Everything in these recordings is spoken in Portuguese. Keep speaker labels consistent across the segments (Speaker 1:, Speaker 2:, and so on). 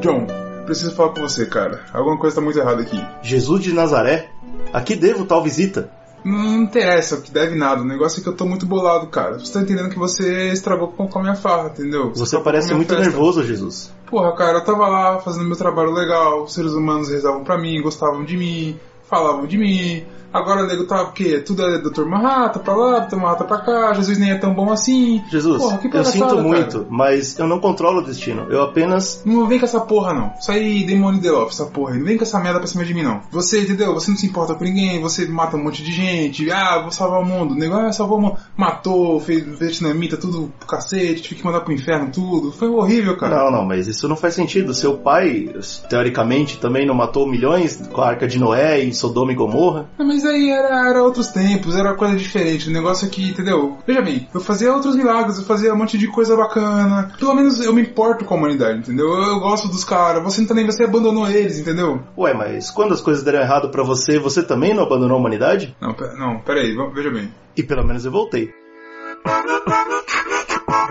Speaker 1: John, preciso falar com você, cara. Alguma coisa tá muito errada aqui.
Speaker 2: Jesus de Nazaré? A que devo tal visita?
Speaker 1: Não interessa, o que deve nada. O negócio é que eu tô muito bolado, cara. Você tá entendendo que você estragou com a minha farra, entendeu?
Speaker 2: Você
Speaker 1: Estragou
Speaker 2: parece
Speaker 1: com a minha
Speaker 2: muito
Speaker 1: festa.
Speaker 2: nervoso, Jesus.
Speaker 1: Porra, cara, eu tava lá fazendo meu trabalho legal, os seres humanos rezavam pra mim, gostavam de mim, falavam de mim. Agora o nego tá, porque tudo é Dr. Marrata pra lá, Dr. Marrata pra cá, Jesus nem é tão bom assim.
Speaker 2: Jesus,
Speaker 1: Porra, que
Speaker 2: eu
Speaker 1: palhaçada,
Speaker 2: sinto
Speaker 1: cara.
Speaker 2: muito, mas eu não controlo o destino. Eu apenas.
Speaker 1: Não vem com essa porra, não. Isso aí, demônio de Love, essa porra. Não vem com essa merda pra cima de mim, não. Você, entendeu? Você não se importa com ninguém, você mata um monte de gente. Ah, vou salvar o mundo. O negócio é salvar o mundo. Matou, fez vietnamita, tudo pro cacete, tive que mandar pro inferno, tudo. Foi horrível, cara.
Speaker 2: Não, não, mas isso não faz sentido. Seu pai, teoricamente, também não matou milhões com a arca de Noé e Sodoma e Gomorra.
Speaker 1: Ah, Mas aí era, era outros tempos, era coisa diferente. O negócio é que, entendeu? Veja bem, eu fazia outros milagres, eu fazia um monte de coisa bacana. Pelo menos eu me importo com a humanidade, entendeu? Eu, eu gosto dos caras. Você não tá nem, você abandonou eles, entendeu?
Speaker 2: Ué, mas quando as coisas deram errado pra você, você também não abandonou a humanidade?
Speaker 1: Não, pera, não, peraí, va- veja bem.
Speaker 2: E pelo menos eu voltei.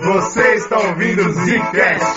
Speaker 3: Você está ouvindo o Zcast.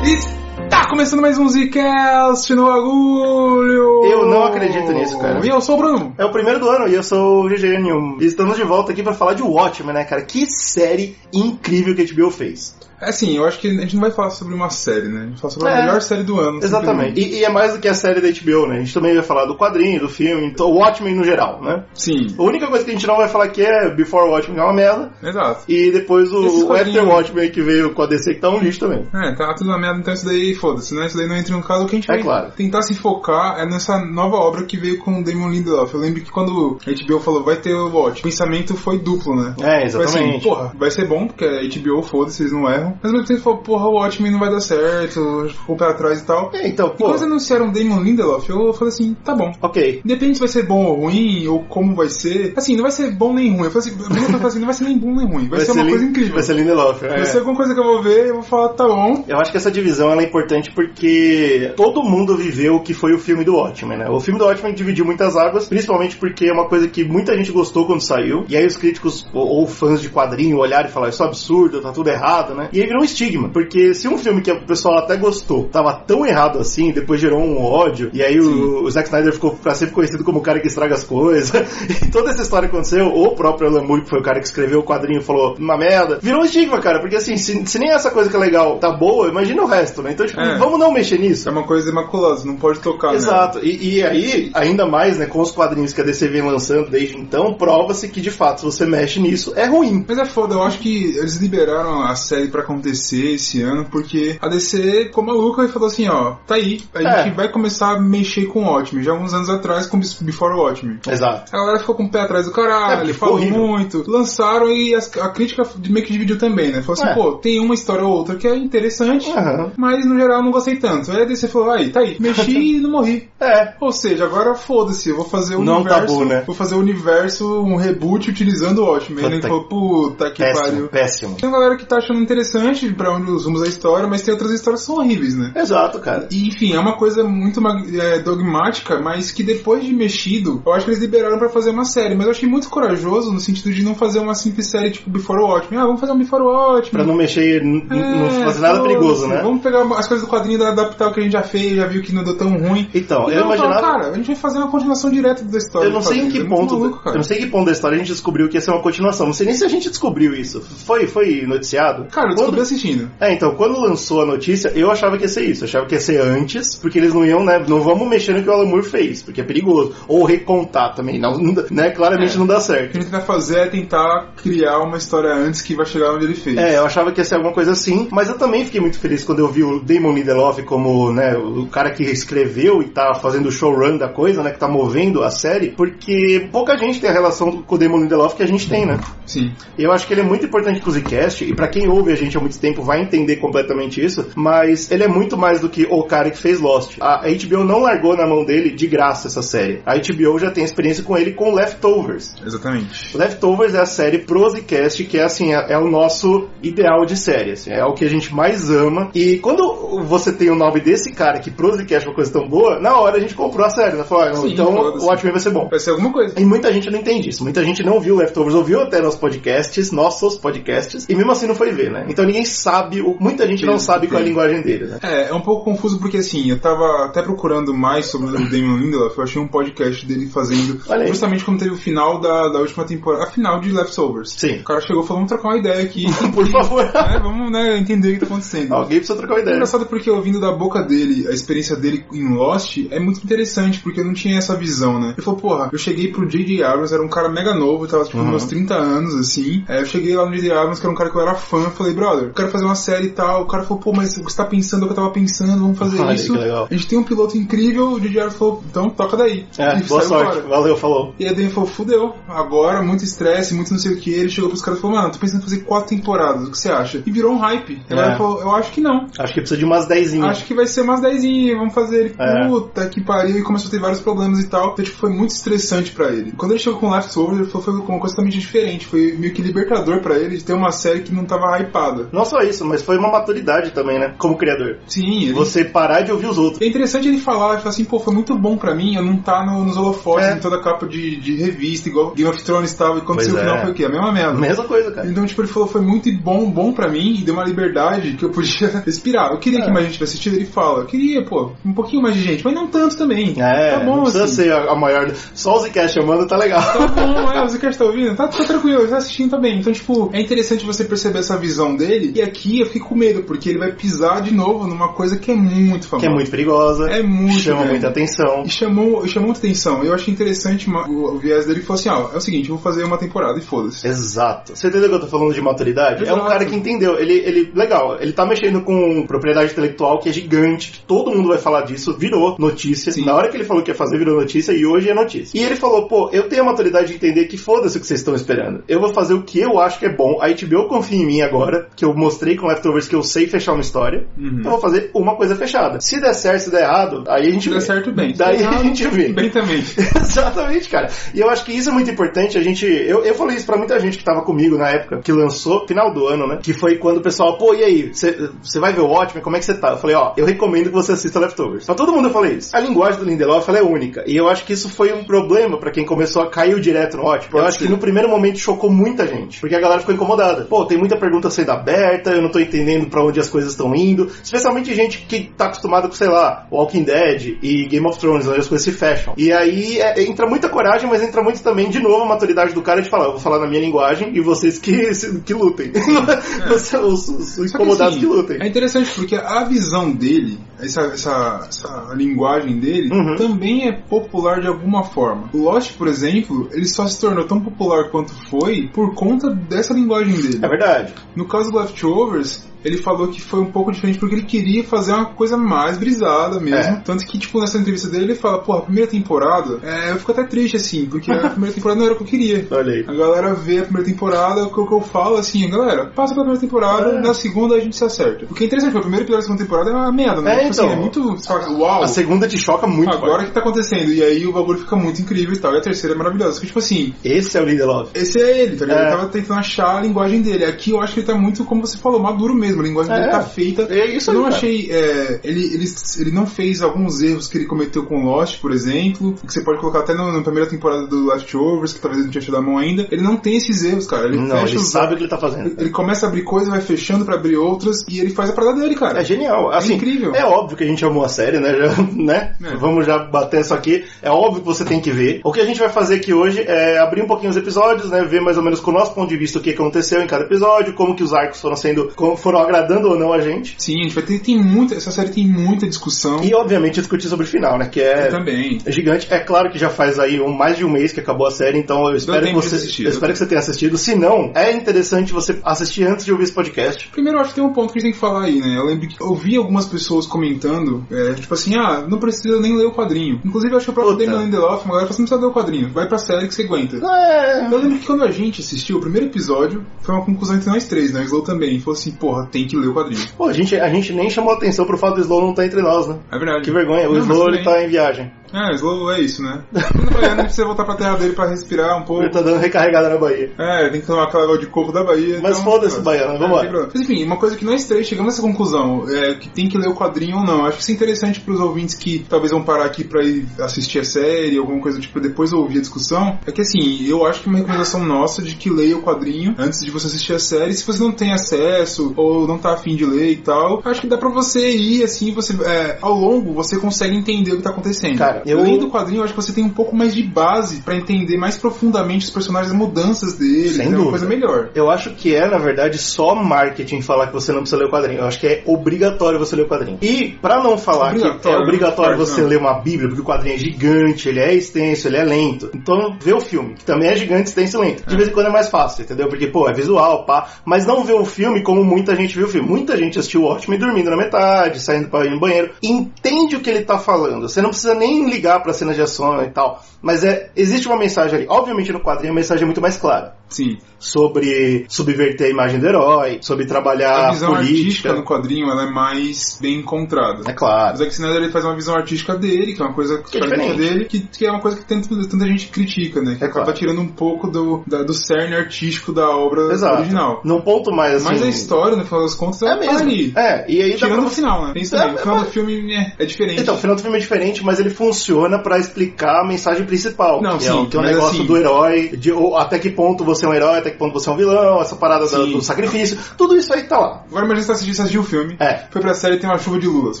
Speaker 1: E tá começando mais um Zcast no bagulho!
Speaker 2: Eu não acredito nisso, cara.
Speaker 1: E eu sou o Bruno.
Speaker 2: É o primeiro do ano e eu sou o Gênio. E estamos de volta aqui pra falar de Watchmen, né, cara? Que série incrível que a HBO fez.
Speaker 1: É Assim, eu acho que a gente não vai falar sobre uma série, né? A gente vai falar sobre a
Speaker 2: É.
Speaker 1: melhor série do ano.
Speaker 2: Exatamente. E, e é mais do que a série da HBO, né? A gente também vai falar do quadrinho, do filme, do Watchmen no geral, né?
Speaker 1: simplesmente.
Speaker 2: A única coisa que a gente não vai falar aqui é Before Watchmen, que é uma merda.
Speaker 1: Sim, exato.
Speaker 2: E depois
Speaker 1: Esses
Speaker 2: o, o
Speaker 1: quadrinhos.
Speaker 2: After Watchmen que veio com a DC que tá um lixo também.
Speaker 1: É, tá tudo na merda, então isso daí, foda-se, né? Isso daí não entra no caso. O que a gente
Speaker 2: É
Speaker 1: vai
Speaker 2: claro.
Speaker 1: tentar se focar é nessa nova obra que veio com o Damon Lindelof. Eu lembro que quando a HBO falou vai ter o Watch, o pensamento foi duplo, né?
Speaker 2: É,
Speaker 1: Foi assim,
Speaker 2: exatamente.
Speaker 1: porra, vai ser bom, porque é a HBO, foda-se, eles não erram. Mas ao mesmo tempo falou, porra, o Watchmen não vai dar certo, ficou pra trás e tal.
Speaker 2: É, então,
Speaker 1: E
Speaker 2: pô.
Speaker 1: quando anunciaram o Damon Lindelof, eu falei assim, tá bom.
Speaker 2: Ok.
Speaker 1: Independente se vai ser bom ou ruim, ou como vai ser. Assim, não vai ser bom nem ruim. Eu falei assim, a primeira coisa que eu falei assim, não vai ser nem bom nem ruim. Vai, ser, uma
Speaker 2: Lin-
Speaker 1: coisa incrível.
Speaker 2: Vai ser Lindelof. é.
Speaker 1: Vai ser alguma coisa que eu vou ver, eu vou falar, tá bom.
Speaker 2: Eu acho que essa divisão ela é importante porque todo mundo viveu o que foi o filme do Watchmen, né? O filme do Watchmen dividiu muitas águas, principalmente porque é uma coisa que muita gente gostou quando saiu, e aí os críticos ou, ou fãs de quadrinho olharam e falaram isso é um absurdo, tá tudo errado, né? E aí virou um estigma, porque se um filme que o pessoal até gostou tava tão errado assim, depois gerou um ódio, e aí o, o Zack Snyder ficou pra sempre conhecido como o cara que estraga as coisas, e toda essa história aconteceu, o próprio Alan Moore, que foi o cara que escreveu o quadrinho, falou uma merda, virou um estigma, cara, porque assim, se, se nem essa coisa que é legal tá boa, imagina o resto, né? Então, tipo,
Speaker 1: É.
Speaker 2: vamos não mexer nisso.
Speaker 1: É uma coisa imaculosa, não pode tocar, né?
Speaker 2: Exato, e, e aí, ainda mais, né, com os quadrinhos que a DC vem lançando desde então, prova-se que de fato, se você mexe nisso, é ruim.
Speaker 1: Mas é foda, eu acho que eles liberaram a série pra acontecer esse ano, porque a DC ficou maluca e falou assim, ó, tá aí, a
Speaker 2: É.
Speaker 1: gente vai começar a mexer com o Watchmen, já alguns anos atrás com Before Watchmen.
Speaker 2: Exato.
Speaker 1: A galera ficou com o pé atrás do
Speaker 2: É,
Speaker 1: caralho,
Speaker 2: porque ficou
Speaker 1: falou
Speaker 2: horrível.
Speaker 1: muito. Lançaram e as- a crítica meio que dividiu também, né? Falou assim,
Speaker 2: É.
Speaker 1: pô, tem uma história ou outra que é interessante,
Speaker 2: Aham.
Speaker 1: mas no geral eu não gostei tanto. Aí a DC falou, aí, tá aí, mexi e não morri.
Speaker 2: É,
Speaker 1: Ou seja, agora foda-se, eu vou fazer o
Speaker 2: Não
Speaker 1: universo.
Speaker 2: tabu, né?
Speaker 1: Vou fazer o universo, um reboot utilizando o Watchmen.
Speaker 2: Puta
Speaker 1: Ele falou, puta que
Speaker 2: péssimo,
Speaker 1: pariu.
Speaker 2: péssimo.
Speaker 1: Tem uma galera que tá achando interessante pra onde os rumos da história, mas tem outras histórias que são horríveis, né?
Speaker 2: Exato, cara.
Speaker 1: E, enfim, é uma coisa muito ma- é, dogmática, mas que depois de mexido, eu acho que eles liberaram pra fazer uma série. Mas eu achei muito corajoso no sentido de não fazer uma simples série tipo Before Watchmen. Ah, vamos fazer um Before Watchmen.
Speaker 2: Pra não mexer, n- n- não
Speaker 1: É,
Speaker 2: fazer nada
Speaker 1: foda-se.
Speaker 2: perigoso, né?
Speaker 1: Vamos pegar as coisas do quadrinho e adaptar o que a gente já fez, já viu que não deu tão ruim.
Speaker 2: Então, eu
Speaker 1: Então,
Speaker 2: imaginava.
Speaker 1: cara, a gente vai fazer uma continuação direta da história.
Speaker 2: Eu não
Speaker 1: do
Speaker 2: sei em
Speaker 1: quadrinho,
Speaker 2: que
Speaker 1: é muito
Speaker 2: ponto,
Speaker 1: maluco,
Speaker 2: eu
Speaker 1: cara.
Speaker 2: não sei em que ponto da história a gente descobriu que ia ser uma continuação. Não sei nem se a gente descobriu isso. Foi, foi noticiado?
Speaker 1: Cara, eu
Speaker 2: quando,
Speaker 1: descobri assistindo.
Speaker 2: É, então, quando lançou a notícia, eu achava que ia ser isso. Eu achava que ia ser antes, porque eles não iam, né? Não vamos mexer no que o Alan Moore fez, porque é perigoso. Ou recontar também, não, não dá- né? Claramente
Speaker 1: É.
Speaker 2: não dá
Speaker 1: O
Speaker 2: certo.
Speaker 1: que a gente vai fazer é tentar criar uma história antes que vai chegar onde ele fez.
Speaker 2: É, eu achava que ia ser alguma coisa assim, mas eu também fiquei muito feliz quando eu vi o Damon Lindelof como, né, o cara que escreveu e tá fazendo o showrun da coisa, né, que tá movendo a série, porque pouca gente tem a relação com o Damon Lindelof que a gente tem, né?
Speaker 1: Sim.
Speaker 2: Eu acho que ele é muito importante pro Zcast, e pra quem ouve a gente há muito tempo vai entender completamente isso, mas ele é muito mais do que o cara que fez Lost. A a HBO não largou na mão dele de graça essa série. A HBO já tem experiência com ele com Leftovers.
Speaker 1: Exatamente.
Speaker 2: Leftovers é a série pro Zcast, que é assim, é, é o nosso ideal de série, assim, é o que a gente mais ama. E quando você tem o nome desse cara que pro Zcast é uma coisa tão boa, na hora a gente comprou a série, né? Falou, ah, não,
Speaker 1: Sim,
Speaker 2: então o
Speaker 1: foda-se.
Speaker 2: Watchmen vai ser bom.
Speaker 1: Vai ser alguma coisa.
Speaker 2: E muita gente não entende isso. Muita gente não viu Leftovers, ouviu até nossos podcasts, nossos podcasts, e mesmo assim não foi ver, né? Então ninguém sabe, o- muita gente não
Speaker 1: Sim,
Speaker 2: sabe qual é a
Speaker 1: sim.
Speaker 2: linguagem dele, né?
Speaker 1: É, é um pouco confuso porque assim, eu tava até procurando mais sobre o Damon Lindelof, eu achei um podcast dele fazendo
Speaker 2: Olha aí.
Speaker 1: justamente quando teve o final da, da última temporada, a final de Leftovers.
Speaker 2: Sim.
Speaker 1: O cara chegou e falou, vamos trocar uma ideia aqui,
Speaker 2: Por favor.
Speaker 1: né? vamos né, entender o que tá acontecendo.
Speaker 2: Alguém precisa trocar uma
Speaker 1: É
Speaker 2: ideia.
Speaker 1: engraçado porque ouvindo da boca dele, a experiência dele em Lost é muito interessante, porque eu não tinha essa visão, né? Ele falou, porra, eu cheguei pro J.J. Abrams, era um cara mega novo, tava tipo
Speaker 2: Uhum.
Speaker 1: nos meus 30 anos, assim. Aí eu cheguei lá no J.J. Abrams, que era um cara que eu era fã, falei, brother, eu quero fazer uma série e tal. O cara falou, pô, mas você tá pensando o que eu tava pensando, vamos fazer
Speaker 2: Olha,
Speaker 1: isso.
Speaker 2: que legal.
Speaker 1: A gente tem um piloto incrível, o J.J. Abrams falou, então toca daí.
Speaker 2: É,
Speaker 1: E
Speaker 2: boa
Speaker 1: saiu
Speaker 2: sorte.
Speaker 1: fora.
Speaker 2: Valeu, falou.
Speaker 1: E aí Dan falou, fudeu, agora, muito estresse, muito não sei o que. Ele chegou pros caras e falou, mano, tô pensando em fazer quatro temporadas, o que você acha? E virou um hype. A galera
Speaker 2: É.
Speaker 1: falou, eu acho que não.
Speaker 2: Acho que precisa de umas dezinhas.
Speaker 1: Acho que vai ser umas 10, vamos fazer ele.
Speaker 2: É.
Speaker 1: Puta que pariu, e começou a ter vários problemas e tal. Então, tipo, foi muito estressante pra ele. Quando ele chegou com Leftovers, ele falou foi uma coisa totalmente diferente. Foi meio que libertador pra ele de ter uma série que não tava hypada.
Speaker 2: Não só isso, mas foi uma maturidade também, né? Como criador.
Speaker 1: Sim, ele...
Speaker 2: Você parar de ouvir os outros.
Speaker 1: E É interessante ele falar, ele falar assim, pô, foi muito bom pra mim eu não tá no, nos holofotes,
Speaker 2: É.
Speaker 1: em toda a capa de, de revista, igual Game of Thrones estava, e quando
Speaker 2: Pois
Speaker 1: saiu o
Speaker 2: é.
Speaker 1: final foi o quê? A mesma merda.
Speaker 2: Mesma coisa, cara.
Speaker 1: Então, tipo, ele falou, foi muito bom, bom pra mim, e deu uma liberdade que eu podia respirar. Eu queria
Speaker 2: É.
Speaker 1: que mais gente tivesse assistido, ele fala. Eu queria, pô, um pouquinho mais de gente, mas não tanto também.
Speaker 2: É,
Speaker 1: tá
Speaker 2: não
Speaker 1: bom,
Speaker 2: precisa
Speaker 1: assim.
Speaker 2: ser a, a maior. Só o Zcast chamando tá legal.
Speaker 1: Tá bom, é, você quer estar ouvindo? Tá, tá tranquilo, tá assistindo também. Então, tipo, é interessante você perceber essa visão dele. E aqui eu fico com medo, porque ele vai pisar de novo numa coisa que é muito famosa.
Speaker 2: Que é muito perigosa.
Speaker 1: É muito,
Speaker 2: Chama
Speaker 1: velho.
Speaker 2: muita atenção.
Speaker 1: E chamou, e chamou muita atenção. Eu achei interessante ma- o, o viés dele que falou assim: ó, é o seguinte, eu vou fazer uma temporada e foda-se.
Speaker 2: Exato. Você entendeu que eu tô falando de maturidade? É um
Speaker 1: Exato.
Speaker 2: cara que entendeu. Ele, ele, legal, ele tá mexendo com propriedade intelectual que é gigante, que todo mundo vai falar disso, virou notícia.
Speaker 1: Sim.
Speaker 2: Na hora que ele falou que ia fazer, virou notícia e hoje é notícia. E ele falou, pô, eu tenho a maturidade de entender que foda-se o que vocês estão esperando. Eu vou fazer o que eu acho que é bom. A HBO confia em mim agora, que eu mostrei com Leftovers que eu sei fechar uma história.
Speaker 1: Uhum.
Speaker 2: Eu vou fazer uma coisa fechada. Se der certo, se der errado, aí a gente
Speaker 1: Se der
Speaker 2: vê.
Speaker 1: certo, bem. Se
Speaker 2: Daí
Speaker 1: der
Speaker 2: a
Speaker 1: errado,
Speaker 2: gente vê.
Speaker 1: Bem também.
Speaker 2: Exatamente, cara. E eu acho que isso é muito importante. A gente. Eu, eu falei isso pra muita gente que tava comigo na época, que lançou, final do ano, né? Que foi quando o pessoal, pô, e aí? Você vai ver o Watchmen? Como é que você tá? Eu falei, ó, eu recomendo que você assista Leftovers. Pra todo mundo eu falei isso. A linguagem do Lindelof ela é única. E eu acho que isso foi um problema pra quem começou a cair direto no Watchmen. Eu
Speaker 1: Pode
Speaker 2: acho que
Speaker 1: ser.
Speaker 2: no primeiro momento chocou muita gente. Porque a galera ficou incomodada. Pô, tem muita pergunta sendo aberta, eu não tô entendendo pra onde as coisas estão indo. Especialmente gente que tá acostumada com, sei lá, Walking Dead e Game of Thrones, onde as coisas se fecham. E aí é, entra muita coragem, mas entra muito também, de novo, a maturidade do cara de falar, eu vou falar na minha linguagem e vocês que, se- que lutem. os, os-
Speaker 1: É.
Speaker 2: os
Speaker 1: Só que,
Speaker 2: incomodados
Speaker 1: assim,
Speaker 2: que lutem.
Speaker 1: É interessante porque a visão dele, essa, essa, essa linguagem dele,
Speaker 2: Uhum.
Speaker 1: também é popular de alguma forma. O Lost, por exemplo, ele só se tornou tão popular quanto foi por conta dessa linguagem dele.
Speaker 2: É verdade.
Speaker 1: No caso do Leftovers, ele falou que foi um pouco diferente porque ele queria fazer uma coisa mais brisada mesmo.
Speaker 2: É.
Speaker 1: Tanto que, tipo, nessa entrevista dele, ele fala, pô, a primeira temporada, é, eu fico até triste, assim, porque a primeira temporada não era o que eu queria.
Speaker 2: Olha aí.
Speaker 1: A galera vê a primeira temporada, o que eu- o que eu falo assim, galera, passa pela primeira temporada,
Speaker 2: É.
Speaker 1: na segunda a gente se acerta. O que é interessante, porque o primeiro episódio da segunda temporada é uma merda, né?
Speaker 2: É,
Speaker 1: Tipo assim,
Speaker 2: então.
Speaker 1: é muito. Você fala, uau,
Speaker 2: A segunda te choca muito.
Speaker 1: agora o
Speaker 2: Agora...
Speaker 1: que tá acontecendo? E aí o bagulho fica muito incrível e tal. E a terceira é maravilhosa. Porque, tipo assim,
Speaker 2: Esse é o Lindelof.
Speaker 1: esse é ele, tá ligado?
Speaker 2: É.
Speaker 1: Eu tava tentando achar a linguagem dele. Aqui eu acho que ele tá muito, como você falou, maduro mesmo. A linguagem
Speaker 2: É.
Speaker 1: dele tá feita.
Speaker 2: É isso
Speaker 1: eu
Speaker 2: aí,
Speaker 1: não
Speaker 2: cara.
Speaker 1: achei. é, ele, ele, ele não fez alguns erros que ele cometeu com Lost, por exemplo. Que você pode colocar até no- na primeira temporada do Leftovers, que talvez ele não tinha tido a mão ainda. Ele não tem esses erros, cara. Ele
Speaker 2: Não,
Speaker 1: fecha
Speaker 2: ele
Speaker 1: os
Speaker 2: sabe o que ele tá fazendo.
Speaker 1: ele começa a abrir coisas, vai fechando pra abrir outras e ele faz a parada dele, cara.
Speaker 2: É genial. Assim,
Speaker 1: incrível.
Speaker 2: É óbvio que a gente amou a série, né? Já, né?
Speaker 1: É.
Speaker 2: Vamos já bater isso aqui. É óbvio que você tem que ver. O que a gente vai fazer aqui hoje é abrir um pouquinho os episódios, né? Ver mais ou menos com o nosso ponto de vista o que aconteceu em cada episódio, como que os arcos foram sendo, como foram agradando ou não a gente.
Speaker 1: Sim, a gente vai ter tem muita, essa série tem muita discussão
Speaker 2: E obviamente discutir sobre o final, né? Que é
Speaker 1: também.
Speaker 2: gigante. É claro que já faz aí um, mais de um mês que acabou a série, então eu espero, que
Speaker 1: tempo de
Speaker 2: você,
Speaker 1: assistir,
Speaker 2: eu
Speaker 1: deu
Speaker 2: espero que você tenha assistido. Se não, é interessante você assistir antes de ouvir esse podcast.
Speaker 1: Primeiro, eu acho que tem um ponto que a gente tem que falar aí, né? Eu lembro que eu vi algumas pessoas comentando, é, tipo assim, ah, não precisa nem ler o quadrinho. Inclusive, eu acho que o próprio
Speaker 2: Puta.
Speaker 1: Damon Lindelof, uma galera falou assim, não precisa ler o quadrinho, vai pra série que você aguenta.
Speaker 2: É,
Speaker 1: Eu lembro que quando a gente assistiu o primeiro episódio, foi uma conclusão entre nós três, né? O Slow também falou assim, porra, tem que ler o quadrinho.
Speaker 2: Pô, a gente, a gente nem chamou atenção pro fato do Slow não estar entre nós, né?
Speaker 1: É verdade.
Speaker 2: Que vergonha, o
Speaker 1: Não, mas
Speaker 2: Slow
Speaker 1: tudo bem.
Speaker 2: ele tá em viagem.
Speaker 1: É, Slow é isso, né? Quando o baiano precisa voltar pra terra dele pra respirar um
Speaker 2: Ele
Speaker 1: pouco.
Speaker 2: tá dando recarregada na Bahia.
Speaker 1: É, tem que tomar aquela água de coco da Bahia.
Speaker 2: Mas foda-se, baiano,
Speaker 1: é,
Speaker 2: vambora.
Speaker 1: tem problema. Mas enfim, uma coisa que nós três chegamos a essa conclusão, é que tem que ler o quadrinho ou não. Acho que isso é interessante pros ouvintes que talvez vão parar aqui pra ir assistir a série, alguma coisa do tipo, depois ouvir a discussão. É que assim, eu acho que uma recomendação nossa de que leia o quadrinho antes de você assistir a série. Se você não tem acesso ou não tá afim de ler e tal, acho que dá pra você ir assim, você, é, ao longo você consegue entender o que tá acontecendo.
Speaker 2: Cara, eu-
Speaker 1: Lendo o quadrinho, eu acho que você tem um pouco mais de base pra entender mais profundamente os personagens, as mudanças deles,
Speaker 2: Sem
Speaker 1: é uma
Speaker 2: dúvida.
Speaker 1: coisa melhor.
Speaker 2: Eu acho que é, na verdade, só marketing falar que você não precisa ler o quadrinho. Eu acho que é obrigatório você ler o quadrinho. E, pra não falar que é
Speaker 1: Obrigatório,
Speaker 2: obrigatório
Speaker 1: não faz, né?
Speaker 2: você
Speaker 1: não.
Speaker 2: ler uma Bíblia, porque o quadrinho é gigante, ele é extenso, ele é lento. Então, vê o filme, que também é gigante, extenso e lento. De vez em quando é mais fácil, entendeu? Porque, pô, é visual, pá. Mas não vê o filme como muita gente viu o filme. Muita gente assistiu o Watchmen dormindo na metade, saindo pra ir no banheiro. Entende o que ele tá falando. Você não precisa nem ligar pra cena de ação e tal. Mas é, existe uma mensagem ali. Obviamente, no quadrinho a mensagem é muito mais clara
Speaker 1: Sim.
Speaker 2: sobre subverter a imagem do herói, sobre trabalhar
Speaker 1: a
Speaker 2: a
Speaker 1: visão
Speaker 2: política.
Speaker 1: artística no quadrinho ela é mais bem encontrada.
Speaker 2: É claro.
Speaker 1: O Zack Snyder ele faz uma visão artística dele, que é uma coisa
Speaker 2: Que é
Speaker 1: característica
Speaker 2: diferente.
Speaker 1: dele, que, que é uma coisa que tanto- tanta gente critica, né? Que
Speaker 2: É
Speaker 1: acaba
Speaker 2: claro.
Speaker 1: tirando um pouco do, da- do cerne artístico da obra
Speaker 2: Exato.
Speaker 1: original.
Speaker 2: Num ponto mais assim.
Speaker 1: Mas a história, no final das contas,
Speaker 2: é
Speaker 1: ela tá ali.
Speaker 2: mesmo. É, e aí dá
Speaker 1: Tirando
Speaker 2: pra
Speaker 1: o
Speaker 2: você-
Speaker 1: final, né? Tem isso
Speaker 2: É,
Speaker 1: também. O
Speaker 2: é,
Speaker 1: final
Speaker 2: mas-
Speaker 1: do filme é, é diferente.
Speaker 2: Então, o final do filme é diferente, mas ele funciona pra explicar a mensagem principal.
Speaker 1: Não,
Speaker 2: que é,
Speaker 1: sim,
Speaker 2: o- que é o
Speaker 1: mas
Speaker 2: negócio
Speaker 1: assim-
Speaker 2: do herói, de ou até que ponto você é um herói, até que ponto você é um vilão, essa parada da-
Speaker 1: Sim.
Speaker 2: do sacrifício, tudo isso aí tá lá.
Speaker 1: Agora imagina você assistir, você assistiu o filme,
Speaker 2: É.
Speaker 1: foi pra série e tem uma chuva de Lula. Você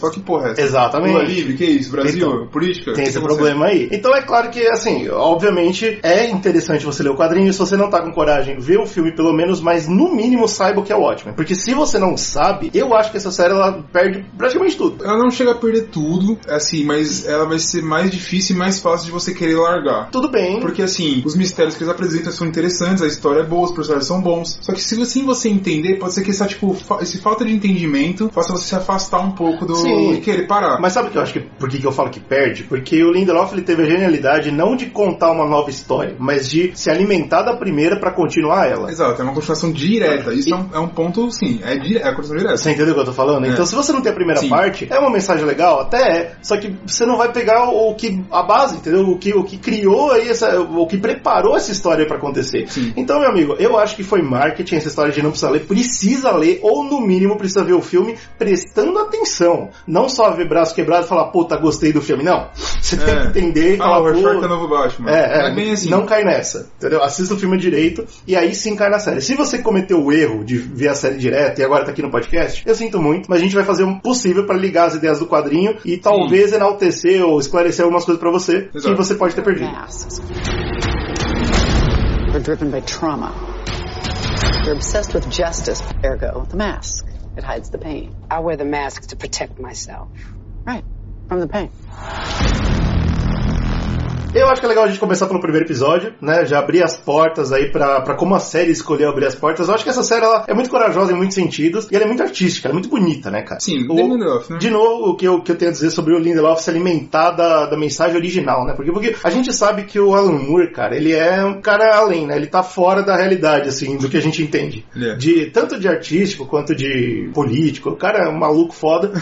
Speaker 1: fala que porra é essa?
Speaker 2: Exatamente.
Speaker 1: Lula livre, que é isso? Brasil?
Speaker 2: Então,
Speaker 1: política?
Speaker 2: Tem
Speaker 1: Que que
Speaker 2: esse
Speaker 1: aconteceu?
Speaker 2: problema aí. Então é claro que, assim, obviamente é interessante você ler o quadrinho. Se você não tá com coragem, vê o filme pelo menos, mas no mínimo saiba o que é o Watchmen. Porque se você não sabe, eu acho que essa série ela perde praticamente tudo.
Speaker 1: Ela não chega a perder tudo, assim, mas ela vai ser mais difícil e mais fácil de você querer largar.
Speaker 2: Tudo bem.
Speaker 1: Porque assim, os mistérios que eles apresentam são interessantes, a história é boa, os personagens são bons. Só que se sem você entender, pode ser que essa, tipo, fa esse falta de entendimento faça você se afastar um pouco do
Speaker 2: Sim.
Speaker 1: e querer parar.
Speaker 2: Mas sabe o que eu acho que por que, que eu falo que perde? Porque o Lindelof ele teve a genialidade não de contar uma nova história, mas de se alimentar da primeira pra continuar ela.
Speaker 1: Exato, é uma continuação direta. Isso é, um, é um ponto, sim, é, dire... é a continuação direta.
Speaker 2: Você entendeu o que eu tô falando?
Speaker 1: É.
Speaker 2: Então, se você não tem a primeira
Speaker 1: Sim.
Speaker 2: parte, é uma mensagem legal, até é. Só que você não vai pegar o, o que a base, entendeu? O que, o que criou aí essa, o que preparou essa história pra acontecer.
Speaker 1: Sim.
Speaker 2: Então, meu amigo, eu acho que foi marketing essa história de não precisar ler, precisa ler ou no mínimo precisa ver o filme prestando atenção, não só ver braço quebrado e falar puta gostei do filme, não. Você tem
Speaker 1: É.
Speaker 2: que entender.
Speaker 1: Ah, o
Speaker 2: falar,
Speaker 1: Rorschach
Speaker 2: "Pô,
Speaker 1: é o novo Batman.
Speaker 2: é, é,
Speaker 1: bem assim.
Speaker 2: não cai nessa, entendeu? Assista o filme direito e aí sim cai na série. Se você cometeu o erro de ver a série direto e agora tá aqui no podcast, eu sinto muito, mas a gente vai fazer o possível pra ligar as ideias do quadrinho e talvez enaltecer ou esclarecer algumas coisas pra você que
Speaker 1: Exato.
Speaker 2: você pode ter perdido.
Speaker 4: masks. They're driven by trauma. They're obsessed with justice, ergo, the mask. It hides the pain.
Speaker 5: I wear the mask to protect myself.
Speaker 4: Right. From the pain.
Speaker 2: Eu acho que é legal a gente começar pelo primeiro episódio, né? Já abrir as portas aí pra, pra como a série escolheu abrir as portas. Eu acho que essa série ela é muito corajosa em muitos sentidos e ela é muito artística, ela é muito bonita, né, cara?
Speaker 1: Sim,
Speaker 2: O-
Speaker 1: Damon Lindelof, né?
Speaker 2: De novo, o que eu, que eu tenho a dizer sobre o Lindelof se alimentar da, da mensagem original, né? Porque, porque a gente sabe que o Alan Moore, cara, ele é um cara além, né? Ele tá fora da realidade, assim, do que a gente entende.
Speaker 1: Ele é.
Speaker 2: De, tanto de artístico quanto de político. O cara é um maluco foda.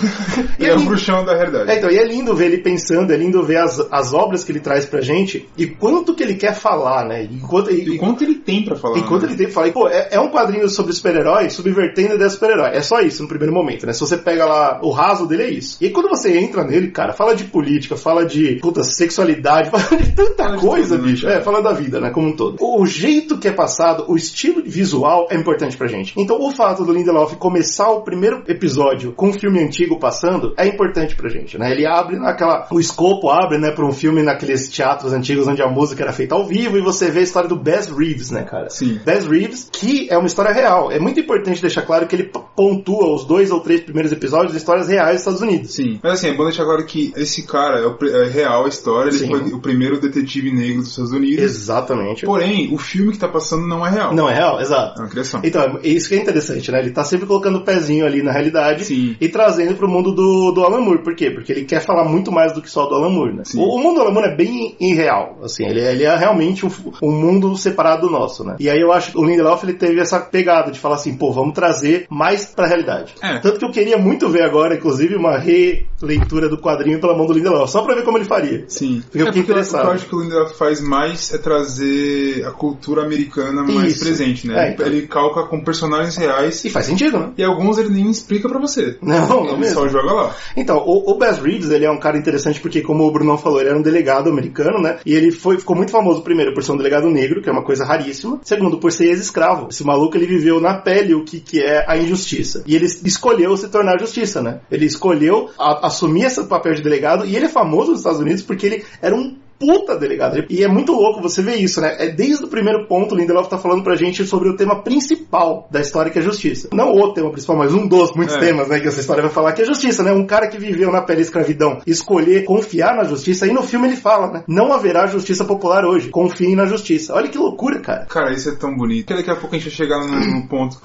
Speaker 1: Ele é
Speaker 2: a
Speaker 1: o
Speaker 2: gente-
Speaker 1: bruxão da realidade.
Speaker 2: é, então, e é lindo ver ele pensando, é lindo ver as, as obras que ele traz pra gente e quanto que ele quer falar, né? E quanto, e-
Speaker 1: E quanto ele tem pra falar?
Speaker 2: e quanto
Speaker 1: né?
Speaker 2: ele tem pra falar. E, pô, é, é um quadrinho sobre super-herói subvertendo a ideia do super-herói. É só isso no primeiro momento, né? Se você pega lá, o raso dele é isso. E aí, quando você entra nele, cara, fala de política, fala de, puta, sexualidade, fala de tanta
Speaker 1: Fala de
Speaker 2: coisa,
Speaker 1: tudo, né,
Speaker 2: bicho.
Speaker 1: cara?
Speaker 2: É, fala da vida, né, como um todo. O jeito que é passado, o estilo visual é importante pra gente. Então, o fato do Lindelof começar o primeiro episódio com um filme antigo passando é importante pra gente, né? Ele abre naquela... O escopo abre, né, pra um filme naqueles teatros antigos onde a música era feita ao vivo e você vê a história do Bess Reeves, né, cara?
Speaker 1: Sim.
Speaker 2: Bess Reeves, que é uma história real. É muito importante deixar claro que ele p- pontua os dois ou três primeiros episódios de histórias reais dos Estados Unidos.
Speaker 1: Sim. Mas assim, é bom deixar claro que esse cara é, o pri- é real a história, ele
Speaker 2: Sim.
Speaker 1: foi o primeiro detetive negro dos Estados Unidos.
Speaker 2: Exatamente.
Speaker 1: Porém, o filme que tá passando não é real.
Speaker 2: Não é real? Exato.
Speaker 1: É uma criação.
Speaker 2: Então, é isso que é interessante, né? Ele tá sempre colocando o pezinho ali na realidade
Speaker 1: Sim.
Speaker 2: e trazendo pro mundo do, do Alan Moore. Por quê? Porque ele quer falar muito mais do que só do Alan Moore, né?
Speaker 1: Sim.
Speaker 2: O, o mundo do Alan Moore é bem irreal, assim. Ele, ele é realmente um, um mundo separado do nosso, né? E aí eu acho que o Lindelof, ele teve essa pegada de falar assim, pô, vamos trazer mais pra realidade.
Speaker 1: É.
Speaker 2: Tanto que eu queria muito ver agora, inclusive, uma re, leitura do quadrinho pela mão do Lindelof, só pra ver como ele faria.
Speaker 1: Sim.
Speaker 2: Porque
Speaker 1: é
Speaker 2: eu fiquei
Speaker 1: porque o que
Speaker 2: interessado.
Speaker 1: eu acho que o Lindelof faz mais é trazer a cultura americana mais
Speaker 2: Isso.
Speaker 1: presente, né?
Speaker 2: É, então.
Speaker 1: Ele calca com personagens reais
Speaker 2: E faz sentido, né?
Speaker 1: e alguns ele nem explica pra você.
Speaker 2: Não, não
Speaker 1: ele
Speaker 2: mesmo.
Speaker 1: só joga lá.
Speaker 2: Então, o, o Bess Reeves, ele é um cara interessante porque, como o Brunão falou, ele era um delegado americano, né? E ele foi, ficou muito famoso, primeiro, por ser um delegado negro, que é uma coisa raríssima. Segundo, por ser ex-escravo. Esse maluco, ele viveu na pele o que, que é a injustiça. E ele escolheu se tornar justiça, né? Ele escolheu a- assumir esse papel de delegado e ele é famoso nos Estados Unidos porque ele era um puta delegado. E é muito louco você ver isso, né? É desde o primeiro ponto o Lindelof tá falando pra gente sobre o tema principal da história que é justiça. Não o tema principal, mas um dos muitos
Speaker 1: É.
Speaker 2: temas, né, que essa história vai falar que é justiça, né? Um cara que viveu na pele da escravidão, escolher confiar na justiça e no filme ele fala, né? Não haverá justiça popular hoje. Confiem na justiça. Olha que loucura, cara.
Speaker 1: Cara, isso é tão bonito. Porque daqui a pouco a gente vai chegar num, num ponto.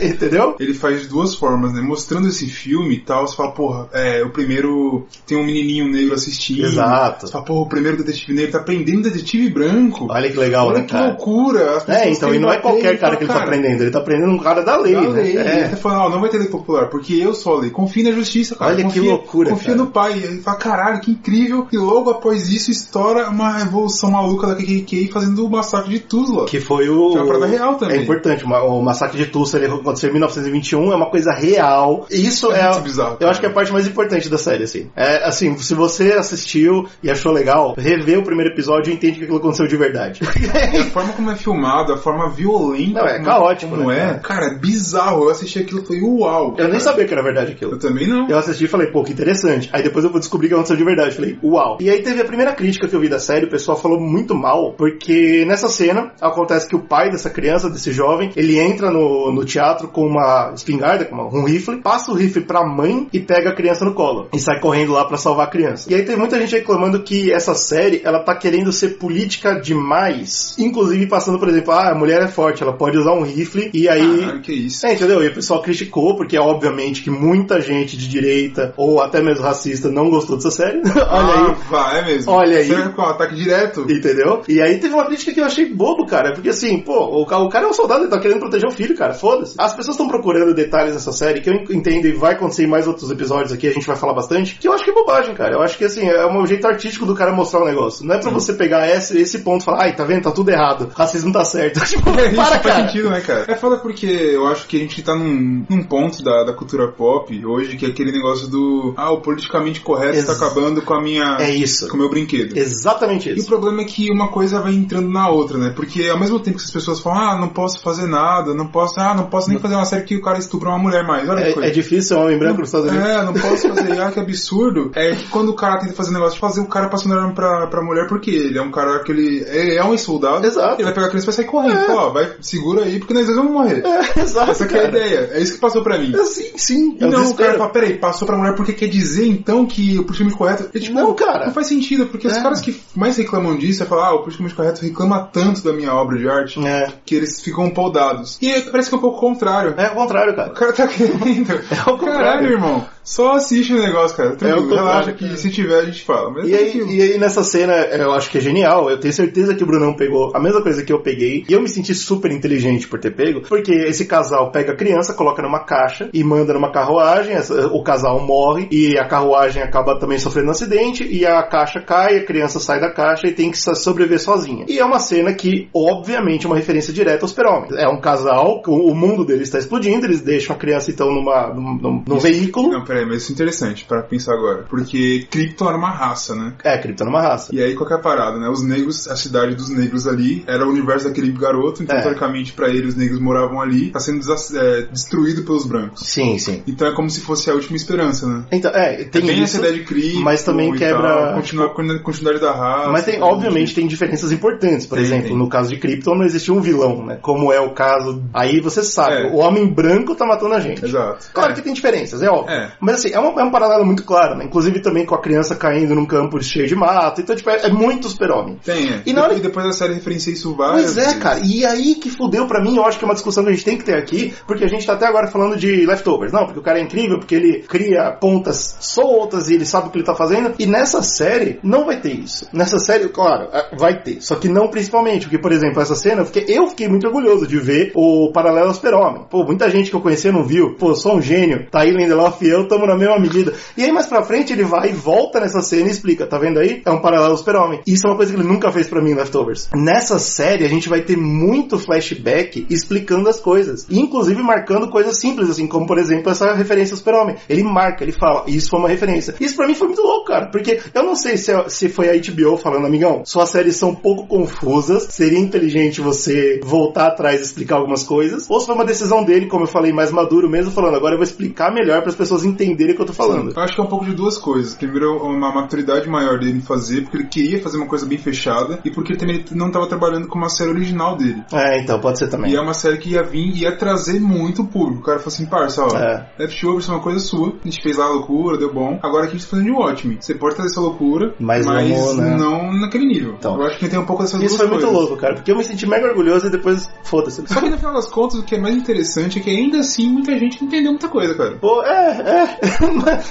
Speaker 2: Entendeu?
Speaker 1: Ele faz de duas formas, né? Mostrando esse filme e tal, você fala, porra, é, o primeiro tem um menininho negro assistindo.
Speaker 2: Exato.
Speaker 1: Você fala, porra, o primeiro detetive negro tá prendendo um detetive branco.
Speaker 2: Olha que legal,
Speaker 1: Olha
Speaker 2: né,
Speaker 1: que
Speaker 2: cara?
Speaker 1: loucura. As pessoas
Speaker 2: É, então,
Speaker 1: que
Speaker 2: e não é
Speaker 1: batem,
Speaker 2: qualquer cara que ele tá
Speaker 1: fala,
Speaker 2: prendendo, ele tá prendendo um cara da lei,
Speaker 1: Da
Speaker 2: né?
Speaker 1: lei.
Speaker 2: É.
Speaker 1: Ele tá falando, ó, não vai ter lei popular, porque eu sou a lei. Confia na justiça, cara.
Speaker 2: Olha que
Speaker 1: Confia-
Speaker 2: loucura,
Speaker 1: Confia
Speaker 2: cara.
Speaker 1: no pai. Ele fala, caralho, que incrível. E logo após isso estoura uma revolução maluca da KKK fazendo o massacre de Tuzla.
Speaker 2: Que foi o.
Speaker 1: Que é uma parada real também.
Speaker 2: É importante. ma- O massacre de Tulsa ele aconteceu em 1921, é uma coisa real. E isso é.
Speaker 1: É muito bizarro,
Speaker 2: eu
Speaker 1: cara.
Speaker 2: acho que é a parte mais importante da série, assim. É, assim, se você assistiu e achou legal, revê o primeiro episódio e entende que aquilo aconteceu de verdade.
Speaker 1: A forma como é filmado, a forma violenta.
Speaker 2: Não, é
Speaker 1: como-
Speaker 2: caótico,
Speaker 1: Como
Speaker 2: né,
Speaker 1: é? Cara, é bizarro. Eu assisti aquilo e falei, uau.
Speaker 2: eu nem sabia que era verdade
Speaker 1: Eu
Speaker 2: aquilo.
Speaker 1: também não.
Speaker 2: Eu assisti e falei, pô, que interessante. Aí depois eu vou descobrir que aconteceu de verdade. Falei, uau. E aí teve a primeira crítica que eu vi da série, o pessoal falou muito mal, porque nessa cena acontece que o pai dessa criança, desse jovem, ele entra no, no teatro com uma espingarda, com uma- um rifle, passa o rifle pra mãe e pega a criança no colo. E sai correndo lá pra salvar a criança. E aí tem muita gente reclamando que essa série, ela tá querendo ser política demais. Inclusive passando, por exemplo, ah, a mulher é forte, ela pode usar um rifle e aí...
Speaker 1: Caralho, que isso.
Speaker 2: É, entendeu? E o pessoal criticou, porque é obviamente que muita gente de direita, ou até mesmo racista, não gostou dessa série. Olha
Speaker 1: Ah,
Speaker 2: aí.
Speaker 1: vai, é mesmo.
Speaker 2: Olha aí.
Speaker 1: Será que é um ataque direto?
Speaker 2: Entendeu? E aí teve uma crítica que eu achei bobo, cara. Porque assim, pô, o, ca- o cara é um soldado, ele tá querendo proteger o filho, cara. Foda-se. As pessoas estão procurando detalhes dessa série, que eu en- entendo e vai acontecer em mais outros episódios aqui, a gente vai falar bastante, que eu acho que é bobagem, cara. Eu acho que assim, é um jeito artístico do cara mostrar o negócio. Não é pra você pegar esse, esse ponto e falar, ai, tá vendo? Tá tudo errado. Racismo tá certo. tipo,
Speaker 1: É, isso
Speaker 2: para,
Speaker 1: faz
Speaker 2: cara.
Speaker 1: sentido, né, cara? É foda porque eu acho que a gente tá num, num ponto da, da cultura pop hoje que é aquele negócio do ah, o politicamente correto
Speaker 2: Ex-
Speaker 1: tá acabando com a minha.
Speaker 2: É isso.
Speaker 1: com o meu brinquedo.
Speaker 2: Exatamente
Speaker 1: E o
Speaker 2: isso.
Speaker 1: problema é que uma coisa vai entrando na outra, né? Porque ao mesmo tempo que as pessoas falam, ah, não posso fazer nada, não posso, ah, não posso nem fazer uma série que o cara estupra uma mulher mais, olha que
Speaker 2: É,
Speaker 1: coisa.
Speaker 2: é difícil ser um homem branco nos Estados Unidos.
Speaker 1: É, não posso fazer, ah, que absurdo. É que quando o cara tenta fazer um negócio de fazer o cara passando arma pra, pra mulher, porque ele é um cara que ele é, é um soldado.
Speaker 2: Exato.
Speaker 1: Ele vai pegar a criança e vai sair correndo. Pô, ó, vai, segura aí, porque nós dois vamos morrer.
Speaker 2: É, exato.
Speaker 1: Essa que é a ideia. É isso que passou pra mim.
Speaker 2: Sim, sim.
Speaker 1: E
Speaker 2: é o
Speaker 1: não, o
Speaker 2: desespero.
Speaker 1: cara fala, peraí, passou pra mulher porque quer dizer então que o politicamente correto. E, tipo,
Speaker 2: Não, cara.
Speaker 1: Não faz sentido, porque os
Speaker 2: É.
Speaker 1: caras que mais reclamam disso é falar, ah, o politicamente correto reclama tanto da minha obra de arte
Speaker 2: É.
Speaker 1: que eles ficam empoldados. E é- parece que é um pouco o contrário.
Speaker 2: É o contrário, cara.
Speaker 1: O cara tá querendo.
Speaker 2: É o contrário.
Speaker 1: Caralho, irmão. Só assiste o negócio, cara.
Speaker 2: É o
Speaker 1: Tranquilo,
Speaker 2: contrário,
Speaker 1: relaxa
Speaker 2: cara.
Speaker 1: que se tiver a gente fala. Mas
Speaker 2: E
Speaker 1: é
Speaker 2: aí,
Speaker 1: tranquilo.
Speaker 2: e aí nessa cena, eu acho que é genial. Eu tenho certeza que o Brunão pegou a mesma coisa que eu peguei. E eu me senti super inteligente por ter pego. Porque esse casal pega a criança, coloca numa caixa e manda numa carruagem. essa- O casal morre e a carruagem acaba também sofrendo um acidente. E a caixa cai, a criança sai da caixa e tem que sa- sobreviver sozinha. E é uma cena que, obviamente, é uma referência direta aos super-homens. É um casal, o o mundo deles está explodindo. Eles deixam a criança, então, numa, num, num- num veículo.
Speaker 1: Não, peraí, mas isso é interessante pra pensar agora. Porque Krypton era uma raça, né?
Speaker 2: É, cripto numa raça.
Speaker 1: E aí qualquer parada, né? Os negros, a cidade dos negros ali, era o universo daquele garoto, então
Speaker 2: É.
Speaker 1: teoricamente pra ele os negros moravam ali, tá sendo desa- é, destruído pelos brancos.
Speaker 2: Sim, sim.
Speaker 1: Então é como se fosse a última esperança, né?
Speaker 2: Então, é, tem,
Speaker 1: Tem
Speaker 2: isso.
Speaker 1: essa ideia de crime,
Speaker 2: mas também quebra-
Speaker 1: continua a continuidade da raça.
Speaker 2: Mas tem,
Speaker 1: tudo.
Speaker 2: obviamente, tem diferenças importantes. Por
Speaker 1: Tem,
Speaker 2: exemplo,
Speaker 1: tem.
Speaker 2: no caso de Krypton não existia um vilão, né? Como é o caso. Aí você sabe,
Speaker 1: É.
Speaker 2: o homem branco tá matando a gente.
Speaker 1: Exato.
Speaker 2: Claro
Speaker 1: É.
Speaker 2: que tem diferenças, é óbvio.
Speaker 1: É.
Speaker 2: Mas assim, é, uma- é um paralelo muito claro, né? Inclusive também com a criança caindo num campo cheio de mato e Então, tipo, é, é muito super-homem.
Speaker 1: Tem, é.
Speaker 2: E na hora-
Speaker 1: E depois a série referencia isso várias
Speaker 2: Pois é,
Speaker 1: vezes.
Speaker 2: cara. E aí que fudeu pra mim, eu acho que é uma discussão que a gente tem que ter aqui, porque a gente tá até agora falando de leftovers. Não, porque o cara é incrível, porque ele cria pontas soltas e ele sabe o que ele tá fazendo. E nessa série, não vai ter isso. Nessa série, claro, é, vai ter. Só que não principalmente, porque, por exemplo, essa cena, eu fiquei, eu fiquei muito orgulhoso de ver o paralelo super-homem. Pô, muita gente que eu conhecia não viu. Pô, eu sou um gênio. Tá aí Lindelof e eu, tamo na mesma medida. E aí mais pra frente ele vai e volta nessa cena e explica, tá vendo aí? É um paralelo ao super-homem. Isso é uma coisa que ele nunca fez pra mim em Leftovers. Nessa série a gente vai ter muito flashback explicando as coisas. E, Inclusive marcando coisas simples, assim, como por exemplo essa referência ao super-homem. Ele marca, ele fala, isso foi uma referência. Isso pra mim foi muito louco, cara, porque eu não sei se, é- se foi a HBO falando, amigão, suas séries são um pouco confusas, seria inteligente você voltar atrás e explicar algumas coisas, ou se foi uma decisão dele, como eu falei, mais maduro mesmo, falando, agora eu vou explicar melhor para as pessoas entenderem o que eu tô falando.
Speaker 1: Eu acho que é um pouco de duas coisas. Primeiro, uma maturidade maior dele em fazer, porque ele queria fazer uma coisa bem fechada, e porque também ele não estava trabalhando com uma série original dele.
Speaker 2: É, então, pode ser também.
Speaker 1: E é uma série que ia vir e ia trazer muito público. O cara falou assim, parça, ó,
Speaker 2: É.
Speaker 1: Leftovers é uma coisa sua, a gente fez lá a loucura, deu bom. Agora aqui a gente tá fazendo de Watchmen. Você pode trazer essa loucura,
Speaker 2: Mas não, né?
Speaker 1: não naquele nível.
Speaker 2: Então.
Speaker 1: Eu acho que tem um pouco dessas
Speaker 2: Isso foi
Speaker 1: duas
Speaker 2: muito
Speaker 1: coisas.
Speaker 2: louco, cara, porque eu me senti mega orgulhoso e depois, foda-se.
Speaker 1: Só que no final das contas, o que é mais interessante é que ainda assim muita gente não entendeu muita coisa, cara.
Speaker 2: Pô, é, é.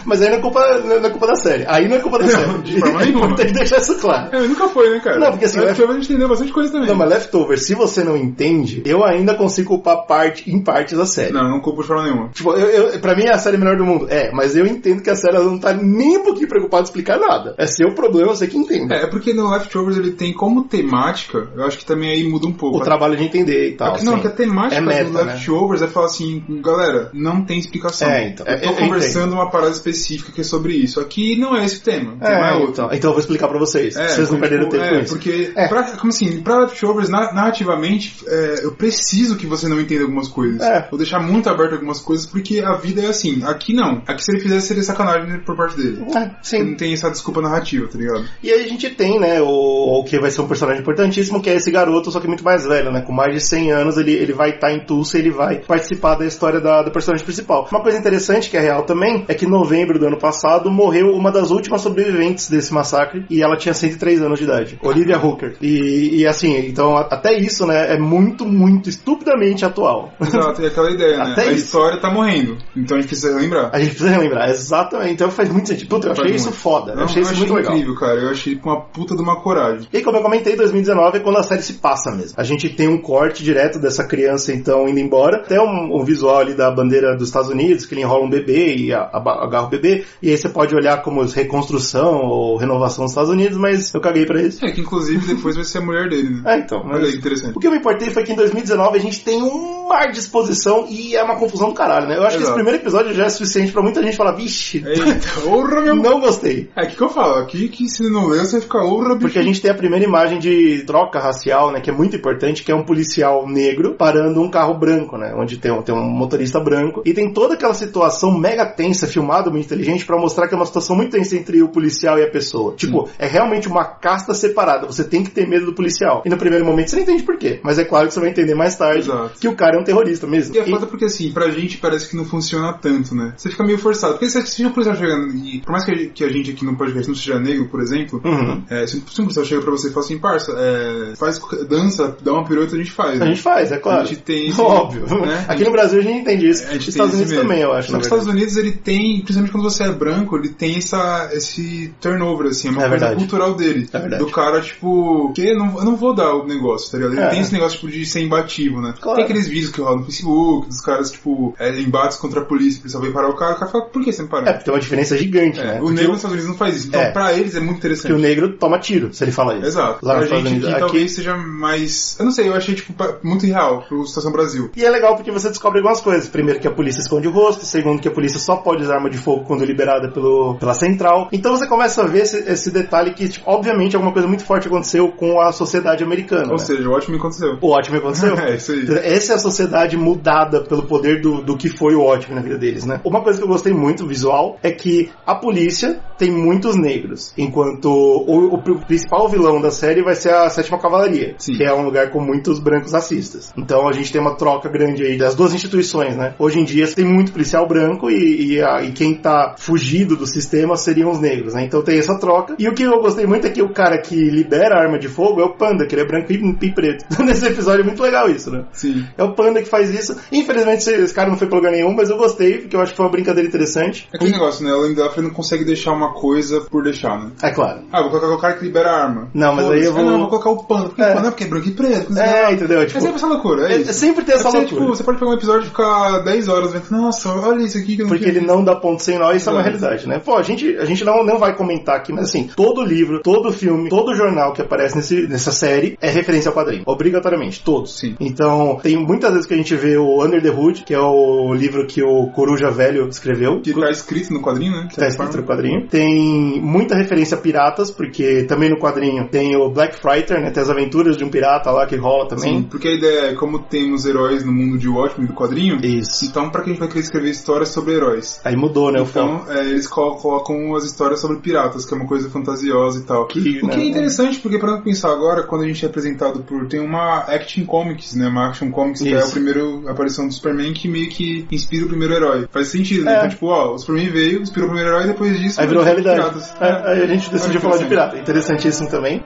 Speaker 2: Mas aí não é culpa, não é culpa da série. Aí não é culpa da
Speaker 1: Não,
Speaker 2: série.
Speaker 1: de forma
Speaker 2: É
Speaker 1: nenhuma.
Speaker 2: importante deixar isso claro.
Speaker 1: É, nunca foi, né, cara?
Speaker 2: Não, porque assim,
Speaker 1: Leftovers a gente entendeu bastante coisa também.
Speaker 2: Não, mas Leftover, se você não entende, eu ainda consigo culpar parte, em partes da série.
Speaker 1: Não, não culpo de forma nenhuma.
Speaker 2: Tipo, eu, eu, pra mim é a série melhor do mundo. É, mas eu entendo que a série ela não tá nem um pouquinho preocupada em explicar nada. É seu problema, você que entende.
Speaker 1: É, é porque no Leftovers ele tem como temática, eu acho que também aí muda um pouco.
Speaker 2: O trabalho de entender e tal.
Speaker 1: não,
Speaker 2: assim.
Speaker 1: que a temática
Speaker 2: é meta,
Speaker 1: do
Speaker 2: né?
Speaker 1: Leftovers é falar assim, galera, não tem explicação.
Speaker 2: É, então.
Speaker 1: Eu tô
Speaker 2: Eu- eu
Speaker 1: conversando uma parada específica que é sobre isso. Aqui não é esse o tema, o tema é
Speaker 2: É,
Speaker 1: outro.
Speaker 2: então, então eu vou explicar pra vocês.
Speaker 1: É,
Speaker 2: vocês
Speaker 1: porque,
Speaker 2: não perderam
Speaker 1: tipo,
Speaker 2: tempo
Speaker 1: é,
Speaker 2: com isso.
Speaker 1: Porque,
Speaker 2: É.
Speaker 1: pra- como assim, pra Leftovers, na- narrativamente, é, eu preciso que você não entenda algumas coisas.
Speaker 2: É.
Speaker 1: Vou deixar muito aberto algumas coisas, porque a vida é assim. Aqui não. Aqui se ele fizesse, seria sacanagem por parte dele.
Speaker 2: É, sim.
Speaker 1: Não tem essa desculpa narrativa, tá ligado?
Speaker 2: E aí a gente tem, né, o, o que vai ser um personagem importantíssimo, que é esse garoto, só que muito mais velho, né? Com mais de 100 anos, ele, ele vai estar em Tulsa e ele vai participar da história da, do personagem principal. Uma coisa interessante que é real também é que em novembro do ano passado morreu uma das últimas sobreviventes desse massacre e ela tinha 103 anos de idade, Olivia Hooker. E, e assim, então a- até isso, né, é muito, muito estupidamente atual.
Speaker 1: Exato, é aquela ideia, né?
Speaker 2: Até
Speaker 1: a
Speaker 2: isso.
Speaker 1: história tá morrendo. Então a gente precisa lembrar.
Speaker 2: A gente precisa relembrar, exatamente. Então faz muito sentido. Puta, eu achei
Speaker 1: Faz
Speaker 2: isso
Speaker 1: muito.
Speaker 2: foda.
Speaker 1: Não,
Speaker 2: eu achei isso muito legal.
Speaker 1: incrível, cara. Eu achei com uma puta de uma coragem.
Speaker 2: E como eu comentei, 2019 é quando a série se passa mesmo. A gente tem um corte direto dessa criança, então, indo embora. Até um, um visual ali da bandeira dos Estados Unidos, que ele enrola um bebê e a- aba- agarra o bebê. E aí você pode olhar como reconstrução ou renovação dos Estados Unidos, mas eu caguei pra isso.
Speaker 1: É que inclusive depois vai ser a mulher dele, né?
Speaker 2: Ah, então. mas-
Speaker 1: Olha aí, interessante.
Speaker 2: O que eu me importei foi que em 2019 a gente tem um mar de exposição e é uma confusão do caralho, né? Eu acho que esse
Speaker 1: Exato.
Speaker 2: primeiro episódio já é suficiente pra muita gente falar, vixe,
Speaker 1: Eita, orra, É meu...
Speaker 2: não gostei.
Speaker 1: É que que eu falo, aqui que se não ler você vai ficar orra, bicho.
Speaker 2: Porque a gente tem a primeira imagem de troca racial, né, que é muito importante, que é um policial negro parando um carro branco, né, onde tem um, tem um motorista branco. E tem toda aquela situação mega tensa, filmada muito inteligente, pra mostrar que é uma situação muito tensa entre o policial e a pessoa. Tipo, é realmente uma casta separada, você tem que ter medo do policial. E no primeiro momento você não entende por quê, mas é claro que você vai entender mais tarde
Speaker 1: Exato.
Speaker 2: que o cara é um terrorista mesmo.
Speaker 1: E é
Speaker 2: E-
Speaker 1: foda porque assim, pra gente parece que não funciona tanto, né? Você fica meio forçado. Porque se se um policial chegando e. Por mais que a gente- que a gente aqui no podcast não seja negro, por exemplo,
Speaker 2: Uhum.
Speaker 1: é, se um se um policial chega pra você e fala assim, parça, é, faz co- dança, dá uma pirueta, a gente faz.
Speaker 2: A gente faz, é claro.
Speaker 1: A gente tem esse-
Speaker 2: Óbvio.
Speaker 1: né?
Speaker 2: Aqui no Brasil a gente entende isso.
Speaker 1: A gente
Speaker 2: Nos
Speaker 1: tem
Speaker 2: Estados
Speaker 1: esse
Speaker 2: Unidos
Speaker 1: medo.
Speaker 2: também, eu acho.
Speaker 1: Só
Speaker 2: É na
Speaker 1: que os
Speaker 2: verdade.
Speaker 1: Estados Unidos, ele tem, principalmente quando você é branco, ele tem essa, esse turnover, assim, é uma
Speaker 2: É
Speaker 1: coisa
Speaker 2: verdade.
Speaker 1: cultural dele.
Speaker 2: É verdade.
Speaker 1: do cara, tipo, que não, eu não vou dar o negócio, tá ligado? Ele
Speaker 2: É.
Speaker 1: tem esse negócio, tipo, de ser imbatível, né?
Speaker 2: Claro.
Speaker 1: Tem aqueles vídeos que rolam no Facebook, dos caras, tipo, é, embates contra a polícia, precisa vir parar o cara, o cara fala, por que você me
Speaker 2: É,
Speaker 1: parou?
Speaker 2: porque tem uma diferença gigante, né?
Speaker 1: É, o
Speaker 2: Porque
Speaker 1: negro nos Estados Unidos não faz isso. Então,
Speaker 2: É.
Speaker 1: pra eles é muito
Speaker 2: Que o
Speaker 1: interessante.
Speaker 2: negro toma tiro, se ele fala isso.
Speaker 1: Exato.
Speaker 2: Lá
Speaker 1: pra
Speaker 2: nos Estados
Speaker 1: gente
Speaker 2: Unidos.
Speaker 1: aqui,
Speaker 2: Aqui-
Speaker 1: talvez seja mais. Eu não sei, eu achei, tipo, pa- muito irreal pro Situação Brasil.
Speaker 2: E é legal porque você descobre algumas coisas. Primeiro que a polícia esconde o rosto, segundo que a polícia só pode usar arma de fogo quando liberada pelo, pela central. Então você começa a ver esse, esse detalhe que, tipo, obviamente, alguma coisa muito forte aconteceu com a sociedade americana.
Speaker 1: Ou
Speaker 2: né?
Speaker 1: seja, o ótimo aconteceu.
Speaker 2: O ótimo aconteceu.
Speaker 1: É, isso aí.
Speaker 2: Essa é a sociedade mudada pelo poder do, do que foi o ótimo na vida deles, né? Uma coisa que eu gostei muito, visual, é que a polícia tem muitos negros, enquanto o, o pri- principal vilão da série vai ser a Sétima Cavalaria,
Speaker 1: Sim.
Speaker 2: que é um lugar com muitos brancos racistas. Então a gente tem uma troca grande aí das duas instituições, né? Hoje em dia tem muito policial branco e, e, a- e quem tá fugido do sistema seriam os negros, né? Então tem essa troca. E o que que eu gostei muito é que o cara que libera a arma de fogo é o Panda, que ele é branco e, e preto. Nesse episódio é muito legal isso, né?
Speaker 1: Sim.
Speaker 2: É o Panda que faz isso. Infelizmente esse esse cara não foi pra lugar nenhum, mas eu gostei, porque eu acho que foi uma brincadeira interessante.
Speaker 1: É aquele negócio, né? O Lindelof não consegue deixar uma coisa por deixar, né?
Speaker 2: É claro.
Speaker 1: Ah, vou colocar o cara que libera a arma.
Speaker 2: Não, mas
Speaker 1: Foda-se.
Speaker 2: aí eu vou-
Speaker 1: Ah, não, vou colocar o pano. Porque
Speaker 2: É.
Speaker 1: o pano é porque é branco e preto. não sei
Speaker 2: É,
Speaker 1: lá.
Speaker 2: entendeu?
Speaker 1: É
Speaker 2: Tipo,
Speaker 1: sempre essa loucura, é,
Speaker 2: é-
Speaker 1: isso.
Speaker 2: sempre tem essa
Speaker 1: Você,
Speaker 2: loucura.
Speaker 1: tipo, você pode pegar um episódio e ficar 10 horas vendo, nossa, olha isso aqui que eu não
Speaker 2: Porque
Speaker 1: tinha
Speaker 2: ele não dá ponto sem nó, isso é uma
Speaker 1: É.
Speaker 2: realidade, né? Pô, a gente, a gente não, não vai comentar aqui, mas assim, todo livro, todo filme, todo jornal que aparece nesse, nessa série é referência ao quadrinho. Obrigatoriamente, todos.
Speaker 1: Sim.
Speaker 2: Então, tem muitas vezes que a gente vê o Under the Hood, que é o livro que o Coruja Velho escreveu.
Speaker 1: Que tá escrito no quadrinho, né?
Speaker 2: Tá escrito no quadrinho. Tem muita referência a piratas, porque também no quadrinho tem o Black Fighter, né? Tem as aventuras de um pirata lá que rola também.
Speaker 1: Sim, porque a ideia é como temos heróis no mundo de Watchmen do quadrinho,
Speaker 2: Isso.
Speaker 1: então pra que a gente vai querer escrever histórias sobre heróis?
Speaker 2: Aí mudou, né? O foco.
Speaker 1: Então, é, eles colo- colocam as histórias sobre piratas, que é uma coisa fantasiosa e tal.
Speaker 2: Que,
Speaker 1: o que
Speaker 2: né,
Speaker 1: é interessante, porque para pensar agora, quando a gente é apresentado por. Tem uma Action Comics, né? Uma Action Comics, que é
Speaker 2: Isso.
Speaker 1: a primeira aparição do Superman que meio que inspira o primeiro herói. Faz sentido, né?
Speaker 2: É.
Speaker 1: Então, tipo, ó, o Superman veio, inspirou o primeiro herói, depois disso.
Speaker 2: Aí virou
Speaker 1: veio
Speaker 2: realidade.
Speaker 1: piratas.
Speaker 2: É, Aí a gente decidiu
Speaker 1: Olha que
Speaker 2: falar de
Speaker 1: interessante.
Speaker 2: pirata. Interessantíssimo também.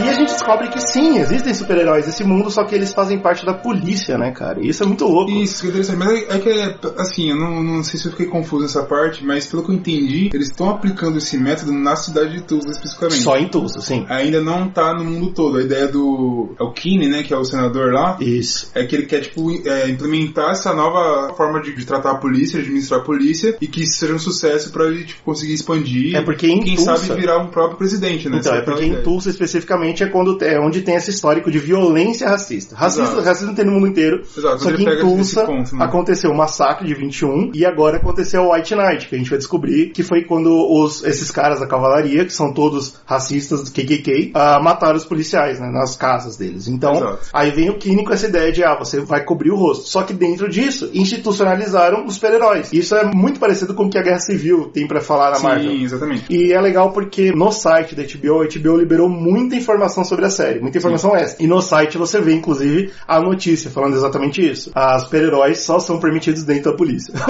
Speaker 2: E a gente descobre que sim, existem super-heróis nesse mundo, só que eles fazem parte da polícia, né, cara? E isso é muito louco.
Speaker 1: Isso, que é interessante. Mas é é que, é, assim, eu não, não sei se eu fiquei confuso nessa parte, mas pelo que eu entendi, eles estão aplicando esse método na cidade de Tulsa especificamente.
Speaker 2: Só em Tulsa, sim.
Speaker 1: Ainda não tá no mundo todo. A ideia do. É o Kine, né? Que é o senador lá.
Speaker 2: Isso.
Speaker 1: É que ele quer, tipo, im- é, implementar essa nova forma de, de tratar a polícia, de administrar a polícia, e que isso seja um sucesso pra ele, tipo, conseguir expandir.
Speaker 2: É porque em
Speaker 1: quem
Speaker 2: Tulsa-
Speaker 1: sabe virar um próprio presidente, né?
Speaker 2: Então, é
Speaker 1: Essa
Speaker 2: porque
Speaker 1: a
Speaker 2: em
Speaker 1: ideia.
Speaker 2: Tulsa especificamente é, quando, é onde tem esse histórico de violência racista. Racista,
Speaker 1: Exato.
Speaker 2: racismo tem no mundo inteiro,
Speaker 1: Exato,
Speaker 2: Só
Speaker 1: ele
Speaker 2: que em
Speaker 1: pega
Speaker 2: Tulsa
Speaker 1: esse ponto, né?
Speaker 2: aconteceu o massacre de 21 e agora aconteceu o White Knight, que a gente vai descobrir que foi quando os, esses caras da cavalaria, que são todos racistas do KKK, ah, mataram os policiais né, nas casas deles. Então,
Speaker 1: Exato.
Speaker 2: aí vem o Kine com essa ideia de, ah, você vai cobrir o rosto. Só que dentro disso, institucionalizaram os super-heróis. Isso é muito parecido com o que a Guerra Civil tem pra falar na Marvel.
Speaker 1: Sim, exatamente.
Speaker 2: E é legal porque no site da HBO, a HBO liberou muita informação sobre a série, muita informação extra. E no site você vê, inclusive, a notícia falando exatamente isso. As super-heróis só são permitidos dentro da polícia.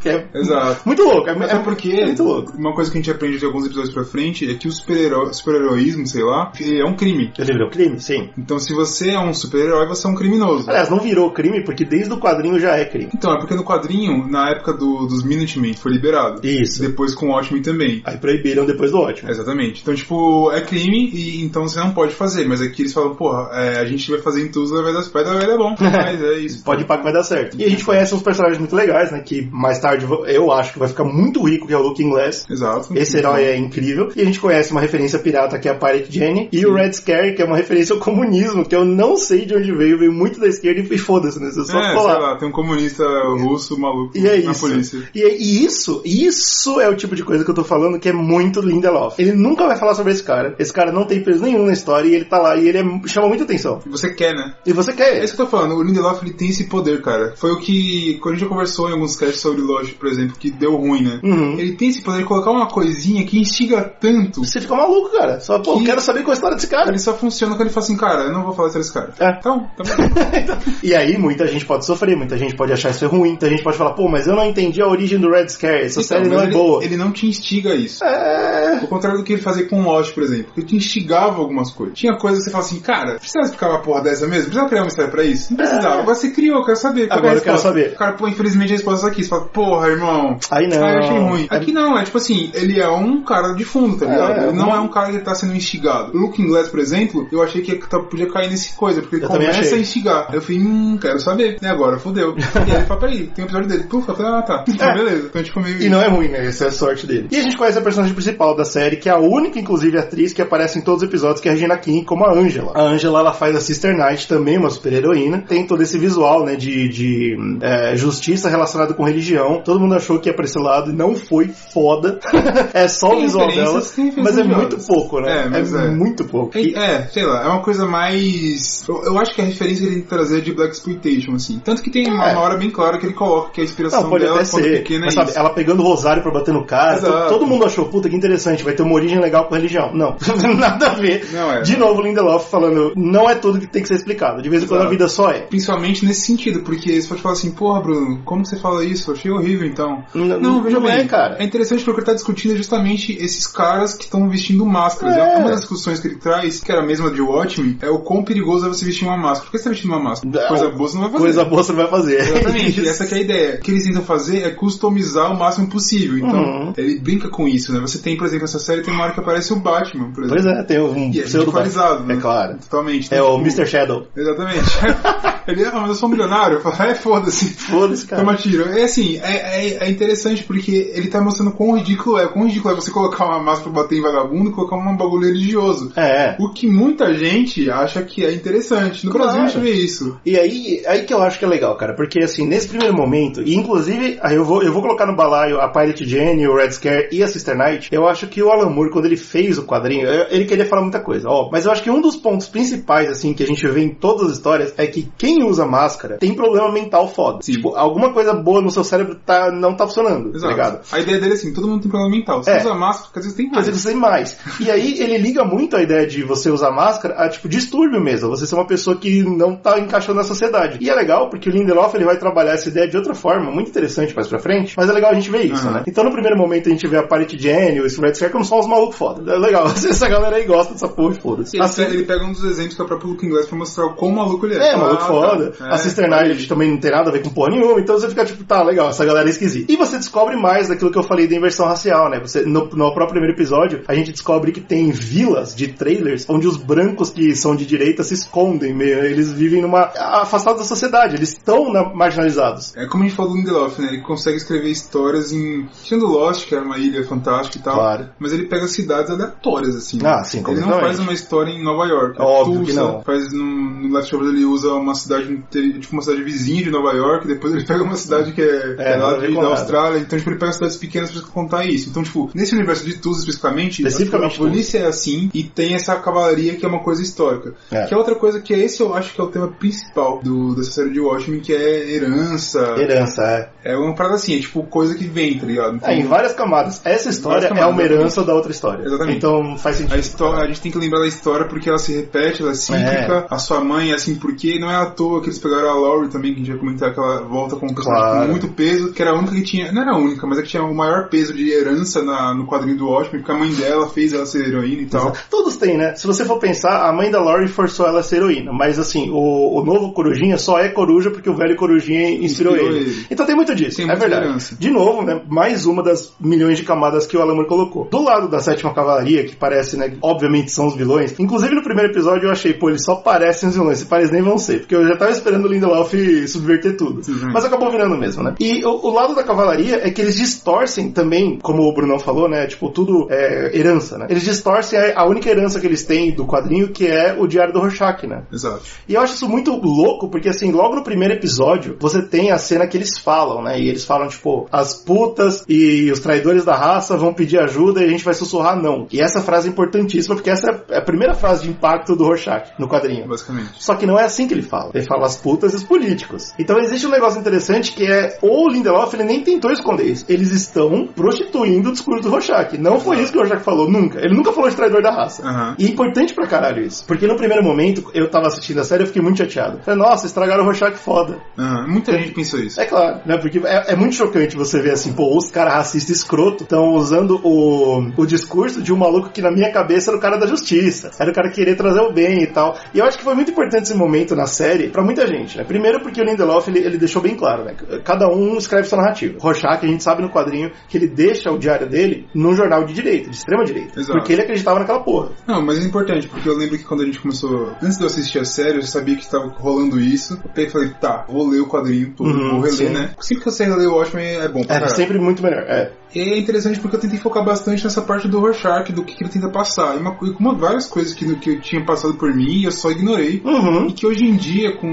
Speaker 2: Que é
Speaker 1: Exato.
Speaker 2: muito louco, é,
Speaker 1: Até porque
Speaker 2: é muito louco.
Speaker 1: uma coisa que a gente aprende de alguns episódios pra frente é que o super-heroi- super-heroísmo, sei lá, é um crime.
Speaker 2: Eu livrei o crime? Sim.
Speaker 1: Então se você é um super-herói, você é um criminoso.
Speaker 2: Aliás, não virou crime porque desde o quadrinho já é crime.
Speaker 1: Então, é porque no quadrinho, na época do- dos Minutemen, foi liberado.
Speaker 2: Isso.
Speaker 1: Depois com o Watchmen também.
Speaker 2: Aí proibiram depois do ótimo.
Speaker 1: Exatamente. Então, tipo, é crime e então você não pode fazer. Mas aqui eles falam, porra, é, a gente vai fazer em Tuzla, vai dar, vai dar, vai dar bom. Mas é isso.
Speaker 2: Pode ir pra que vai dar certo. E a gente conhece uns personagens muito legais, né? Que mais tarde eu acho que vai ficar muito rico, que é o Looking Glass.
Speaker 1: Exato.
Speaker 2: Esse herói é incrível. E a gente conhece uma referência pirata que é a Pirate Jenny. E o Red Scare, que é uma referência ao comunismo, que eu não sei de onde veio, veio muito da esquerda e foda-se, né? Você só
Speaker 1: É,
Speaker 2: ficou lá.
Speaker 1: sei lá, tem um comunista russo maluco
Speaker 2: E é
Speaker 1: na
Speaker 2: isso.
Speaker 1: polícia.
Speaker 2: E, é- e isso, isso é o tipo de coisa que eu tô falando que é muito Lindelof. Ele nunca vai falar sobre esse cara. Esse cara não tem peso nenhum na história e ele tá lá e ele é- chama muita atenção.
Speaker 1: E Você quer, né?
Speaker 2: E você quer
Speaker 1: É
Speaker 2: ele.
Speaker 1: isso que eu tô falando, o Lindelof ele tem esse poder, cara. Foi o que. Quando a gente já conversou em alguns casts sobre Lost, por exemplo, que deu ruim, né?
Speaker 2: Uhum.
Speaker 1: Ele tem esse poder de colocar uma coisinha que instiga tanto.
Speaker 2: Você fica maluco, cara. Só, pô, eu
Speaker 1: Que-
Speaker 2: quero saber qual é a história desse cara.
Speaker 1: Ele só funciona quando ele fala assim, cara, eu não vou falar isso pra esse cara.
Speaker 2: É.
Speaker 1: Então, tá bom.
Speaker 2: E aí muita gente pode sofrer, muita gente pode achar isso é ruim, muita gente pode falar, pô, mas eu não entendi a origem do Red Scare, essa série
Speaker 1: Então,
Speaker 2: não
Speaker 1: mas
Speaker 2: é
Speaker 1: ele,
Speaker 2: boa.
Speaker 1: Ele não te instiga a isso.
Speaker 2: É...
Speaker 1: Ao contrário do que ele fazia com o Lost, por exemplo. Ele te instigava algumas coisas. Tinha coisas que você fala assim, cara, precisava explicar uma porra dessa mesmo? Precisava criar uma história pra isso? Não precisava. Agora você criou, eu quero saber. Qual
Speaker 2: É. Agora
Speaker 1: é a
Speaker 2: eu quero
Speaker 1: resposta?
Speaker 2: saber.
Speaker 1: O cara, pô, infelizmente a resposta é aqui. Você fala, porra, irmão.
Speaker 2: Aí não.
Speaker 1: Ah, eu achei ruim. Aqui não, é tipo assim, ele é um cara de fundo, tá ligado?
Speaker 2: É,
Speaker 1: ele não
Speaker 2: um-
Speaker 1: é um cara que tá sendo instigado. O Looking Glass, por exemplo, eu achei que tá- podia cair nesse coisa, porque ele
Speaker 2: Eu também
Speaker 1: começa
Speaker 2: achei.
Speaker 1: a instigar. Eu falei, hum, quero saber. E agora, fodeu. e aí ele fala, peraí, tem um episódio dele. Puf, eu falei, ah, tá. Então,
Speaker 2: É.
Speaker 1: beleza. Então, tipo, meio...
Speaker 2: E não é ruim, né? Essa é a sorte dele. E a gente conhece a personagem principal da série, que é a única, inclusive, atriz que aparece em todos os episódios, que é a Regina King, como a Angela. A Angela, ela faz a Sister Knight, também uma super-heroína. Tem todo esse visual, né, de, de é, justiça relacionada com religião. Todo mundo achou que ia pra esse lado e não foi foda. é só o
Speaker 1: Tem
Speaker 2: visual dela,
Speaker 1: referências, tem referências
Speaker 2: mas é muito
Speaker 1: religiosas.
Speaker 2: pouco, né?
Speaker 1: É, mas é.
Speaker 2: muito pouco. E-
Speaker 1: É, sei lá, é uma coisa mais. Eu, eu acho que a referência que ele tem que trazer é de Black Exploitation, assim. Tanto que tem uma,
Speaker 2: É.
Speaker 1: uma hora bem clara que ele coloca que a inspiração
Speaker 2: Não, pode
Speaker 1: dela
Speaker 2: até
Speaker 1: quando
Speaker 2: ser.
Speaker 1: pequena
Speaker 2: Mas
Speaker 1: é
Speaker 2: sabe,
Speaker 1: isso.
Speaker 2: ela pegando o rosário pra bater no cara, to-
Speaker 1: Exato.
Speaker 2: todo mundo achou, puta, que interessante, vai ter uma origem legal com religião. Não, nada a ver.
Speaker 1: Não, é.
Speaker 2: De novo, Lindelof falando, não é tudo que tem que ser explicado. De vez em quando a vida só é.
Speaker 1: Principalmente nesse sentido, porque você pode falar assim, porra, Bruno, como você fala isso? Eu achei horrível, então.
Speaker 2: N-
Speaker 1: não, veja
Speaker 2: não
Speaker 1: bem,
Speaker 2: é, cara.
Speaker 1: É interessante porque o que ele tá discutindo é justamente esses caras que estão vestindo máscaras.
Speaker 2: É.
Speaker 1: Uma das discussões que ele traz, que era a mesma de Watchmen, é o quão perigoso é você vestir uma máscara. Por que você tá vestindo uma máscara?
Speaker 2: Não.
Speaker 1: Coisa boa você não vai fazer.
Speaker 2: Coisa boa você não vai fazer.
Speaker 1: Exatamente,
Speaker 2: Isso.
Speaker 1: essa que é a ideia. O que eles tentam fazer é customizar o máximo possível. Então,
Speaker 2: Uhum.
Speaker 1: ele brinca com isso, né? Você tem, por exemplo, essa série tem uma hora que aparece o Batman, por exemplo.
Speaker 2: Pois é, tem um
Speaker 1: E é
Speaker 2: pseudo
Speaker 1: ridicularizado, né?
Speaker 2: É claro.
Speaker 1: Totalmente.
Speaker 2: É
Speaker 1: Tem,
Speaker 2: o
Speaker 1: tipo,
Speaker 2: Mr. Shadow.
Speaker 1: Exatamente. ele, ah, mas eu sou um milionário. Eu falo, é, foda-se.
Speaker 2: Foda-se, cara.
Speaker 1: Toma tiro. É assim, é, é, é interessante porque ele tá mostrando quão ridículo é. Quão ridículo é você colocar uma máscara pra bater em vagabundo e colocar um bagulho religioso.
Speaker 2: É.
Speaker 1: O que muita gente acha que é interessante. No Brasil a gente
Speaker 2: Claro.
Speaker 1: vê isso.
Speaker 2: E aí, aí que eu acho que é legal, cara, porque assim, nesse primeiro momento, e inclusive, aí eu vou, eu vou colocar no balaio a Pirate Jenny, o Red Scare e a Sister Knight, eu acho que o Alan Moore, quando ele fez o quadrinho, eu- ele queria falar muita coisa, ó, mas eu acho que um dos pontos principais, assim, que a gente vê em todas as histórias, é que quem usa máscara tem problema mental foda.
Speaker 1: Sim.
Speaker 2: Tipo, alguma coisa boa no seu cérebro tá, não tá funcionando, tá
Speaker 1: Exato.
Speaker 2: ligado?
Speaker 1: A ideia dele é assim, todo mundo tem problema mental. Você
Speaker 2: É.
Speaker 1: usa máscara, porque às vezes tem
Speaker 2: mas
Speaker 1: mais.
Speaker 2: eles têm mais. E aí ele liga muito a ideia de você usar máscara a tipo distúrbio mesmo, você ser uma pessoa que não tá encaixando na sociedade. E é legal porque o Lindelof ele vai trabalhar essa ideia de outra forma, muito interessante mais pra frente, mas é legal a gente ver isso,
Speaker 1: Aham.
Speaker 2: né? Então no primeiro momento a gente vê a Pirate Jenny, o Red Scare como só uns malucos foda. É legal, essa galera aí gosta dessa porra Assim, de foda.
Speaker 1: Ele, pega, ele pega um dos exemplos que é o próprio Luke Inglês pra mostrar o quão maluco ele é.
Speaker 2: É, maluco
Speaker 1: Ah,
Speaker 2: foda.
Speaker 1: tá.
Speaker 2: A Sister Night também não tem nada a ver com porra nenhuma, então você fica tipo, tá, legal, essa galera é esquisita. E você descobre mais daquilo que eu falei da inversão racial, né? Você, no, no próprio primeiro episódio, a gente descobre que tem vilas de trailers onde os brancos que são de direita se escondem, meio, eles vivem numa. afastados da sociedade, eles estão na- marginalizados.
Speaker 1: É como a gente falou do Lindelof, né? Ele consegue escrever histórias em. Tirando Lost, que era uma ilha fantástica e tal.
Speaker 2: Claro.
Speaker 1: Mas ele pega cidades aleatórias, assim. né?
Speaker 2: Ah, sim,
Speaker 1: Ele não
Speaker 2: completamente.
Speaker 1: faz uma história em Nova York. É
Speaker 2: Óbvio que
Speaker 1: Tulsa,
Speaker 2: não.
Speaker 1: Faz no, no Leftovers ele usa uma cidade, inte- tipo uma cidade vizinha de Nova York, depois ele pega uma cidade que é, que é
Speaker 2: nada
Speaker 1: lá
Speaker 2: a ver
Speaker 1: de-
Speaker 2: com
Speaker 1: da
Speaker 2: nada.
Speaker 1: Austrália. Então, tipo, ele pega cidades pequenas pra contar isso. Então, tipo, nesse universo de Tulsa especificamente,
Speaker 2: Especificamente
Speaker 1: a polícia é assim e tem essa cavalaria que é uma coisa histórica.
Speaker 2: É.
Speaker 1: Que é outra coisa que esse eu acho que é o tema principal do, dessa série de Watchmen, que é herança.
Speaker 2: Herança, é.
Speaker 1: É uma parada assim, é tipo coisa que vem, tá ligado? Então,
Speaker 2: é. Em várias camadas. Essa história
Speaker 1: várias
Speaker 2: é uma
Speaker 1: camadas,
Speaker 2: herança da outra história.
Speaker 1: Exatamente.
Speaker 2: Então faz sentido.
Speaker 1: a, história, a gente tem que lembrar da história porque ela se repete, ela é cíclica. A sua mãe é assim porque não é à toa que eles pegaram a Laurie também, que a gente vai comentar que ela volta com um personagem
Speaker 2: Claro.
Speaker 1: com muito peso, que era a única que tinha, não era a única, mas é que tinha o maior peso de herança na- no quadrinho do Watchmen, porque a mãe dela fez ela ser heroína e tal.
Speaker 2: Todos têm, né? Se você for pensar, a mãe da Laurie forçou ela a ser heroína, mas assim, o, o novo Corujinha só é coruja porque o velho Corujinha inspirou,
Speaker 1: Inspirou
Speaker 2: ele.
Speaker 1: ele.
Speaker 2: Então tem muito disso,
Speaker 1: Tem
Speaker 2: é
Speaker 1: muita
Speaker 2: verdade.
Speaker 1: herança.
Speaker 2: De novo, né? Mais uma das milhões de camadas que o Alan Moore colocou. Do lado da Sétima Cavalaria, que parece, né? Obviamente são os vilões. Inclusive no primeiro episódio eu achei, pô, eles só parecem os vilões, se parece nem vão ser, porque eu já tava esperando o Lindelof subverter tudo.
Speaker 1: Uhum.
Speaker 2: Mas acabou virando mesmo, né? E o, o lado da cavalaria é que eles distorcem também, como o Brunão falou, né? Tipo, tudo é herança, né? Eles distorcem a, a única herança que eles têm do quadrinho, que é o Diário do Rorschach, né?
Speaker 1: Exato.
Speaker 2: E eu acho isso muito louco, porque assim, logo no primeiro episódio, você tem a cena que eles falam, né? E eles falam, tipo, as putas e os traidores da raça vão pedir ajuda e a gente vai sussurrar não. E essa frase é importantíssima, porque essa é a primeira frase de impacto do Rorschach no quadrinho.
Speaker 1: Basicamente.
Speaker 2: Só que não é assim que ele fala. Ele fala as putas e os políticos. Então existe um negócio interessante que é ou o Lindelof ele nem tentou esconder isso. Eles estão prostituindo o discurso do Rorschach. Não foi isso que o Rorschach falou nunca. Ele nunca falou de traidor da raça.
Speaker 1: Aham.
Speaker 2: E é importante pra caralho isso. Porque no primeiro momento eu tava assistindo a série eu fiquei muito chateado. Falei, nossa, estragaram o Rorschach foda.
Speaker 1: Aham. Muita gente pensou isso.
Speaker 2: É claro, né? Porque é, é muito chocante você ver assim, pô, os caras racistas escroto estão usando o, o discurso de um maluco que na minha cabeça era o cara da justiça. Era o cara que queria trazer o bem e tal. E eu acho que foi muito importante esse momento na série pra muita gente, né? Primeiro porque o Lindelof, ele, ele deixou bem claro, né? Cada um escreve sua narrativa. Rorschach, a gente sabe no quadrinho que ele deixa o diário dele num jornal de direita, de extrema direita.
Speaker 1: Exato.
Speaker 2: Porque ele acreditava naquela porra.
Speaker 1: Não, mas é importante, porque eu lembro que quando a gente começou. Antes de eu assistir a série, eu já sabia que estava rolando isso. Eu peguei e falei, tá, vou ler o quadrinho, todo,
Speaker 2: Uhum,
Speaker 1: vou reler,
Speaker 2: sim.
Speaker 1: né? Sempre que eu sei reler o Watchmen é bom pra
Speaker 2: É
Speaker 1: caralho.
Speaker 2: sempre muito melhor. É.
Speaker 1: E é interessante porque eu tentei focar bastante nessa parte do Rorschach, do que, que ele tenta passar. E uma, co- e uma várias coisas que, que eu tinha passado por mim e eu só ignorei.
Speaker 2: Uhum.
Speaker 1: E que hoje em dia, com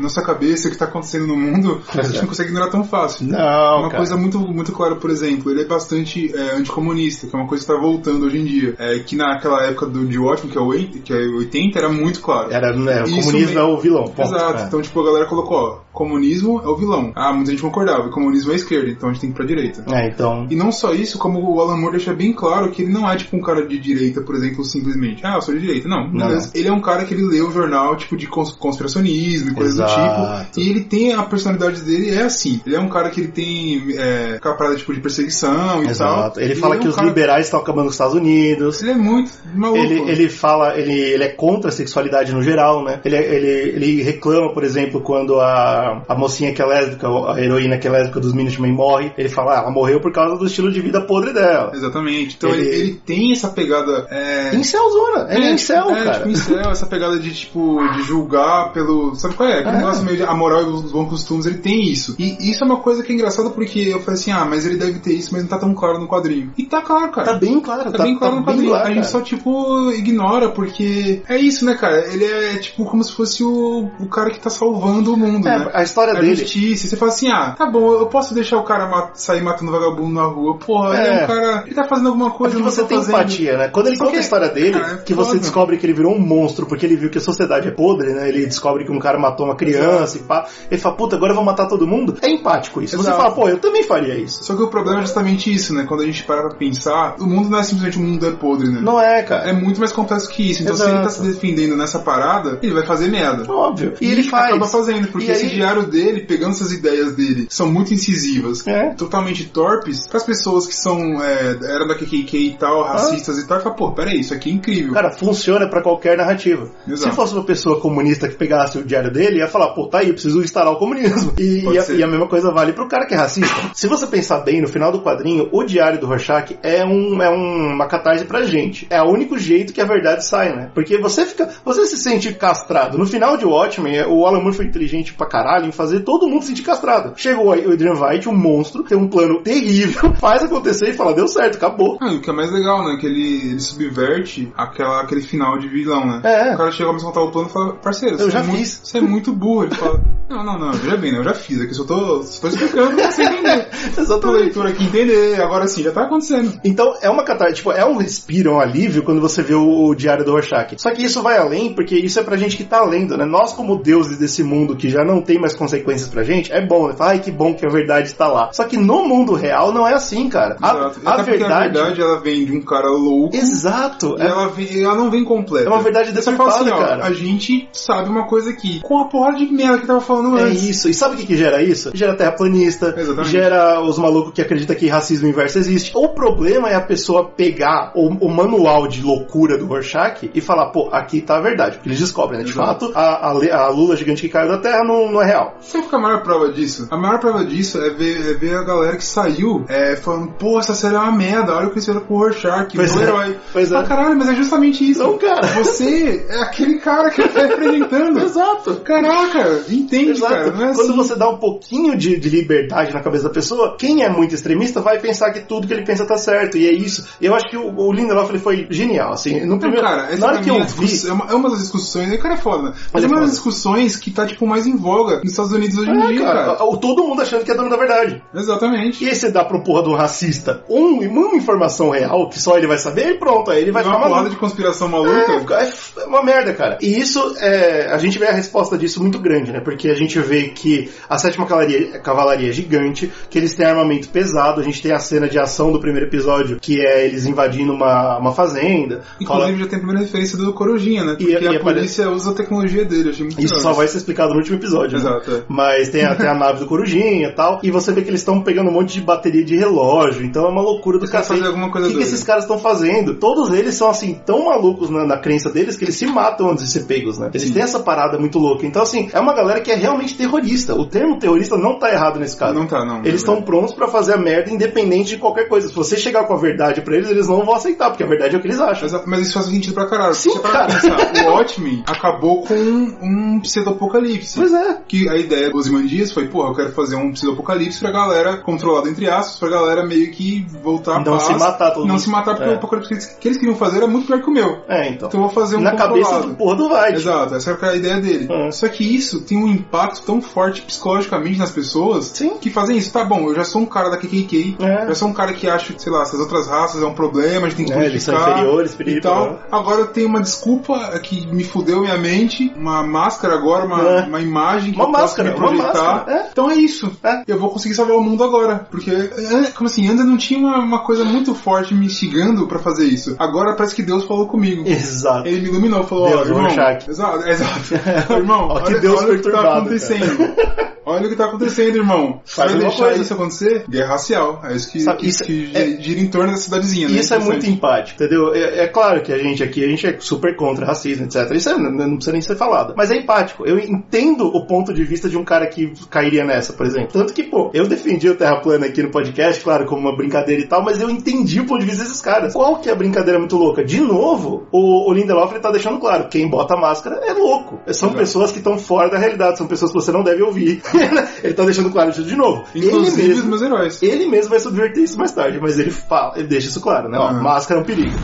Speaker 1: nossa cabeça o que tá acontecendo no mundo, a gente não consegue ignorar tão fácil.
Speaker 2: Não,
Speaker 1: Uma
Speaker 2: cara.
Speaker 1: coisa muito, muito clara, por exemplo, ele é bastante é, anticomunista, que é uma coisa que tá voltando hoje em dia. É, que naquela época do, de Watchmen, que é, o 80, que é 80, era muito claro.
Speaker 2: Era, né, o
Speaker 1: Isso
Speaker 2: comunismo
Speaker 1: mesmo.
Speaker 2: é o vilão. Ponto.
Speaker 1: Exato.
Speaker 2: É.
Speaker 1: Então, tipo, a galera colocou, ó, comunismo é o vilão. Ah, muita gente concordava, comunismo é a esquerda, então a gente tem que ir pra direita.
Speaker 2: É, então.
Speaker 1: E não só isso, como o Alan Moore deixa bem claro que ele não é tipo um cara de direita, por exemplo, simplesmente, ah, eu sou de direita. Não,
Speaker 2: Não.
Speaker 1: beleza. Ele é um cara que ele lê o jornal, tipo, de cons- conspiracionismo e coisas do
Speaker 2: Exato.
Speaker 1: tipo. E ele tem a personalidade dele, é assim. Ele é um cara que ele tem é, aquela parada tipo de perseguição e
Speaker 2: Exato.
Speaker 1: tal.
Speaker 2: Ele
Speaker 1: E
Speaker 2: fala
Speaker 1: é um
Speaker 2: que os
Speaker 1: cara-
Speaker 2: liberais estão acabando com os Estados Unidos.
Speaker 1: Ele é muito maluco.
Speaker 2: Ele, ele fala, ele, ele é contra a sexualidade no geral, né? Ele, ele, ele reclama, por exemplo, quando a, a mocinha que é lésbica, a heroína que é lésbica dos Minutemen morre, ele fala, ah, ela morreu por causa do estilo de vida podre dela.
Speaker 1: Exatamente. Então
Speaker 2: Ele-
Speaker 1: ele, ele tem essa pegada. É...
Speaker 2: Incelzona, ele é incel,
Speaker 1: é,
Speaker 2: cara.
Speaker 1: Tipo, incel, essa pegada de, tipo, de julgar pelo. Sabe qual é? Aquele
Speaker 2: É.
Speaker 1: negócio meio de a moral e os bons costumes, ele tem isso. E isso é uma coisa que é engraçada porque eu falei assim, ah, mas ele deve ter isso, mas não tá tão claro no quadrinho. E tá claro, cara.
Speaker 2: Tá bem claro,
Speaker 1: Tá bem claro
Speaker 2: tá
Speaker 1: no quadrinho.
Speaker 2: claro,
Speaker 1: a gente
Speaker 2: cara.
Speaker 1: só, tipo, ignora, porque é isso, né, cara? Ele é, tipo, como se fosse o, o cara que tá salvando o mundo,
Speaker 2: É,
Speaker 1: né?
Speaker 2: a história
Speaker 1: É
Speaker 2: dele.
Speaker 1: justiça. E Você fala assim, ah, tá bom, eu posso deixar o cara ma- sair matando vagabundo na rua. Porra, ele é
Speaker 2: É.
Speaker 1: um cara. Ele tá fazendo alguma
Speaker 2: É
Speaker 1: coisa,
Speaker 2: porque
Speaker 1: eu não
Speaker 2: você
Speaker 1: tô
Speaker 2: tem
Speaker 1: fazendo.
Speaker 2: empatia, né? Quando ele
Speaker 1: Só
Speaker 2: conta a
Speaker 1: que-
Speaker 2: história dele,
Speaker 1: Ah, é
Speaker 2: que você
Speaker 1: foda.
Speaker 2: descobre que ele virou um monstro porque ele viu que a sociedade é podre, né? Ele descobre que um cara matou uma criança e pá. Ele fala, puta, agora eu vou matar todo mundo. É empático isso. Você
Speaker 1: Exato.
Speaker 2: fala, pô, eu também faria isso.
Speaker 1: Só que o problema é justamente isso, né? Quando a gente para pra pensar, o mundo não é simplesmente um mundo é podre, né?
Speaker 2: Não é,
Speaker 1: É
Speaker 2: cara.
Speaker 1: muito mais complexo que isso. Então se ele tá
Speaker 2: Exato.
Speaker 1: se defendendo nessa parada, ele vai fazer merda.
Speaker 2: É óbvio. E ele faz.
Speaker 1: acaba fazendo, porque
Speaker 2: E
Speaker 1: esse
Speaker 2: aí-
Speaker 1: diário dele, pegando essas ideias dele, que são muito incisivas,
Speaker 2: É.
Speaker 1: totalmente torpes, pras pessoas que são, é, era da KKK e tal,
Speaker 2: Ah.
Speaker 1: racistas e tal, e fala, pô, peraí, isso aqui é incrível.
Speaker 2: Cara, funciona pra qualquer narrativa.
Speaker 1: Exato.
Speaker 2: Se fosse uma pessoa comunista que pegasse o diário dele, ia falar, pô, tá aí, eu preciso instalar o comunismo. E,
Speaker 1: Pode
Speaker 2: e a,
Speaker 1: ser.
Speaker 2: e a mesma coisa vale pro cara que é racista. Se você pensar bem, no final do quadrinho, o diário do Rorschach é, um, é um- uma catarse pra gente. É o único jeito que a verdade sai, né? Porque você fica, você se sente castrado. No final de Watchmen, o Alan Moore foi inteligente pra caralho em fazer todo mundo se sentir castrado. Chegou aí o Adrian White, um monstro, tem um plano terrível, faz acontecer e fala, deu certo, acabou.
Speaker 1: Ah, e o que é mais legal, né? Que ele, ele subverte aquela, aquele final de vilão, né?
Speaker 2: É.
Speaker 1: O cara chega a soltar o plano e fala, parceiro,
Speaker 2: Eu
Speaker 1: você
Speaker 2: já
Speaker 1: é muito-
Speaker 2: fiz."
Speaker 1: você é muito burro. Ele fala, não, não, não, veja bem, né? Eu já fiz, aqui só tô, só tô explicando pra você entender. Tô
Speaker 2: Exatamente.
Speaker 1: leitura aqui entender, agora sim, já tá acontecendo.
Speaker 2: Então é uma catarse, tipo, é um respiro, é um alívio quando você vê o, o diário do Rorschach. Só que isso vai além, porque isso é pra gente que tá lendo, né? Nós, como deuses desse mundo que já não tem mais consequências pra gente, é bom, né? Fala, Ai, que bom que a verdade está lá. Só que no mundo real não é assim, cara. A,
Speaker 1: Exato.
Speaker 2: a
Speaker 1: Até porque
Speaker 2: verdade.
Speaker 1: a verdade, ela vem de um cara louco.
Speaker 2: Exato.
Speaker 1: E
Speaker 2: É,
Speaker 1: ela, vem- ela não vem completa.
Speaker 2: é uma verdade
Speaker 1: Você fala assim,
Speaker 2: deturpada,
Speaker 1: ó,
Speaker 2: cara.
Speaker 1: a gente sabe uma coisa aqui, com a porra de merda que tava falando
Speaker 2: É
Speaker 1: antes.
Speaker 2: isso. E sabe o que, que gera isso? Gera terraplanista,
Speaker 1: Exatamente.
Speaker 2: gera os malucos que acreditam que racismo inverso existe. O problema é a pessoa pegar o, o manual de loucura do Rorschach e falar, pô, aqui tá a verdade. Porque eles descobrem, né? De
Speaker 1: Exato.
Speaker 2: fato, a, a le- a lula gigante que caiu da terra não, não é real.
Speaker 1: Sabe qual que é a maior prova disso? A maior prova disso é ver, é ver a galera que saiu é, falando, pô, essa série é uma merda, olha o que fizeram com o Rorschach,
Speaker 2: Pois
Speaker 1: o
Speaker 2: é,
Speaker 1: herói.
Speaker 2: pois é.
Speaker 1: Ah, caralho, mas é justamente isso.
Speaker 2: Não, cara.
Speaker 1: Você é aquele cara que tá representando.
Speaker 2: Exato.
Speaker 1: Caraca, entende,
Speaker 2: Exato.
Speaker 1: cara, não é
Speaker 2: Quando
Speaker 1: assim.
Speaker 2: você dá um pouquinho de, de liberdade na cabeça da pessoa, quem é muito extremista vai pensar que tudo que ele pensa tá certo. E é isso. Eu acho que o, o Lindelof ele foi genial, assim. No
Speaker 1: Não,
Speaker 2: primeiro,
Speaker 1: Então, cara, essa
Speaker 2: na hora
Speaker 1: pra
Speaker 2: que
Speaker 1: mim é
Speaker 2: eu
Speaker 1: a
Speaker 2: vi,
Speaker 1: discussão- é, uma, é uma das discussões, aí o cara é foda, né? Mas
Speaker 2: Ele é
Speaker 1: é uma
Speaker 2: foda.
Speaker 1: das discussões que tá, tipo, mais em voga nos Estados Unidos hoje em
Speaker 2: É,
Speaker 1: dia,
Speaker 2: cara, o- todo mundo achando que é dono da verdade.
Speaker 1: Exatamente.
Speaker 2: E aí você dá pro porra do racista um, uma informação real que só ele vai saber e pronto, aí ele vai
Speaker 1: uma
Speaker 2: ficar
Speaker 1: porrada
Speaker 2: maluco.
Speaker 1: de conspiração
Speaker 2: É,
Speaker 1: maluca.
Speaker 2: fica- é f- é uma merda, cara. E isso, é, a gente vê a resposta disso muito grande, né? Porque a gente vê que a sétima cavalaria, cavalaria é gigante, que eles têm armamento pesado, a gente tem a cena de ação do primeiro episódio, que é eles invadindo uma, uma fazenda. rola-
Speaker 1: Inclusive já tem a primeira referência do Corujinha, né? Porque
Speaker 2: E- e
Speaker 1: a
Speaker 2: aparece-
Speaker 1: polícia usa a tecnologia dele, achei muito
Speaker 2: Isso
Speaker 1: legal.
Speaker 2: só vai ser explicado no último episódio. né?
Speaker 1: Exato, é.
Speaker 2: Mas tem até a nave do Corujinha e tal. E você vê que eles estão pegando um monte de bateria de relógio. Então é uma loucura do
Speaker 1: Eles querem
Speaker 2: cacete.
Speaker 1: fazer alguma coisa
Speaker 2: o que, que
Speaker 1: doida.
Speaker 2: esses caras estão fazendo? Todos eles são assim, tão malucos na, na crença deles que eles se matam antes de ser pegos, né? Eles têm essa parada muito louca. Então, assim, é uma galera que é realmente terrorista. O termo terrorista não tá errado nesse caso.
Speaker 1: Não tá, não.
Speaker 2: Eles
Speaker 1: É
Speaker 2: estão prontos pra fazer a merda independente de qualquer coisa. Se você chegar com a verdade pra eles, eles não vão aceitar, porque a verdade é o que eles acham.
Speaker 1: Mas, mas isso faz sentido pra caralho.
Speaker 2: Sim,
Speaker 1: Você para
Speaker 2: cara.
Speaker 1: pensar, o Watchmen acabou com um pseudo-apocalipse.
Speaker 2: Pois é.
Speaker 1: Que a ideia dos Imandias foi, porra, eu quero fazer um pseudo-apocalipse pra galera, controlado entre aspas, pra galera meio que voltar à
Speaker 2: Não
Speaker 1: paz.
Speaker 2: Então, se matar todo
Speaker 1: Não
Speaker 2: mundo.
Speaker 1: se matar, porque
Speaker 2: É.
Speaker 1: o apocalipse que eles queriam fazer era muito pior que o meu.
Speaker 2: É, então.
Speaker 1: Então eu vou fazer um
Speaker 2: Na cabeça
Speaker 1: controlado.
Speaker 2: do porra do White.
Speaker 1: Exato, essa era a ideia dele.
Speaker 2: Ah.
Speaker 1: Só que isso tem um impacto tão forte psicologicamente nas pessoas
Speaker 2: Sim.
Speaker 1: que fazem isso. Tá bom, eu já sou um cara da KKK,
Speaker 2: É.
Speaker 1: já sou um cara que acha, que, sei lá, essas outras raças é um problema, a gente tem que
Speaker 2: É, eles são
Speaker 1: purificar
Speaker 2: inferiores,
Speaker 1: e
Speaker 2: perigo,
Speaker 1: tal.
Speaker 2: né?
Speaker 1: Agora eu tenho uma desculpa que me fudeu minha mente, uma máscara agora, uma,
Speaker 2: É.
Speaker 1: uma imagem que
Speaker 2: Uma
Speaker 1: eu posso
Speaker 2: máscara,
Speaker 1: me
Speaker 2: uma
Speaker 1: projetar.
Speaker 2: máscara, é.
Speaker 1: Então é isso.
Speaker 2: É.
Speaker 1: Eu vou conseguir salvar o mundo agora. Porque, é, como assim, ainda não tinha uma, uma coisa muito forte me instigando pra fazer isso. Agora parece que Deus falou comigo.
Speaker 2: Exato.
Speaker 1: Ele me iluminou, falou, ó,
Speaker 2: Deus,
Speaker 1: irmão,
Speaker 2: Rorschach.
Speaker 1: exato, exato. irmão,
Speaker 2: um Ó, que
Speaker 1: olha,
Speaker 2: Deus
Speaker 1: olha o que tá
Speaker 2: perturbado,
Speaker 1: acontecendo. Olha o que tá acontecendo, irmão. Você
Speaker 2: Faz
Speaker 1: vai
Speaker 2: alguma
Speaker 1: deixar
Speaker 2: coisa.
Speaker 1: isso acontecer? Guerra racial. É isso que,
Speaker 2: Sabe,
Speaker 1: isso
Speaker 2: isso
Speaker 1: que
Speaker 2: é-
Speaker 1: gi- gira em torno da cidadezinha, né?
Speaker 2: E isso é muito
Speaker 1: Interessante.
Speaker 2: empático, entendeu? É, é claro que a gente aqui, a gente é super contra racismo, etc. Isso é- não, não precisa nem ser falado. Mas é empático. Eu entendo o ponto de vista de um cara que cairia nessa, por exemplo. Tanto que, pô, eu defendi o Terra Plana aqui no podcast, claro, como uma brincadeira e tal, mas eu entendi o ponto de vista desses caras. Qual que é a brincadeira muito louca? De novo, o, o Lindelof ele tá deixando claro, quem bota máscara é louco. São
Speaker 1: Exato.
Speaker 2: pessoas que estão fora da realidade, são pessoas que você não deve ouvir. ele tá deixando claro isso de novo.
Speaker 1: Inclusive
Speaker 2: ele
Speaker 1: os
Speaker 2: mesmo
Speaker 1: meus heróis.
Speaker 2: ele mesmo vai subverter isso mais tarde, mas ele fala, ele deixa isso claro, né? Ó,
Speaker 1: Uhum.
Speaker 2: máscara é um perigo.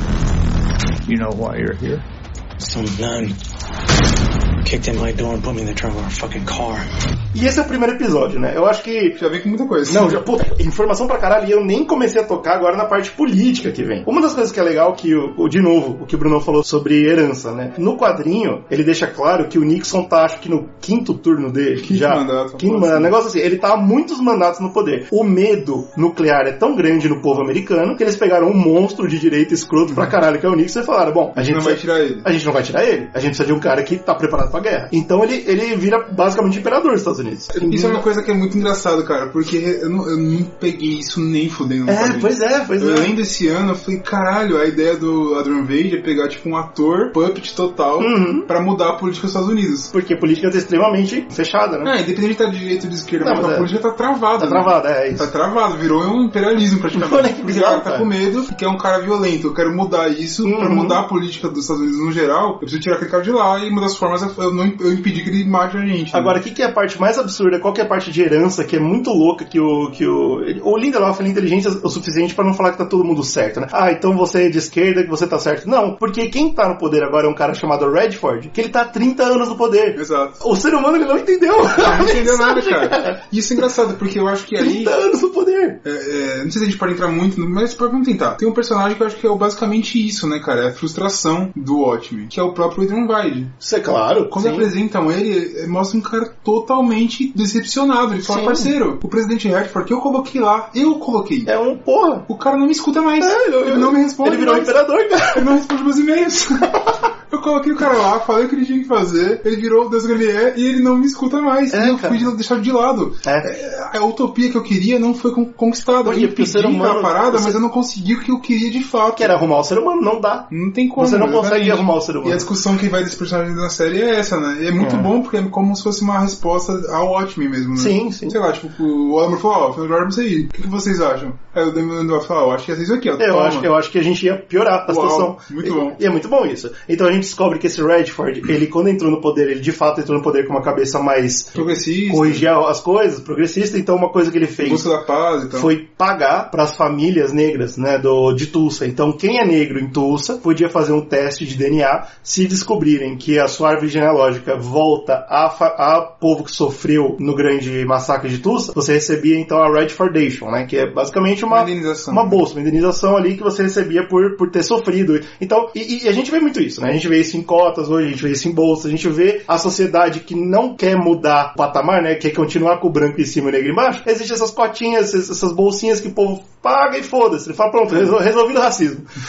Speaker 6: You know why you're here?
Speaker 7: Some gun kicked in my door and put me in the trunk of our fucking car.
Speaker 2: E esse é o primeiro episódio, né? Eu acho que.
Speaker 1: Já vem com muita coisa.
Speaker 2: Não, já, puta, informação pra caralho, e eu nem comecei a tocar agora na parte política que vem. Uma das coisas que é legal que, o, o- de novo, o que o Bruno falou sobre herança, né? No quadrinho, ele deixa claro que o Nixon tá, acho que no quinto turno dele,
Speaker 1: Quinto
Speaker 2: já.
Speaker 1: mandato,
Speaker 2: Quinto
Speaker 1: pode ser.
Speaker 2: mandato, negócio assim, ele tá há muitos mandatos no poder. O medo nuclear é tão grande no povo americano que eles pegaram um monstro de direita escroto pra caralho, que é o Nixon, e falaram, bom, a
Speaker 1: a gente
Speaker 2: gente é
Speaker 1: não vai tirar ele.
Speaker 2: a gente não vai tirar ele. A gente precisa de um cara que tá preparado pra guerra. Então ele, ele vira basicamente imperador dos Estados Unidos.
Speaker 1: Isso é uma coisa que é muito engraçado, cara, porque eu não, eu não peguei isso nem fudendo. no
Speaker 2: É,
Speaker 1: quadrinho.
Speaker 2: pois é, pois
Speaker 1: Eu
Speaker 2: é.
Speaker 1: lendo esse ano, eu falei, caralho, a ideia do Adrian Vade é pegar, tipo, um ator puppet total
Speaker 2: Uhum.
Speaker 1: pra mudar a política dos Estados Unidos.
Speaker 2: Porque a política tá extremamente fechada, né?
Speaker 1: Ah, independente de estar de direita ou de esquerda,
Speaker 2: Não,
Speaker 1: mas
Speaker 2: mas
Speaker 1: a
Speaker 2: é.
Speaker 1: política tá travada.
Speaker 2: Tá
Speaker 1: né?
Speaker 2: travada, é
Speaker 1: Tá
Speaker 2: isso.
Speaker 1: travado, virou um imperialismo praticamente.
Speaker 2: Olha que
Speaker 1: Porque o
Speaker 2: bizarro,
Speaker 1: cara tá
Speaker 2: cara.
Speaker 1: com medo, que é um cara violento. Eu quero mudar isso pra
Speaker 2: Uhum.
Speaker 1: mudar a política dos Estados Unidos no geral. Eu preciso tirar aquele cara de lá e uma das formas é eu, não, eu impedir que ele mate a gente. né?
Speaker 2: Agora, o que, que é a parte mais absurda? Qual que é a parte de herança que é muito louca que o. Que o, ele- o Lindelof ele é inteligente o suficiente pra não falar que tá todo mundo certo, né? Ah, então você é de esquerda que você tá certo. Não, porque quem tá no poder agora é um cara chamado Redford, que ele tá há 30 anos no poder.
Speaker 1: Exato.
Speaker 2: O ser humano ele não entendeu.
Speaker 1: Não entendeu nada, cara. Isso é engraçado, porque eu acho que aí.
Speaker 2: 30 anos no poder.
Speaker 1: É, é, não sei se a gente pode entrar muito, mas vamos tentar. Tem um personagem que eu acho que é basicamente isso, né, cara? É a frustração do Watchmen, que é o próprio Adrian Vide.
Speaker 2: Isso é claro.
Speaker 1: Quando
Speaker 2: sim.
Speaker 1: apresentam ele, eh, mostra um cara totalmente decepcionado. Ele fala,
Speaker 2: Sim.
Speaker 1: parceiro, o presidente Hertford que eu coloquei lá, eu coloquei.
Speaker 2: É um porra.
Speaker 1: O cara não me escuta mais.
Speaker 2: É,
Speaker 1: ele, não me responde.
Speaker 2: Ele virou
Speaker 1: mais.
Speaker 2: imperador, cara.
Speaker 1: Ele não responde meus e-mails. eu coloquei o cara lá, falei o que ele tinha que fazer, ele virou o Deus que ele é e ele não me escuta mais.
Speaker 2: É,
Speaker 1: e eu
Speaker 2: cara.
Speaker 1: fui deixado de lado.
Speaker 2: É.
Speaker 1: A utopia que eu queria não foi con- conquistada.
Speaker 2: Porque
Speaker 1: eu
Speaker 2: pro
Speaker 1: pedi
Speaker 2: ser humano,
Speaker 1: aquela parada,
Speaker 2: você-
Speaker 1: mas eu não consegui o que eu queria de fato.
Speaker 2: Quer arrumar o ser humano? Não dá.
Speaker 1: Não tem como.
Speaker 2: Você não
Speaker 1: exatamente.
Speaker 2: consegue arrumar o ser humano.
Speaker 1: E a discussão que vai desse personagem na série é essa, né? E é muito
Speaker 2: É.
Speaker 1: bom porque é como se fosse uma resposta ao Watchmen mesmo, né?
Speaker 2: Sim, sim.
Speaker 1: Sei lá, tipo, o Alamor falou, ó, final de hora pra você ir. O que, que vocês acham? Aí o Demolidor falou, ó, acho que é isso aqui, ó.
Speaker 2: Eu
Speaker 1: toma.
Speaker 2: acho, eu acho que a gente ia piorar a
Speaker 1: Uau,
Speaker 2: situação.
Speaker 1: muito bom.
Speaker 2: E, e é muito bom isso. Então a gente descobre que esse Redford, ele quando entrou no poder, ele de fato entrou no poder com uma cabeça mais
Speaker 1: Progressista,
Speaker 2: corrigia as coisas, progressista. Então uma coisa que ele fez
Speaker 1: busca da paz e tal. É,
Speaker 2: foi pagar para as famílias negras, né, do de Tulsa. Então, quem é negro em Tulsa podia fazer um teste de DNA. Se descobrirem que a sua árvore genealógica volta a, fa- a povo que sofreu no grande massacre de Tulsa, você recebia então a Red Foundation, né, que é basicamente uma
Speaker 1: Uma indenização.
Speaker 2: uma bolsa, uma indenização ali que você recebia por, por ter sofrido. Então, e, e a gente vê muito isso, né? A gente vê isso em cotas hoje, a gente vê isso em bolsa, a gente vê a sociedade que não quer mudar o patamar, né? Quer continuar com o branco em cima e o negro embaixo. Existem essas cotinhas, essas essas bolsinhas que o povo paga e foda-se. Ele fala, pronto, resol- resolvido o racismo.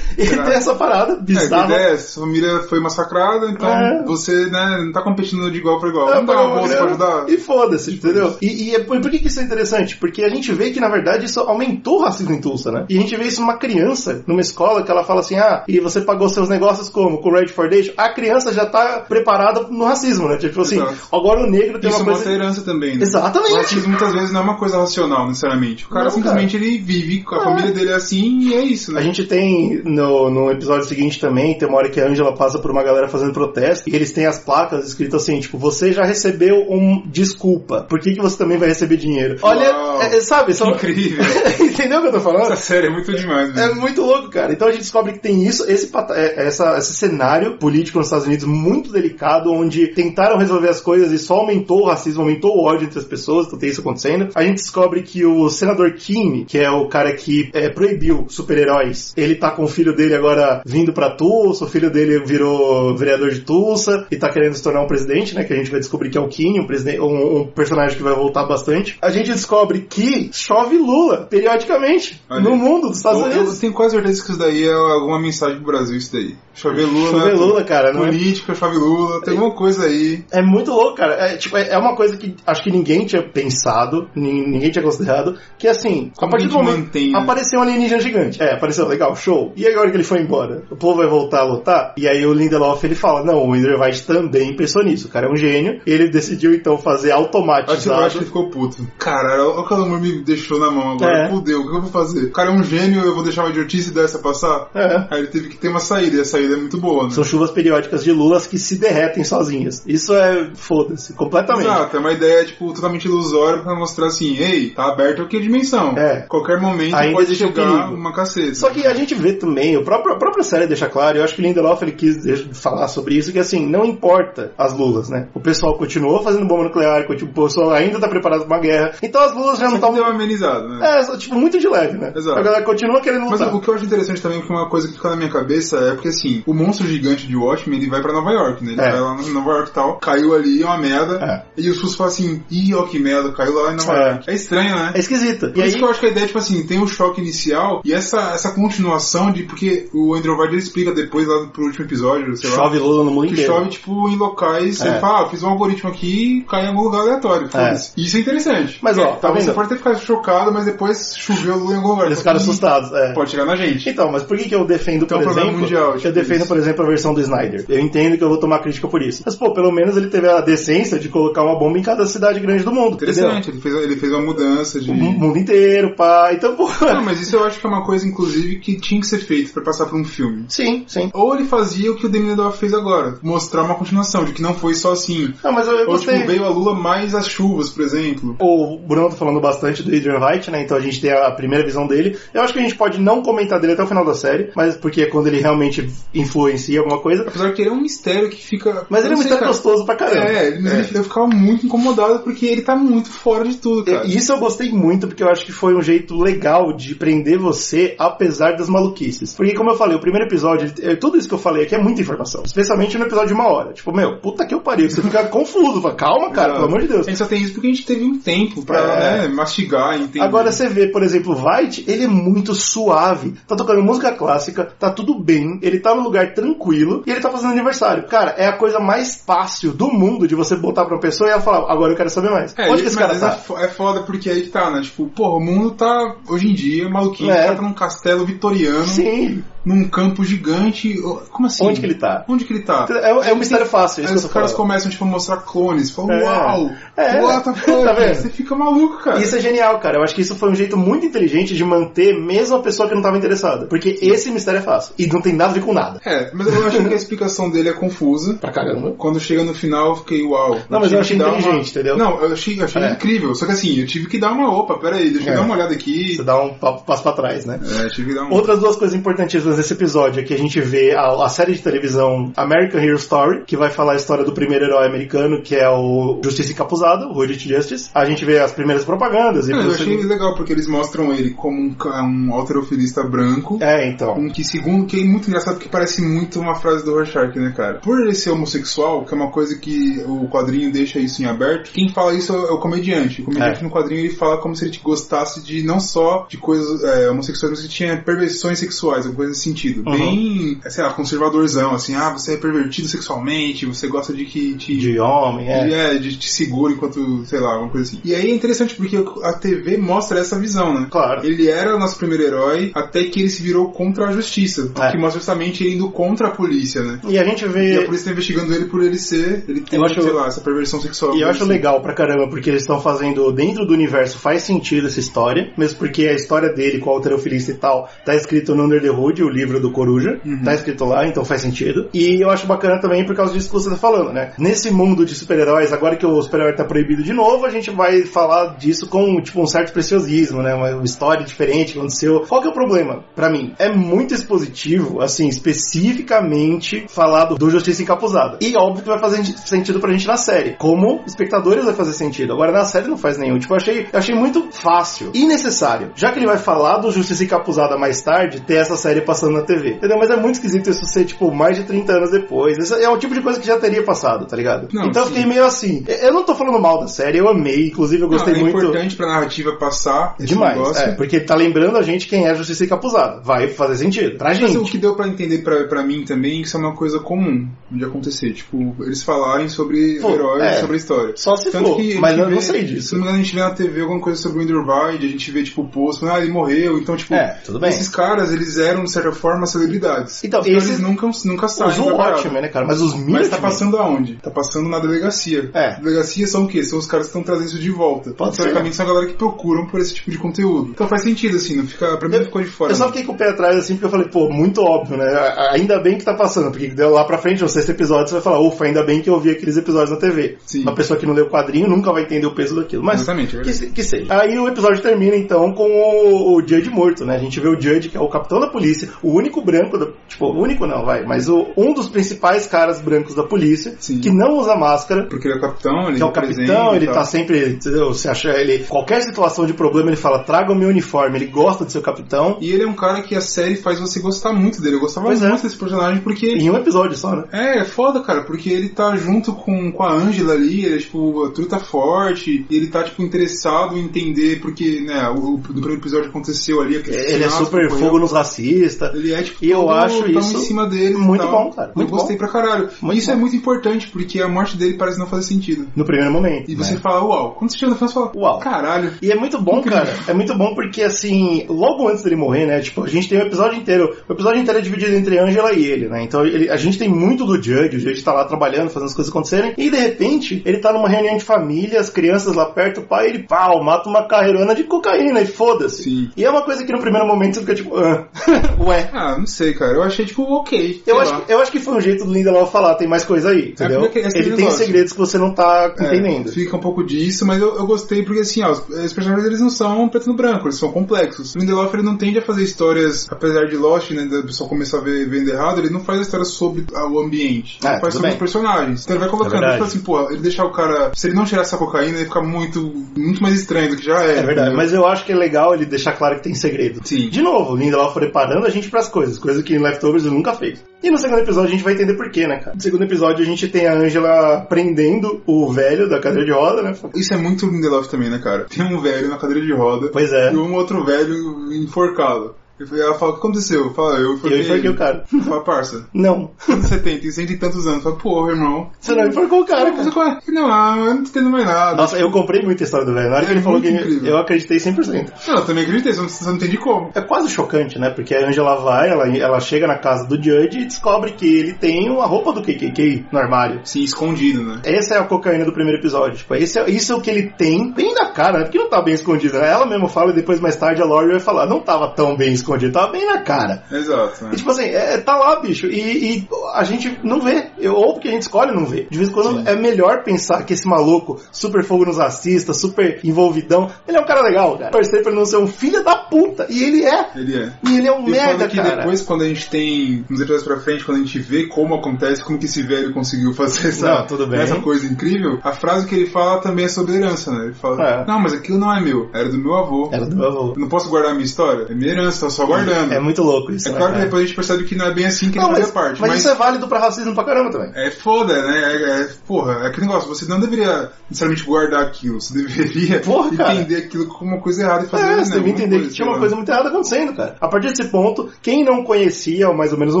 Speaker 2: e, e tem essa parada
Speaker 1: É, que
Speaker 2: bizarra.
Speaker 1: ideia é, sua família foi massacrada, então
Speaker 2: É.
Speaker 1: você né, não tá competindo de igual para igual. Vamos
Speaker 2: Ah,
Speaker 1: pagar uma
Speaker 2: pagar
Speaker 1: bolsa pra
Speaker 2: grana
Speaker 1: ajudar?
Speaker 2: E foda-se, entendeu? E, e é por, por que, que isso é interessante? Porque a gente vê que, na verdade, isso aumentou o racismo em Tulsa, né? E a gente vê isso numa criança, numa escola, que ela fala assim, ah, e você pagou seus negócios como? Com o Red Foundation? A criança já tá preparada no racismo, né? Tipo assim,
Speaker 1: Exato.
Speaker 2: agora o negro tem
Speaker 1: Isso é
Speaker 2: uma
Speaker 1: uma
Speaker 2: coisa...
Speaker 1: outra herança também, né?
Speaker 2: Exatamente.
Speaker 1: O racismo muitas vezes não é uma coisa racional, necessariamente. O cara
Speaker 2: Não, cara.
Speaker 1: simplesmente ele vive com a
Speaker 2: É.
Speaker 1: família dele é assim e é isso, né?
Speaker 2: A gente tem no, no episódio seguinte também, tem uma hora que a Angela passa por uma galera fazendo protesto e eles têm as placas escritas assim, tipo, você já recebeu um desculpa, por que, que você também vai receber dinheiro?
Speaker 1: Uau.
Speaker 2: Olha, é- é- sabe? São...
Speaker 1: Incrível.
Speaker 2: Entendeu o que eu tô falando?
Speaker 1: Essa série é muito demais,
Speaker 2: É
Speaker 1: velho.
Speaker 2: muito louco, cara. Então a gente descobre que tem isso, esse, pata- é- essa- esse cenário político nos Estados Unidos muito delicado, onde tentaram resolver as coisas e só aumentou o racismo, aumentou o ódio entre as pessoas, então tem isso acontecendo. A gente descobre que o senador Keane, que é o cara que é, proibiu super-heróis, ele tá com o filho dele agora vindo pra Tulsa, o filho dele virou vereador de Tulsa e tá querendo se tornar um presidente, né? Que a gente vai descobrir que é o Keane, um, presiden- um- um personagem que vai voltar bastante. A gente descobre que chove Lula periodicamente
Speaker 1: Olha
Speaker 2: no
Speaker 1: aí.
Speaker 2: mundo dos Estados
Speaker 1: Eu, eu
Speaker 2: Unidos.
Speaker 1: tenho quase certeza que isso daí é alguma mensagem pro Brasil, isso daí. Chove Lula. né?
Speaker 2: Chove Lula, cara, não é?
Speaker 1: Política, chove Lula, tem alguma coisa aí.
Speaker 2: É muito louco, cara. É, tipo, é é uma coisa que acho que ninguém tinha pensado, nin- ninguém tinha considerado, que assim,
Speaker 1: Como
Speaker 2: a partir
Speaker 1: que
Speaker 2: do
Speaker 1: a gente
Speaker 2: momento
Speaker 1: mantém, né?
Speaker 2: apareceu um alienígena gigante. É, apareceu, legal, show. E agora que ele foi embora, o povo vai voltar a lutar? E aí o Lindelof, ele fala, não, o Enderwright também pensou nisso, o cara é um gênio. Ele decidiu, então,
Speaker 1: Acho que
Speaker 2: fazer
Speaker 1: eu acho que ele
Speaker 2: automatizado.
Speaker 1: ficou puto. Caralho, olha o que o amor me deixou na mão agora.
Speaker 2: É.
Speaker 1: Fudeu, o que eu vou fazer? O cara é um gênio, eu vou deixar uma idiotice dessa passar?
Speaker 2: É.
Speaker 1: Aí ele teve que ter uma saída, e a saída é muito boa, né?
Speaker 2: São chuvas periódicas de lulas que se derretem sozinhas. Isso é, foda-se, completamente.
Speaker 1: Exato, é uma ideia, tipo, totalmente ilusória pra mostrar assim, ei, tá aberto aqui a dimensão.
Speaker 2: É.
Speaker 1: Qualquer momento
Speaker 2: Ainda
Speaker 1: pode
Speaker 2: existe o
Speaker 1: chegar
Speaker 2: perigo.
Speaker 1: uma caceta.
Speaker 2: Só que a gente vê também, o próprio, a própria série deixa claro, eu acho que o Lindelof ele quis de- falar sobre isso, que assim, não importa as lulas, né? O pessoal continuou fazendo bomba nuclear, continua- o pessoal ainda tá preparado pra uma guerra, então as lulas já não
Speaker 1: Só que deu
Speaker 2: estão...
Speaker 1: uma amenizada, né?
Speaker 2: É, só, tipo, muito de leve, né?
Speaker 1: Exato.
Speaker 2: A galera continua querendo
Speaker 1: Mas
Speaker 2: lutar.
Speaker 1: o que eu acho interessante também, porque uma coisa que fica na minha cabeça é porque assim, o monstro gigante de Watchmen ele vai pra Nova York, né? Ele
Speaker 2: É.
Speaker 1: vai lá em Nova York e tal, caiu ali, é uma merda.
Speaker 2: É.
Speaker 1: E os SUS falam assim, ih, ó que merda, caiu lá em Nova
Speaker 2: É.
Speaker 1: York. É estranho, né?
Speaker 2: É esquisito.
Speaker 1: Por isso que eu acho que a ideia, tipo assim, tem o choque inicial e essa, essa continuação de. Porque o Andrew Vard ele explica depois lá pro último episódio, sei lá.
Speaker 2: chove lula no mundo
Speaker 1: Que
Speaker 2: inteiro.
Speaker 1: chove, tipo, em locais,
Speaker 2: É.
Speaker 1: você fala, ah, fiz um algoritmo aqui e cai em algum lugar aleatório. foda-se. Isso é interessante.
Speaker 2: Mas, ó,
Speaker 1: É,
Speaker 2: tá
Speaker 1: talvez
Speaker 2: vendo?
Speaker 1: você pode ter ficado chocado, mas depois choveu em algum lugar.
Speaker 2: Eles
Speaker 1: Fala,
Speaker 2: ficaram
Speaker 1: "Ih,
Speaker 2: assustados, é.
Speaker 1: Pode chegar na gente.
Speaker 2: Então, mas por que, que eu defendo,
Speaker 1: Então,
Speaker 2: por
Speaker 1: é um problema
Speaker 2: exemplo,
Speaker 1: mundial,
Speaker 2: eu
Speaker 1: tipo
Speaker 2: defendo,
Speaker 1: isso.
Speaker 2: por exemplo, a versão do Snyder? Eu entendo que eu vou tomar crítica por isso. Mas, pô, pelo menos ele teve a decência de colocar uma bomba em cada cidade grande do mundo. entendeu? Uhum.
Speaker 1: Interessante, ele fez, ele fez uma mudança de.
Speaker 2: O mundo inteiro, pá. Então, pô.
Speaker 1: Não, mas isso eu acho que é uma coisa, inclusive, que tinha que ser feito pra passar por um filme.
Speaker 2: Sim, sim.
Speaker 1: Ou ele fazia o que o Damien Lindelof fez agora, mostrar uma continuação, de que não foi só assim.
Speaker 2: Não, Ah, mas eu, eu
Speaker 1: Ou tipo,
Speaker 2: gostei.
Speaker 1: veio a Lula mais as chuvas, por exemplo.
Speaker 2: O Bruno tá falando bastante do Adrian Wright, né? Então a gente tem a primeira visão dele. Eu acho que a gente pode não comentar dele até o final da série, mas porque é quando ele realmente influencia alguma coisa.
Speaker 1: Apesar que ele é um mistério que fica.
Speaker 2: Mas
Speaker 1: eu
Speaker 2: ele é
Speaker 1: não
Speaker 2: muito
Speaker 1: sei, cara.
Speaker 2: gostoso pra caramba.
Speaker 1: É, mas ele- eu ficava muito incomodado porque ele tá muito fora de tudo, cara.
Speaker 2: É, E Isso eu gostei muito, porque eu acho que foi um jeito legal de prender você, apesar das maluquices. Porque, como eu falei, o primeiro episódio, ele- eh, tudo isso que eu falei aqui é muita informação. Especialmente no episódio de uma hora. Tipo, meu, puta que eu pariu. Você fica confuso. Fala, Calma, cara, pelo amor de Deus.
Speaker 1: A gente só tem isso porque a gente teve um tempo pra
Speaker 2: É.
Speaker 1: né, mastigar e entender.
Speaker 2: Agora você vê, por exemplo, o White, ele é muito suave. Tá tocando música clássica, tá tudo bem, ele tá num lugar tranquilo e ele tá fazendo aniversário. Cara, é a coisa mais fácil do mundo de você botar pra uma pessoa e ela falar, agora eu quero saber mais.
Speaker 1: É,
Speaker 2: Onde
Speaker 1: isso,
Speaker 2: que esse
Speaker 1: mas
Speaker 2: cara
Speaker 1: é
Speaker 2: tá?
Speaker 1: fo- é foda porque aí que tá, né? Tipo, porra, o mundo tá, hoje em dia, maluquinho,
Speaker 2: É.
Speaker 1: o cara tá num castelo vitoriano,
Speaker 2: Sim.
Speaker 1: num campo gigante. ó, Como assim?
Speaker 2: Onde que ele tá?
Speaker 1: Onde que ele tá?
Speaker 2: É, é um mistério fácil, é isso
Speaker 1: Aí os
Speaker 2: que eu
Speaker 1: caras
Speaker 2: falo.
Speaker 1: começam, tipo, a mostrar clones. Falam,
Speaker 2: É.
Speaker 1: uau!
Speaker 2: É.
Speaker 1: What the fuck?
Speaker 2: Tá vendo?
Speaker 1: Você fica maluco, cara.
Speaker 2: Isso é genial, cara. Eu acho que isso foi um jeito muito inteligente de manter mesmo a pessoa que não tava interessada. Porque esse mistério é fácil. E não tem nada a ver com nada.
Speaker 1: É, mas eu acho que a explicação dele é confusa.
Speaker 2: Pra caramba.
Speaker 1: Quando chega no final, eu fiquei uau.
Speaker 2: Não, mas eu achei
Speaker 1: tive que dar
Speaker 2: inteligente, entendeu?
Speaker 1: Não, eu achei, eu achei
Speaker 2: É.
Speaker 1: incrível. Só que assim, eu tive que dar uma opa, peraí, deixa eu
Speaker 2: É.
Speaker 1: dar uma olhada aqui.
Speaker 2: Você dá um pa- passo pra trás, né?
Speaker 1: É, tive que dar uma
Speaker 2: Outras duas coisas importantíssimas coisas desse episódio é que a gente vê a, a série de televisão American Hero Story, que vai falar a história do primeiro herói americano, que é o Justiça Encapuzada, o Rodit Justice. A gente vê as primeiras propagandas. E
Speaker 1: Eu
Speaker 2: tudo
Speaker 1: achei
Speaker 2: isso.
Speaker 1: legal porque eles mostram ele como um, ca- um alterofilista branco.
Speaker 2: É, então.
Speaker 1: Um que, segundo, que é muito engraçado porque parece muito uma frase do Rorschach, né, cara? Por ele ser homossexual, que é uma coisa que o quadrinho deixa isso em aberto, quem fala isso é o comediante. O comediante
Speaker 2: É.
Speaker 1: no quadrinho ele fala como se ele gostasse de não só de coisas é, homossexuais, mas que tinha perversões sexuais, alguma coisa nesse sentido.
Speaker 2: Uhum.
Speaker 1: Bem, é, sei lá, conservadorzão, assim, ah, você é pervertido sexualmente, você gosta de que te.
Speaker 2: De homem, é.
Speaker 1: de- é, de te segura enquanto, sei lá, alguma coisa assim. E aí é interessante porque a TV mostra essa visão, né?
Speaker 2: Claro.
Speaker 1: Ele era o nosso primeiro herói até que ele se virou contra a justiça.
Speaker 2: É.
Speaker 1: Que mostra justamente ele indo contra a polícia, né?
Speaker 2: E a gente
Speaker 1: E
Speaker 2: vê.
Speaker 1: a polícia tá investigando ele por ele ser. Ele tem,
Speaker 2: Eu acho-
Speaker 1: sei lá, essa perversão sexual.
Speaker 2: E eu acho
Speaker 1: Assim.
Speaker 2: legal pra caramba, porque eles estão fazendo dentro do universo faz sentido essa história, mesmo porque a história dele com o alterofilista e tal tá escrito no Under the Hood, o livro do Coruja, tá escrito lá, então faz sentido. E eu acho bacana também por causa disso que você tá falando, né? Nesse mundo de super-heróis, agora que o super-herói tá proibido de novo, a gente vai falar disso com tipo um certo preciosismo, né? Uma história diferente que aconteceu. Qual que é o problema? Pra mim, é muito expositivo, assim, especificamente falado do Justiça Encapuzada. E óbvio que vai fazer gente- sentido pra gente na série. Como espectadores vai fazer sentido. Agora na série não faz nenhum. Tipo, eu achei, eu achei muito fácil e necessário. Já que ele vai falar do Justiça Encapuzada mais tarde, ter essa série passando na TV. Entendeu? Mas é muito esquisito isso ser, tipo, mais de 30 anos depois. Isso é o tipo de coisa que já teria passado, tá ligado?
Speaker 1: Não,
Speaker 2: então eu
Speaker 1: sim.
Speaker 2: fiquei meio assim. Eu eu não tô falando mal da série, eu amei. Inclusive, eu gostei
Speaker 1: Não, é
Speaker 2: muito.
Speaker 1: importante pra narrativa passar esse
Speaker 2: Demais,
Speaker 1: negócio.
Speaker 2: é, porque tá lembrando a gente quem é a Justiça Encapuzada. Vai fazer sentido. Pra
Speaker 1: Mas é
Speaker 2: gente.
Speaker 1: o que deu pra entender pra, pra mim também, que isso é uma coisa comum de acontecer. Tipo, eles falarem sobre
Speaker 2: Pô,
Speaker 1: o herói,
Speaker 2: é.
Speaker 1: sobre a história.
Speaker 2: Só se
Speaker 1: Tanto
Speaker 2: for,
Speaker 1: que a
Speaker 2: mas
Speaker 1: gente
Speaker 2: eu não
Speaker 1: vê-
Speaker 2: sei
Speaker 1: Se não
Speaker 2: disso.
Speaker 1: me engano, a gente vê na TV alguma coisa sobre o Underworld, a gente vê, tipo, o posto, ah, ele morreu, então, tipo...
Speaker 2: É, tudo bem.
Speaker 1: Esses caras, eles eram, de certa forma, celebridades.
Speaker 2: Então,
Speaker 1: Senão
Speaker 2: esses-
Speaker 1: eles nunca, nunca saem
Speaker 2: Os
Speaker 1: da parada.
Speaker 2: Watchmen, né, cara? Mas os Minutemen...
Speaker 1: tá Mas tá passando aonde? Tá passando na delegacia.
Speaker 2: É.
Speaker 1: Delegacia são o quê? São os caras que estão trazendo isso de volta.
Speaker 2: Pode ser.
Speaker 1: Teoricamente são a galera que procuram por esse tipo de conteúdo. Então faz sentido, assim, não fica, pra mim não ficou de fora. né?
Speaker 2: Eu só
Speaker 1: não.
Speaker 2: fiquei com o pé atrás, assim, porque eu falei, pô, muito óbvio, né? A- Ainda bem que tá passando, porque deu lá pra frente, no sexto episódio, você vai falar, ufa, ainda bem que eu vi aqueles episódios na TV.
Speaker 1: Sim.
Speaker 2: Uma pessoa que não leu o quadrinho nunca vai entender o peso daquilo. Mas
Speaker 1: Exatamente, é
Speaker 2: que,
Speaker 1: verdade.
Speaker 2: se- que seja. Aí o episódio termina, então, com o, o Judge morto, né? A gente vê o Judge, que é o capitão da polícia, o único branco, da, tipo, o único não, vai, mas o, um dos principais caras brancos da polícia,
Speaker 1: Sim.
Speaker 2: que não usa máscara,
Speaker 1: Porque ele é o capitão, ele
Speaker 2: que é o
Speaker 1: representa
Speaker 2: capitão,
Speaker 1: e
Speaker 2: ele
Speaker 1: tal.
Speaker 2: tá sempre, entendeu? Se acha, ele, qualquer situação de problema, ele fala, traga o meu uniforme, ele gosta de ser o capitão.
Speaker 1: E ele é um cara que a série faz você gostar muito dele. Eu gostava
Speaker 2: Pois é.
Speaker 1: muito desse personagem porque
Speaker 2: Em um episódio só, né?
Speaker 1: É, é foda, cara, porque ele tá junto com, com a Angela ali, ele é, tipo, a truta forte, e ele tá, tipo, interessado em entender, porque, né, o, o- no primeiro episódio aconteceu ali, aquele
Speaker 2: Ele é
Speaker 1: assassinato,
Speaker 2: super
Speaker 1: foi-
Speaker 2: fogo nos racistas.
Speaker 1: Ele é, tipo,
Speaker 2: E eu
Speaker 1: todo-
Speaker 2: acho
Speaker 1: tamo
Speaker 2: isso
Speaker 1: em cima dele e
Speaker 2: muito
Speaker 1: tal.
Speaker 2: bom, cara, muito
Speaker 1: eu gostei
Speaker 2: bom.
Speaker 1: pra caralho.
Speaker 2: Muito
Speaker 1: e isso é
Speaker 2: bom.
Speaker 1: muito importante, porque a morte dele parece não fazer sentido.
Speaker 2: No primeiro momento.
Speaker 1: E você
Speaker 2: né?
Speaker 1: fala, uau. Quando você chega no final, você fala,
Speaker 2: Uau.
Speaker 1: caralho.
Speaker 2: E é muito bom,
Speaker 1: Incrível.
Speaker 2: cara. É muito bom porque, assim, logo antes dele morrer, né? Tipo, a gente tem o episódio inteiro. O episódio inteiro é dividido entre Angela e ele, né? Então ele- a gente tem muito do Judge. O Judge tá lá trabalhando, fazendo as coisas acontecerem. E de repente, ele tá numa reunião de família, as crianças lá perto, o pai, ele pau, mata uma carreirona de cocaína e foda-se.
Speaker 1: Sim.
Speaker 2: E é uma coisa que no primeiro momento você fica tipo, ah, ué.
Speaker 1: Ah, não sei, cara. Eu achei, tipo, ok.
Speaker 2: Eu
Speaker 1: sei
Speaker 2: acho,
Speaker 1: lá.
Speaker 2: que- eu acho que foi um jeito do Lindelof falar, tem mais coisa aí, entendeu?
Speaker 1: porque é esse
Speaker 2: ele tem
Speaker 1: negócio.
Speaker 2: segredos que você não tá
Speaker 1: É,
Speaker 2: entendendo.
Speaker 1: Fica um pouco disso, mas eu, eu gostei porque assim, ó, os, os personagens eles não são preto no branco, eles são complexos. O Lindelof ele não tende a fazer histórias, apesar de Lost, né, da pessoa começar a ver vendo errado, ele não faz a história sobre ah, o ambiente,
Speaker 2: Ah,
Speaker 1: ele faz
Speaker 2: tudo
Speaker 1: sobre
Speaker 2: bem.
Speaker 1: os personagens. Então ele vai
Speaker 2: É
Speaker 1: colocando,
Speaker 2: verdade.
Speaker 1: tipo assim, pô, ele deixar o cara, se ele não tirar essa cocaína, ele fica muito, muito mais estranho do que já é.
Speaker 2: É verdade,
Speaker 1: entendeu?
Speaker 2: mas eu acho que é legal ele deixar claro que tem segredo.
Speaker 1: Sim.
Speaker 2: De novo, o Lindelof preparando a gente pras coisas, coisa que em Leftovers ele nunca fez. E no segundo episódio a gente vai entender porquê, né, cara? No segundo episódio a gente tem a Angela prendendo o velho da cadeira de roda, né?
Speaker 1: Isso é muito Lindelof também, né, cara? Tem um velho na cadeira de roda
Speaker 2: Pois é.
Speaker 1: e um outro velho enforcado. E Ela fala, o que aconteceu? Fala, eu
Speaker 2: E eu
Speaker 1: enforquei.
Speaker 2: enforquei o cara.
Speaker 1: ele." Fala, parça,
Speaker 2: Não.
Speaker 1: quando você tem, tem cento e tantos anos. Fala, porra, irmão,
Speaker 2: Você não enforcou o cara,
Speaker 1: Mas
Speaker 2: cara.
Speaker 1: eu falei, Não, eu não entendo mais nada.
Speaker 2: Nossa, eu comprei muito a história do velho. Na hora
Speaker 1: É
Speaker 2: que ele falou que
Speaker 1: muito incrível.
Speaker 2: eu acreditei 100%.
Speaker 1: Não, eu também acreditei, só não, só não entendi como.
Speaker 2: É quase chocante, né? Porque a Angela vai, ela, ela chega na casa do Judge e descobre que ele tem a roupa do KKK no armário.
Speaker 1: Sim, escondido, né?
Speaker 2: Essa é a cocaína do primeiro episódio. Tipo, esse é, isso é o que ele tem bem na cara, né? Porque não tá bem escondido, né? Ela mesma fala e depois mais tarde a Laurie vai falar, não tava tão bem escondido, tava bem na cara.
Speaker 1: Exato. né?
Speaker 2: E, tipo assim, é, tá lá, bicho, e, e a gente não vê. Eu- ou porque a gente escolhe não ver. De vez em quando é melhor pensar que esse maluco, super fogo nos assista, super envolvidão, ele é um cara legal, cara. Torcer pra ele não ser um filho da puta. E ele é.
Speaker 1: Ele é.
Speaker 2: E ele é um
Speaker 1: E
Speaker 2: merda,
Speaker 1: foda que
Speaker 2: cara.
Speaker 1: depois, quando a gente tem uns episódios pra frente, quando a gente vê como acontece, como que esse velho conseguiu fazer essa,
Speaker 2: Não, tudo bem.
Speaker 1: essa coisa incrível, a frase que ele fala também é sobre herança, né? Ele fala,
Speaker 2: É.
Speaker 1: não, mas aquilo não é meu, era do meu avô.
Speaker 2: Era do meu avô.
Speaker 1: Eu não posso guardar a minha história, é minha herança, tô só guardando.
Speaker 2: É muito louco isso.
Speaker 1: É
Speaker 2: né,
Speaker 1: claro que
Speaker 2: cara?
Speaker 1: depois a gente percebe que não é bem assim que
Speaker 2: Não,
Speaker 1: ele
Speaker 2: mas,
Speaker 1: fazia parte,
Speaker 2: mas
Speaker 1: mas
Speaker 2: isso é válido pra racismo pra caramba também.
Speaker 1: É foda, né? É, é- porra, é aquele negócio, você não deveria necessariamente guardar aquilo, você deveria
Speaker 2: Porra, cara.
Speaker 1: entender aquilo como uma coisa errada e fazer
Speaker 2: É,
Speaker 1: né,
Speaker 2: você devia
Speaker 1: alguma
Speaker 2: entender que tinha uma
Speaker 1: sei lá.
Speaker 2: coisa muito errada acontecendo, cara. A partir desse ponto, quem não conhecia mais ou menos o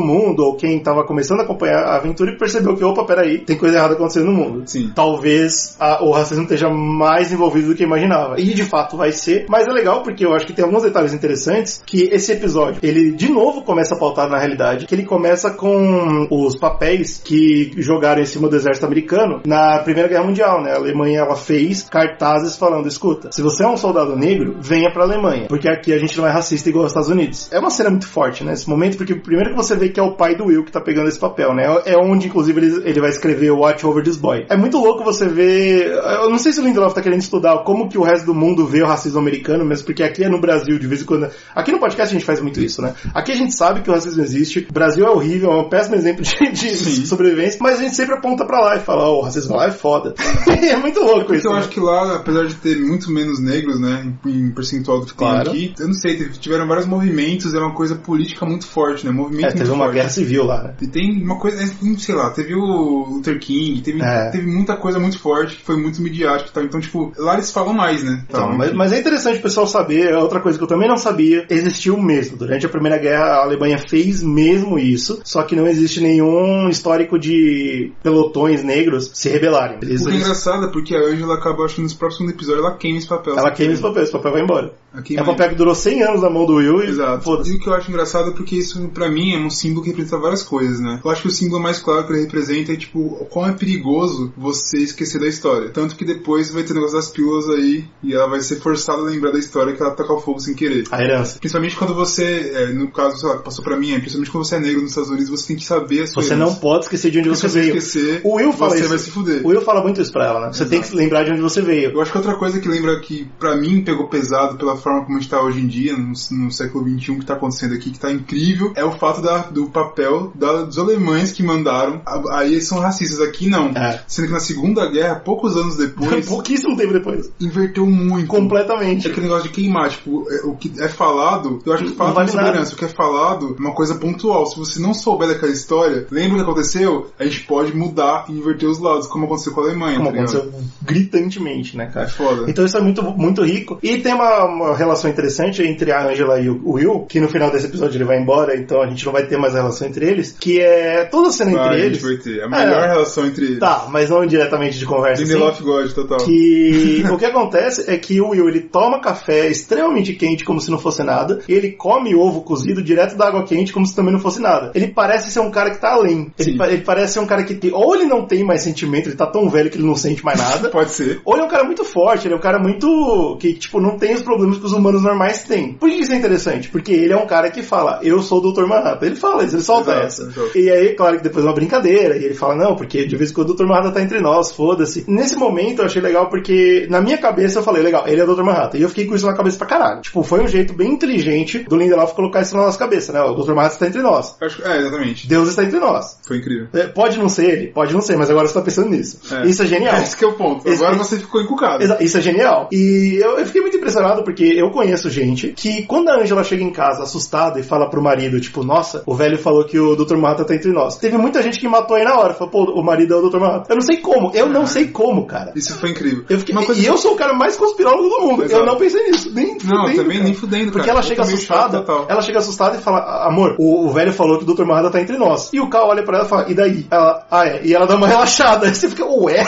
Speaker 2: mundo, ou quem tava começando a acompanhar a aventura e percebeu que, opa, peraí, tem coisa errada acontecendo no mundo.
Speaker 1: Sim.
Speaker 2: Talvez a- o racismo esteja mais envolvido do que imaginava. E de fato vai ser, mas é legal porque eu acho que tem alguns detalhes interessantes que esse episódio, ele de novo começa pautado na realidade, que ele começa com os papéis que jogaram em cima do exército americano na Primeira Guerra Mundial, né? A Alemanha ela fez cartazes falando, escuta, se você é um soldado negro, venha pra Alemanha, porque aqui a gente não é racista igual aos Estados Unidos. É uma cena muito forte, né? Esse momento, porque primeiro que você vê que é o pai do Will que tá pegando esse papel, né? É onde, inclusive, ele, ele vai escrever Watch Over This Boy. É muito louco você ver. Eu não sei se o Lindelof tá querendo estudar como que o resto do mundo vê o racismo americano, mesmo porque aqui é no Brasil, de vez em quando. Aqui no podcast a gente faz muito isso, né? Aqui a gente sabe que o racismo existe. O Brasil é horrível, é um péssimo exemplo de, de
Speaker 1: Sim.
Speaker 2: sobrevivência, mas a gente sempre aponta pra lá e fala, ó, o racismo lá é foda. é muito louco isso.
Speaker 1: Então, eu
Speaker 2: né?
Speaker 1: acho que lá, apesar de ter muito menos negros, né, em, em percentual do que tem
Speaker 2: Claro.
Speaker 1: aqui, eu não sei, teve- tiveram vários movimentos, é uma coisa política muito forte, né, movimento
Speaker 2: É, teve
Speaker 1: muito
Speaker 2: uma
Speaker 1: forte.
Speaker 2: guerra civil lá, né?
Speaker 1: E tem uma coisa, é, sei lá, teve o Luther King, teve,
Speaker 2: É.
Speaker 1: teve muita coisa muito forte, que foi muito midiática e tal, então, tipo, lá eles falam mais, né,
Speaker 2: Então,
Speaker 1: tal,
Speaker 2: mas,
Speaker 1: enfim.
Speaker 2: mas é interessante o pessoal saber, é outra coisa que eu também não sabia, existiu mesmo. Durante a Primeira Guerra, a Alemanha fez mesmo isso, só que não existe nenhum histórico de pelotões negros se rebelarem. Eles-
Speaker 1: O que é
Speaker 2: eles-
Speaker 1: engraçado é porque a Angela acaba achando nos próximos episódios, ela queima esse papel.
Speaker 2: ela queima esse papel, esse papel vai embora.
Speaker 1: Ela queima
Speaker 2: É um papel que durou 100 anos na mão do Will e
Speaker 1: Exato.
Speaker 2: foda-se.
Speaker 1: E o que eu acho engraçado é porque isso, pra mim, é um símbolo que representa várias coisas, né? Eu acho que o símbolo mais claro que ele representa é, tipo, o quão é perigoso você esquecer da história. Tanto que depois vai ter o negócio das pílulas aí e ela vai ser forçada a lembrar da história que ela taca fogo sem querer.
Speaker 2: A herança.
Speaker 1: Principalmente quando você, é, no caso, sei lá, que passou pra mim, é, principalmente quando você é negro nos Estados Unidos, você tem que saber a sua
Speaker 2: Você não
Speaker 1: herança.
Speaker 2: pode esquecer de onde
Speaker 1: Porque
Speaker 2: você
Speaker 1: se você
Speaker 2: veio.
Speaker 1: esquecer,
Speaker 2: o Will fala
Speaker 1: você
Speaker 2: isso.
Speaker 1: vai se fuder.
Speaker 2: O Will fala muito isso pra ela, né? Você tem que se lembrar de onde você veio.
Speaker 1: Eu acho que outra coisa que lembra que, pra mim, pegou pesado pela forma como a gente tá hoje em dia, no, no século XXI que tá acontecendo aqui, que tá incrível, é o fato da- do papel da- dos alemães que mandaram. A- Aí eles são racistas, aqui não.
Speaker 2: É.
Speaker 1: Sendo que na Segunda Guerra, poucos anos depois,
Speaker 2: Pouquíssimo tempo depois.
Speaker 1: inverteu muito. É
Speaker 2: Completamente.
Speaker 1: aquele negócio de queimar, tipo, é- o que é falado, eu acho que
Speaker 2: Não
Speaker 1: fala
Speaker 2: vale
Speaker 1: vale sobre
Speaker 2: nada.
Speaker 1: herança, o que é falado é uma coisa pontual. Se você não souber daquela história, lembra o que aconteceu? A gente pode mudar e inverter os lados, como aconteceu com a Alemanha,
Speaker 2: Como
Speaker 1: tá ligado?
Speaker 2: aconteceu gritantemente, né, cara?
Speaker 1: É foda.
Speaker 2: Então isso é muito, muito rico. E tem uma, uma relação interessante entre a Angela e o Will, que no final desse episódio ele vai embora, então a gente não vai ter mais a relação entre eles, que é toda a cena
Speaker 1: Vai,
Speaker 2: entre
Speaker 1: Ah, a gente
Speaker 2: eles. É.
Speaker 1: vai ter. A melhor relação entre eles.
Speaker 2: Tá, mas não diretamente de conversa. assim.
Speaker 1: Lindelof God, total.
Speaker 2: Que o que acontece é que o Will ele toma café extremamente quente como se não fosse nada, e ele come ovo cozido direto da água quente como se também não fosse nada. Ele parece ser um cara que tá além. Ele,
Speaker 1: Sim.
Speaker 2: pa- ele parece ser um cara que tem, ou ele não tem mais sentimento, ele tá tão velho que ele não sente mais nada.
Speaker 1: Pode ser.
Speaker 2: Ou ele é um cara muito forte, ele é um cara muito. que, tipo, não tem os problemas que os humanos normais têm. Por que isso é interessante? Porque ele é um cara que fala, eu sou o Dr. Manhattan. Ele fala isso, ele solta
Speaker 1: Exato,
Speaker 2: essa.
Speaker 1: exato.
Speaker 2: E aí, claro que depois é uma brincadeira, e ele fala, não, porque de vez em quando o Dr. Manhattan tá entre nós, foda-se. Nesse momento eu achei legal porque, na minha cabeça, eu falei, legal, ele é o Dr. Manhattan. E eu fiquei com isso na cabeça pra caralho. Tipo, foi um jeito bem inteligente do Lindelof colocar isso na nossa cabeça, né? O Dr. Manhattan está entre nós.
Speaker 1: Acho, é, exatamente.
Speaker 2: Deus está entre nós.
Speaker 1: Foi incrível.
Speaker 2: É, Pode não ser ele, pode não ser, mas agora você tá pensando nisso.
Speaker 1: É.
Speaker 2: Isso é genial.
Speaker 1: Esse que é o ponto.
Speaker 2: Esse-
Speaker 1: Agora você ficou encucado.
Speaker 2: Exa- Isso é genial. E eu, eu fiquei muito impressionado porque eu conheço gente que, quando a Angela chega em casa assustada e fala pro marido, tipo, nossa, o velho falou que o Dr. Manhattan tá entre nós. Teve muita gente que matou aí na hora. Falou, pô, o marido é o Dr. Manhattan. Eu não sei como. Eu não sei como, cara.
Speaker 1: Isso foi incrível.
Speaker 2: Eu fiquei,
Speaker 1: Uma coisa assim
Speaker 2: E eu sou o cara mais conspirólogo do mundo.
Speaker 1: Exato.
Speaker 2: Eu não pensei nisso. Nem
Speaker 1: Não,
Speaker 2: fudendo,
Speaker 1: também
Speaker 2: cara.
Speaker 1: nem fudendo,
Speaker 2: Porque
Speaker 1: cara.
Speaker 2: ela
Speaker 1: Eu
Speaker 2: chega
Speaker 1: também achei
Speaker 2: assustada.
Speaker 1: total.
Speaker 2: Ela chega assustada e fala, amor, o, o velho falou que o Dr. Manhattan tá entre nós. E o Cal olha pra ela e fala, e daí? Ela, ah, é. E ela dá uma relaxada. Aí você fica, ué?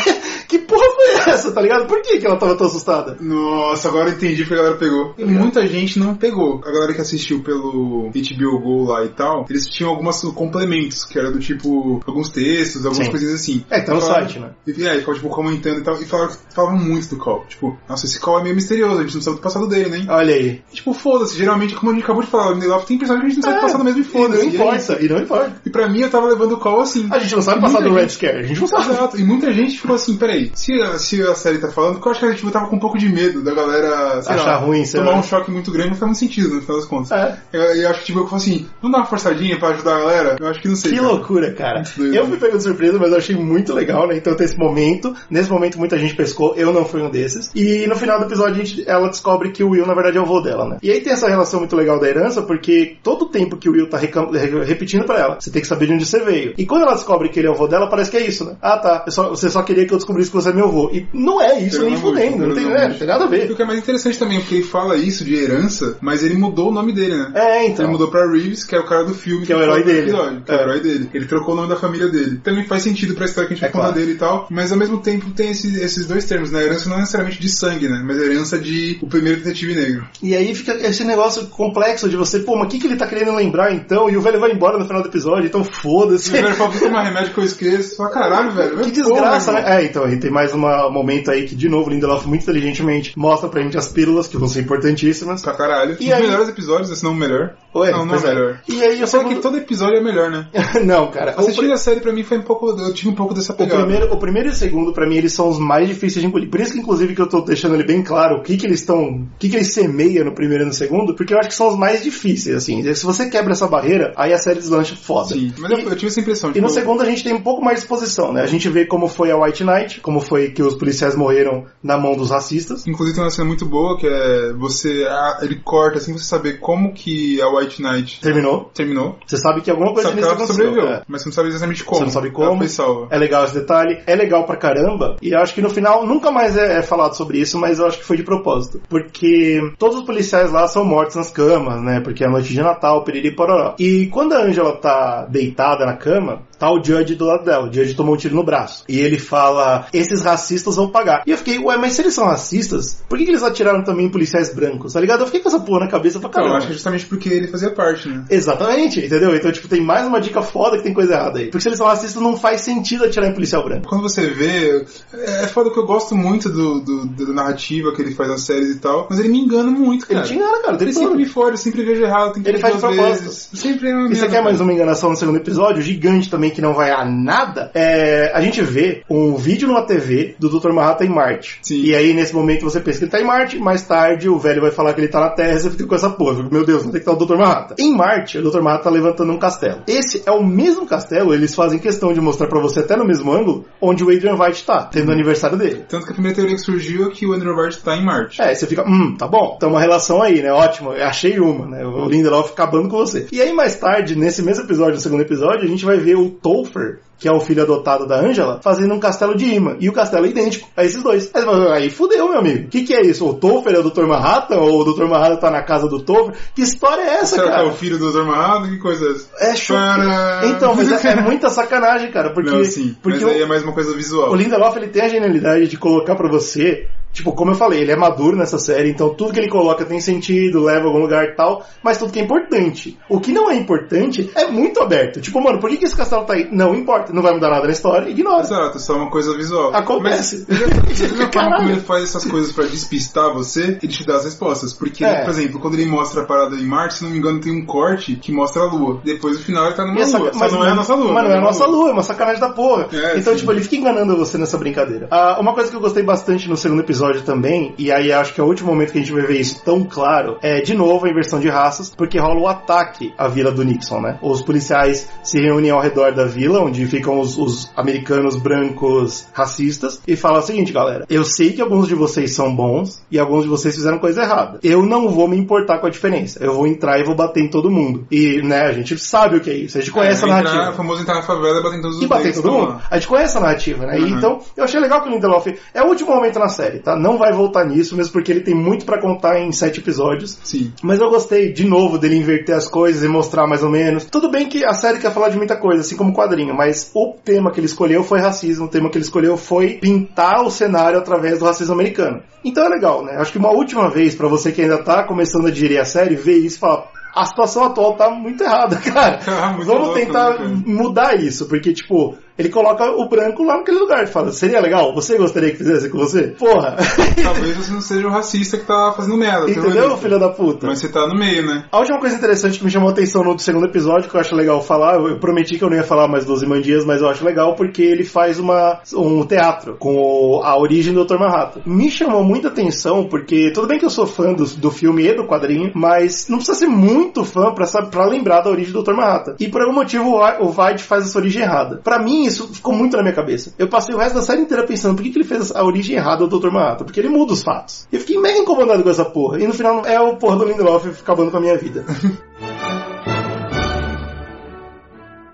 Speaker 2: Que porra foi é essa, tá ligado? Por que, que ela tava tão assustada?
Speaker 1: Nossa, agora eu entendi porque a galera pegou. E muita gente não pegou. A galera que assistiu pelo HBO Go lá e tal, eles tinham alguns complementos, que era do tipo, alguns textos, algumas
Speaker 2: Sim.
Speaker 1: coisinhas assim.
Speaker 2: É, tá no
Speaker 1: Falaram-
Speaker 2: site, né?
Speaker 1: E é, ficava, tipo, comentando e tal. E falaram, falavam muito do Call. Tipo, nossa, esse Call é meio misterioso, a gente não sabe do passado dele, né?
Speaker 2: Olha aí.
Speaker 1: E, tipo, foda-se, geralmente, como a gente acabou de falar, o Lindelof tem personagem que a gente não sabe do passado mesmo e foda-se. E
Speaker 2: não
Speaker 1: é isso.
Speaker 2: importa, e não importa.
Speaker 1: E pra mim, eu tava levando o Call assim.
Speaker 2: A gente não sabe
Speaker 1: E
Speaker 2: passar
Speaker 1: muita
Speaker 2: do Red
Speaker 1: gente-
Speaker 2: Scare, a gente não sabe.
Speaker 1: Exato, e muita gente ficou assim, peraí, se a, se a série tá falando, porque eu acho que a gente tava com um pouco de medo da galera, sei
Speaker 2: Achar
Speaker 1: lá,
Speaker 2: ruim, sei
Speaker 1: tomar
Speaker 2: lá.
Speaker 1: um choque muito grande, não faz muito sentido, no final das contas.
Speaker 2: É.
Speaker 1: Eu, eu acho que tipo, eu falo assim, não dá uma forçadinha pra ajudar a galera? Eu acho que não sei.
Speaker 2: Que
Speaker 1: cara.
Speaker 2: loucura, cara.
Speaker 1: doido,
Speaker 2: Eu
Speaker 1: né?
Speaker 2: fui pego de surpresa, mas eu achei muito legal, né? Então tem esse momento. Nesse momento muita gente pescou, eu não fui um desses. E no final do episódio a gente- ela descobre que o Will, na verdade, é o avô dela, né? E aí tem essa relação muito legal da herança, porque todo o tempo que o Will tá recam- re- repetindo pra ela, você tem que saber de onde você veio. E quando ela descobre que ele é o avô dela, parece que é isso, né? Ah, tá. eu só- você só queria que eu descobrisse que você é meu avô. E não é isso,
Speaker 1: Pelo
Speaker 2: nem
Speaker 1: amor de
Speaker 2: fudendo.
Speaker 1: Deus,
Speaker 2: Não tem,
Speaker 1: pelo amor
Speaker 2: é,
Speaker 1: de
Speaker 2: não tem nada a
Speaker 1: E o
Speaker 2: ver.
Speaker 1: que é mais interessante também, porque ele fala isso de herança, mas ele mudou o nome dele, né?
Speaker 2: É, então.
Speaker 1: Ele mudou pra Reeves, que é o cara do filme.
Speaker 2: Que é o herói
Speaker 1: fala do
Speaker 2: dele.
Speaker 1: episódio, que é. o
Speaker 2: É.
Speaker 1: herói dele. Ele trocou o nome da família dele. Também faz sentido pra história que a gente
Speaker 2: É
Speaker 1: vai contar
Speaker 2: claro.
Speaker 1: dele e tal. Mas ao mesmo tempo tem esse- esses dois termos, né? Herança não é necessariamente de sangue, né? Mas herança de o primeiro detetive negro.
Speaker 2: E aí fica esse negócio complexo de você, pô, mas o que, que ele tá querendo lembrar então? E o velho vai embora no final do episódio, então foda-se.
Speaker 1: Se o velho fala, vou tomar remédio que eu esqueço. Fala, caralho, velho.
Speaker 2: Que desgraça, né? É, então, aí tem mais uma- um momento aí que, de novo, Lindelof muito inteligentemente mostra pra gente as pílulas, que vão ser importantíssimas.
Speaker 1: Pra caralho.
Speaker 2: E
Speaker 1: Um dos
Speaker 2: aí-
Speaker 1: melhores episódios, né? se não o melhor.
Speaker 2: Ué,
Speaker 1: não, não é
Speaker 2: pois
Speaker 1: o melhor.
Speaker 2: E aí eu
Speaker 1: Só
Speaker 2: sei
Speaker 1: que todo episódio é melhor, né?
Speaker 2: Não, cara. É, O,
Speaker 1: Assistir a série pra mim foi um pouco. Eu tive um pouco dessa
Speaker 2: o
Speaker 1: pegada.
Speaker 2: primeiro, o primeiro e o segundo, pra mim, eles são os mais difíceis de engolir. Por isso que, inclusive, que eu tô deixando ele bem claro o que que eles estão... O que que eles semeiam no primeiro e no segundo, porque eu acho que são os mais difíceis, assim. Se você quebra essa barreira, aí a série deslancha foda.
Speaker 1: Sim, mas eu,
Speaker 2: E-
Speaker 1: eu tive essa impressão.
Speaker 2: E
Speaker 1: tipo,
Speaker 2: no segundo a gente tem um pouco mais de exposição, né? A gente vê como foi a White Knight, como foi que os policiais morreram na mão dos racistas.
Speaker 1: Inclusive tem uma cena muito boa que é você. ah, ele corta sem você saber como que a White Knight
Speaker 2: Terminou.
Speaker 1: terminou.
Speaker 2: Você sabe que alguma coisa
Speaker 1: Sabe que
Speaker 2: nisso
Speaker 1: ela
Speaker 2: aconteceu.
Speaker 1: sobreviveu,
Speaker 2: É.
Speaker 1: mas você não sabe exatamente como.
Speaker 2: Você não sabe
Speaker 1: Ela
Speaker 2: como.
Speaker 1: foi salva.
Speaker 2: É legal esse detalhe. É legal pra caramba. E eu acho que no final nunca mais é, é falado sobre isso, mas eu acho que foi de propósito. Porque todos os policiais lá são mortos nas camas, né? Porque é noite de Natal, piriri pororó. E quando a Angela tá deitada na cama, tá o Judge do lado dela. O Judge tomou um tiro no braço. E ele fala: esses racistas vão pagar. E eu fiquei, ué, mas se eles são racistas, por que, que eles atiraram também em policiais brancos? Tá ligado? Eu fiquei com essa porra na cabeça pra
Speaker 1: Então,
Speaker 2: caramba.
Speaker 1: eu acho que é justamente porque ele fazia parte, né?
Speaker 2: Exatamente, entendeu? Então, tipo, tem mais uma dica foda que tem coisa errada aí. Porque se eles são racistas, não faz sentido atirar em policial branco.
Speaker 1: Quando você vê, é é foda que eu gosto muito do, do- da narrativa que ele faz nas séries e tal, mas ele me engana muito,
Speaker 2: Ele
Speaker 1: cara.
Speaker 2: não tinha nada, cara.
Speaker 1: Ele
Speaker 2: Tem
Speaker 1: sempre
Speaker 2: todo.
Speaker 1: me fode, eu sempre vejo errado, tem que
Speaker 2: Ele
Speaker 1: ver
Speaker 2: faz de
Speaker 1: duas
Speaker 2: propósito.
Speaker 1: vezes. Sempre é uma
Speaker 2: E você
Speaker 1: merda,
Speaker 2: quer mais um?
Speaker 1: cara.
Speaker 2: uma enganação no segundo episódio? Gigante também, que não vai a nada. É, a gente vê um vídeo numa TV do Dr. Manhattan em Marte.
Speaker 1: Sim.
Speaker 2: E aí, nesse momento, você pensa que ele tá em Marte. Mais tarde, o velho vai falar que ele tá na Terra. Você fica com essa porra. Fica, Meu Deus, não tem que estar o Dr. Manhattan. Em Marte, o Dr. Manhattan tá levantando um castelo. Esse é o mesmo castelo, eles fazem questão de mostrar pra você, até no mesmo ângulo, onde o Adrian White tá, tendo o aniversário dele.
Speaker 1: Tanto que a primeira teoria que surgiu é que o Andrew Bart tá em Marte.
Speaker 2: É, aí você fica, hum, tá bom, então uma relação aí, né? Ótimo, eu achei uma, né? O Lindelof acabando com você. E aí mais tarde, nesse mesmo episódio, no segundo episódio, a gente vai ver o Topher, que é o filho adotado da Angela, fazendo um castelo de imã. E o castelo é idêntico a esses dois. Aí, você fala, aí fudeu, meu amigo. O que, que é isso? O Topher é o Dr. Manhattan? Ou o Dr. Manhattan tá na casa do Topher? Que história é essa,
Speaker 1: Será que é
Speaker 2: cara?
Speaker 1: o filho do Dr. Manhattan? Que coisa é essa?
Speaker 2: É chocante.
Speaker 1: Tcharam!
Speaker 2: Então, mas é, é muita sacanagem, cara, porque...
Speaker 1: Não, sim.
Speaker 2: porque
Speaker 1: mas aí
Speaker 2: o-
Speaker 1: é mais uma coisa visual.
Speaker 2: o Lindelof ele tem a genialidade de colocar pra você, tipo, como eu falei, ele é maduro nessa série, então tudo que ele coloca tem sentido, leva a algum lugar e tal, mas tudo que é importante. O que não é importante é muito aberto. Tipo, mano, por que, que esse castelo tá aí? Não importa, não vai mudar nada na história, ignora.
Speaker 1: Exato, só uma coisa visual.
Speaker 2: Acontece.
Speaker 1: Mas, você tá viu a forma como
Speaker 2: Caralho.
Speaker 1: ele faz essas coisas pra despistar você, ele te dá as respostas. Porque,
Speaker 2: É.
Speaker 1: por exemplo, quando ele mostra a parada em Marte, se não me engano, tem um corte que mostra a Lua. Depois, no final, ele tá numa
Speaker 2: E é
Speaker 1: Lua.
Speaker 2: saca-
Speaker 1: Só não é a nossa Lua.
Speaker 2: Mas não
Speaker 1: né?
Speaker 2: é a nossa lua, é uma sacanagem da porra.
Speaker 1: É,
Speaker 2: então,
Speaker 1: sim.
Speaker 2: tipo, ele fica enganando você nessa brincadeira. Ah, uma coisa que eu gostei bastante no segundo episódio também, e aí acho que é o último momento que a gente vai ver isso tão claro, é de novo a inversão de raças, porque rola o ataque à vila do Nixon, né? Os policiais se reúnem ao redor da vila, onde ficam os, os americanos brancos racistas, e falam o seguinte, galera: eu sei que alguns de vocês são bons e alguns de vocês fizeram coisa errada. Eu não vou me importar com a diferença. Eu vou entrar e vou bater em todo mundo. E, né, a gente sabe o que é isso, a gente
Speaker 1: É,
Speaker 2: conhece a
Speaker 1: entrar-
Speaker 2: narrativa.
Speaker 1: O famoso entrar na favela e bater em todos os
Speaker 2: E bater em
Speaker 1: negros
Speaker 2: todo
Speaker 1: que estão
Speaker 2: mundo.
Speaker 1: lá.
Speaker 2: A gente conhece a narrativa, né? E
Speaker 1: Uhum.
Speaker 2: Então, eu achei legal que o Lindelof. É o último momento na série, tá? tá? Não vai voltar nisso, mesmo porque ele tem muito pra contar em sete episódios.
Speaker 1: Sim.
Speaker 2: Mas eu gostei, de novo, dele inverter as coisas e mostrar mais ou menos. Tudo bem que a série quer falar de muita coisa, assim como o quadrinho, mas o tema que ele escolheu foi racismo, o tema que ele escolheu foi pintar o cenário através do racismo americano. Então é legal, né? Acho que uma última vez, pra você que ainda tá começando a digerir a série, ver isso e falar. A situação atual tá muito errada, cara.
Speaker 1: Muito
Speaker 2: Vamos
Speaker 1: louco, né,
Speaker 2: tentar
Speaker 1: cara?
Speaker 2: mudar isso, porque, tipo, ele coloca o branco lá naquele lugar e fala: seria legal? Você gostaria que fizesse com você? Porra!
Speaker 1: Talvez você não seja o racista que tá fazendo merda. tem
Speaker 2: Entendeu,
Speaker 1: uma-
Speaker 2: filho da puta?
Speaker 1: Mas você tá no meio, né?
Speaker 2: A última coisa interessante que me chamou a atenção no segundo episódio, que eu acho legal falar, eu eu prometi que eu não ia falar mais 12 mandias, mas eu acho legal porque ele faz uma, um teatro com o- a origem do Dr. Manhattan. Me chamou muita atenção porque, tudo bem que eu sou fã do, do filme e do quadrinho, mas não precisa ser muito fã pra, sa- pra lembrar da origem do Dr. Manhattan. E por algum motivo o Wa- o White faz essa origem errada. Pra mim isso ficou muito na minha cabeça. Eu passei o resto da série inteira pensando por que, que ele fez a origem errada do Dr. Manhattan, porque ele muda os fatos. Eu fiquei mega incomodado com essa porra. E no final é o porra do Lindelof acabando com a minha vida.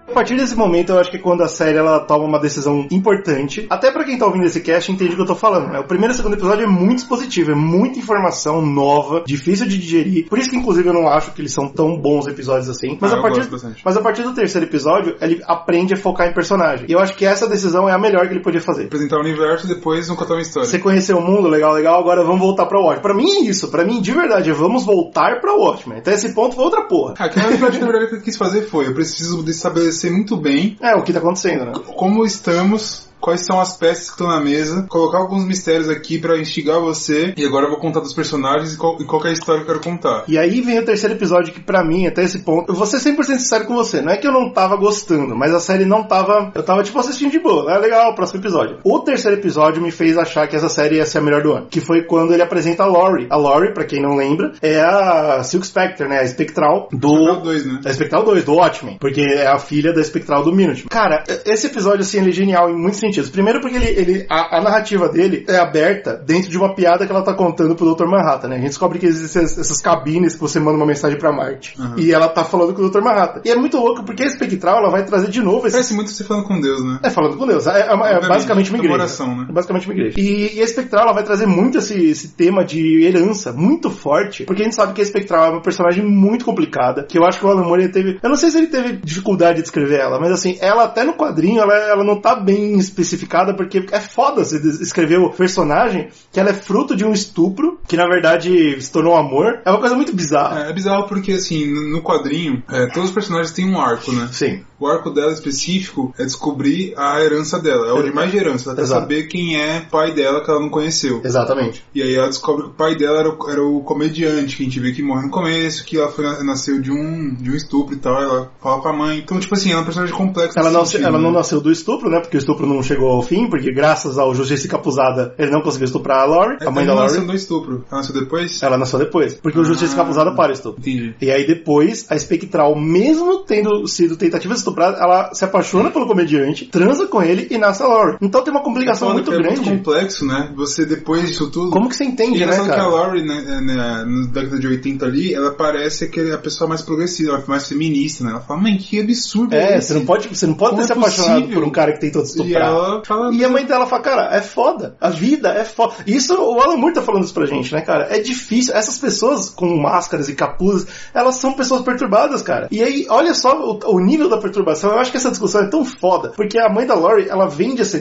Speaker 2: A partir desse momento, eu acho que é quando a série ela toma uma decisão importante, até pra quem tá ouvindo esse cast entende o que eu tô falando, né? O primeiro e o segundo episódio é muito expositivo, é muita informação nova, difícil de digerir. Por isso que inclusive eu não acho que eles são tão bons episódios assim. Mas
Speaker 1: Ah,
Speaker 2: a
Speaker 1: eu
Speaker 2: partir
Speaker 1: gosto bastante.
Speaker 2: mas a partir do terceiro episódio, ele aprende a focar em personagem. E eu acho que essa decisão é a melhor que ele podia fazer.
Speaker 1: Apresentar o universo e depois não contar uma história.
Speaker 2: Você conheceu o mundo, legal, legal, agora vamos voltar pra Watchmen. Pra mim é isso, pra mim de verdade, é vamos voltar pra Watchmen. Até esse ponto foi outra porra.
Speaker 1: Ah, Aquela prática, na verdade, que eu quis fazer foi: eu preciso de estabelecer muito bem
Speaker 2: É, o que tá acontecendo, né?
Speaker 1: como estamos, quais são as peças que estão na mesa, colocar alguns mistérios aqui pra instigar você, e agora eu vou contar dos personagens e qual, e qual que é a história que eu quero contar.
Speaker 2: E aí vem o terceiro episódio que pra mim, até esse ponto, eu vou ser 100% sincero com você, não é que eu não tava gostando, mas a série não tava, eu tava tipo assistindo de boa, né? Legal, próximo episódio. O terceiro episódio me fez achar que essa série ia ser a melhor do ano, que foi quando ele apresenta a Lori. A Lori, pra quem não lembra, é a Silk Spectre, né? A espectral
Speaker 1: É o
Speaker 2: do
Speaker 1: dois, né?
Speaker 2: da Espectral 2, do Watchmen, porque é a filha da Espectral do Minuteman. Cara, esse episódio, assim, ele é genial em muitos sentidos. Primeiro porque ele, ele- a, a narrativa dele é aberta dentro de uma piada que ela tá contando pro Dr. Manhattan, né? A gente descobre que existem essas, essas cabines que você manda uma mensagem pra Marte. E ela tá falando com o Dr. Manhattan. E é muito louco porque a Espectral, ela vai trazer de novo esse
Speaker 1: Parece muito você falando com Deus, né?
Speaker 2: é, falando com Deus. É, é uma- é
Speaker 1: Obviamente,
Speaker 2: basicamente uma
Speaker 1: é uma
Speaker 2: igreja.
Speaker 1: oração, né?
Speaker 2: É basicamente uma igreja. E, e a Espectral ela vai trazer muito esse, esse tema de herança muito forte, porque a gente sabe que a Espectral é uma personagem muito complicada, que eu acho que o Alan Moore ele teve... Eu não sei se ele teve dificuldade de escrever ela, mas assim, ela até no quadrinho, ela, ela não tá bem especificada, porque é foda você des- escrever o personagem que ela é fruto de um estupro, que na verdade se tornou um amor. É uma coisa muito bizarra.
Speaker 1: É, é bizarro porque, assim, no no quadrinho, é, todos os personagens têm um arco, né?
Speaker 2: Sim.
Speaker 1: O arco dela específico é descobrir a herança dela, é o demais de herança, até
Speaker 2: Exato.
Speaker 1: saber quem é pai dela que ela não conheceu.
Speaker 2: Exatamente.
Speaker 1: E aí ela descobre que o pai dela era o, era o comediante que a gente vê que morre no começo, que ela foi, nasceu de um, de um estupro e tal, ela fala pra mãe. Então, tipo assim, ela é um personagem complexo.
Speaker 2: Ela
Speaker 1: nesse
Speaker 2: não,
Speaker 1: sentido,
Speaker 2: ela não
Speaker 1: né?
Speaker 2: nasceu do estupro, né? Porque o estupro não chegou ao fim, porque graças ao Justiça Capuzada ele não conseguiu estuprar a Laurie,
Speaker 1: É,
Speaker 2: a mãe da
Speaker 1: ela nasceu Ah.
Speaker 2: Laurie. É.
Speaker 1: do estupro. Ela nasceu depois?
Speaker 2: Ela nasceu depois, porque o Justiça Capuzada para o estupro.
Speaker 1: Entendi.
Speaker 2: E aí depois, a Espectral, mesmo tendo sido tentativa de estuprar, ela se apaixona pelo comediante, transa com ele e nasce a Laurie. Então tem uma complicação
Speaker 1: Foda,
Speaker 2: muito
Speaker 1: que é
Speaker 2: grande.
Speaker 1: muito complexo, né? Você depois disso tudo.
Speaker 2: Como que você
Speaker 1: E é
Speaker 2: entende, né,
Speaker 1: engraçado que a
Speaker 2: cara?
Speaker 1: Laurie, né, é, né, na década de 80 ali, ela parece aquele, a pessoa mais progressiva, ela é mais feminista, né? Ela fala, mãe, que absurdo
Speaker 2: É,
Speaker 1: esse?"
Speaker 2: você não pode, você não pode
Speaker 1: Como
Speaker 2: ter se
Speaker 1: é possível?
Speaker 2: apaixonado por um cara que tentou te
Speaker 1: E
Speaker 2: estuprar.
Speaker 1: ela fala,
Speaker 2: E a mãe dela fala, cara, é foda. A vida é foda. Isso, o Alan Moore tá falando isso pra gente, né, cara? É difícil. Essas pessoas com máscaras e capuzes, elas são pessoas perturbadas, cara. E aí, olha só o, o nível da perturbação. Eu acho que essa discussão é tão foda. Porque a mãe da Lori, ela vende essa,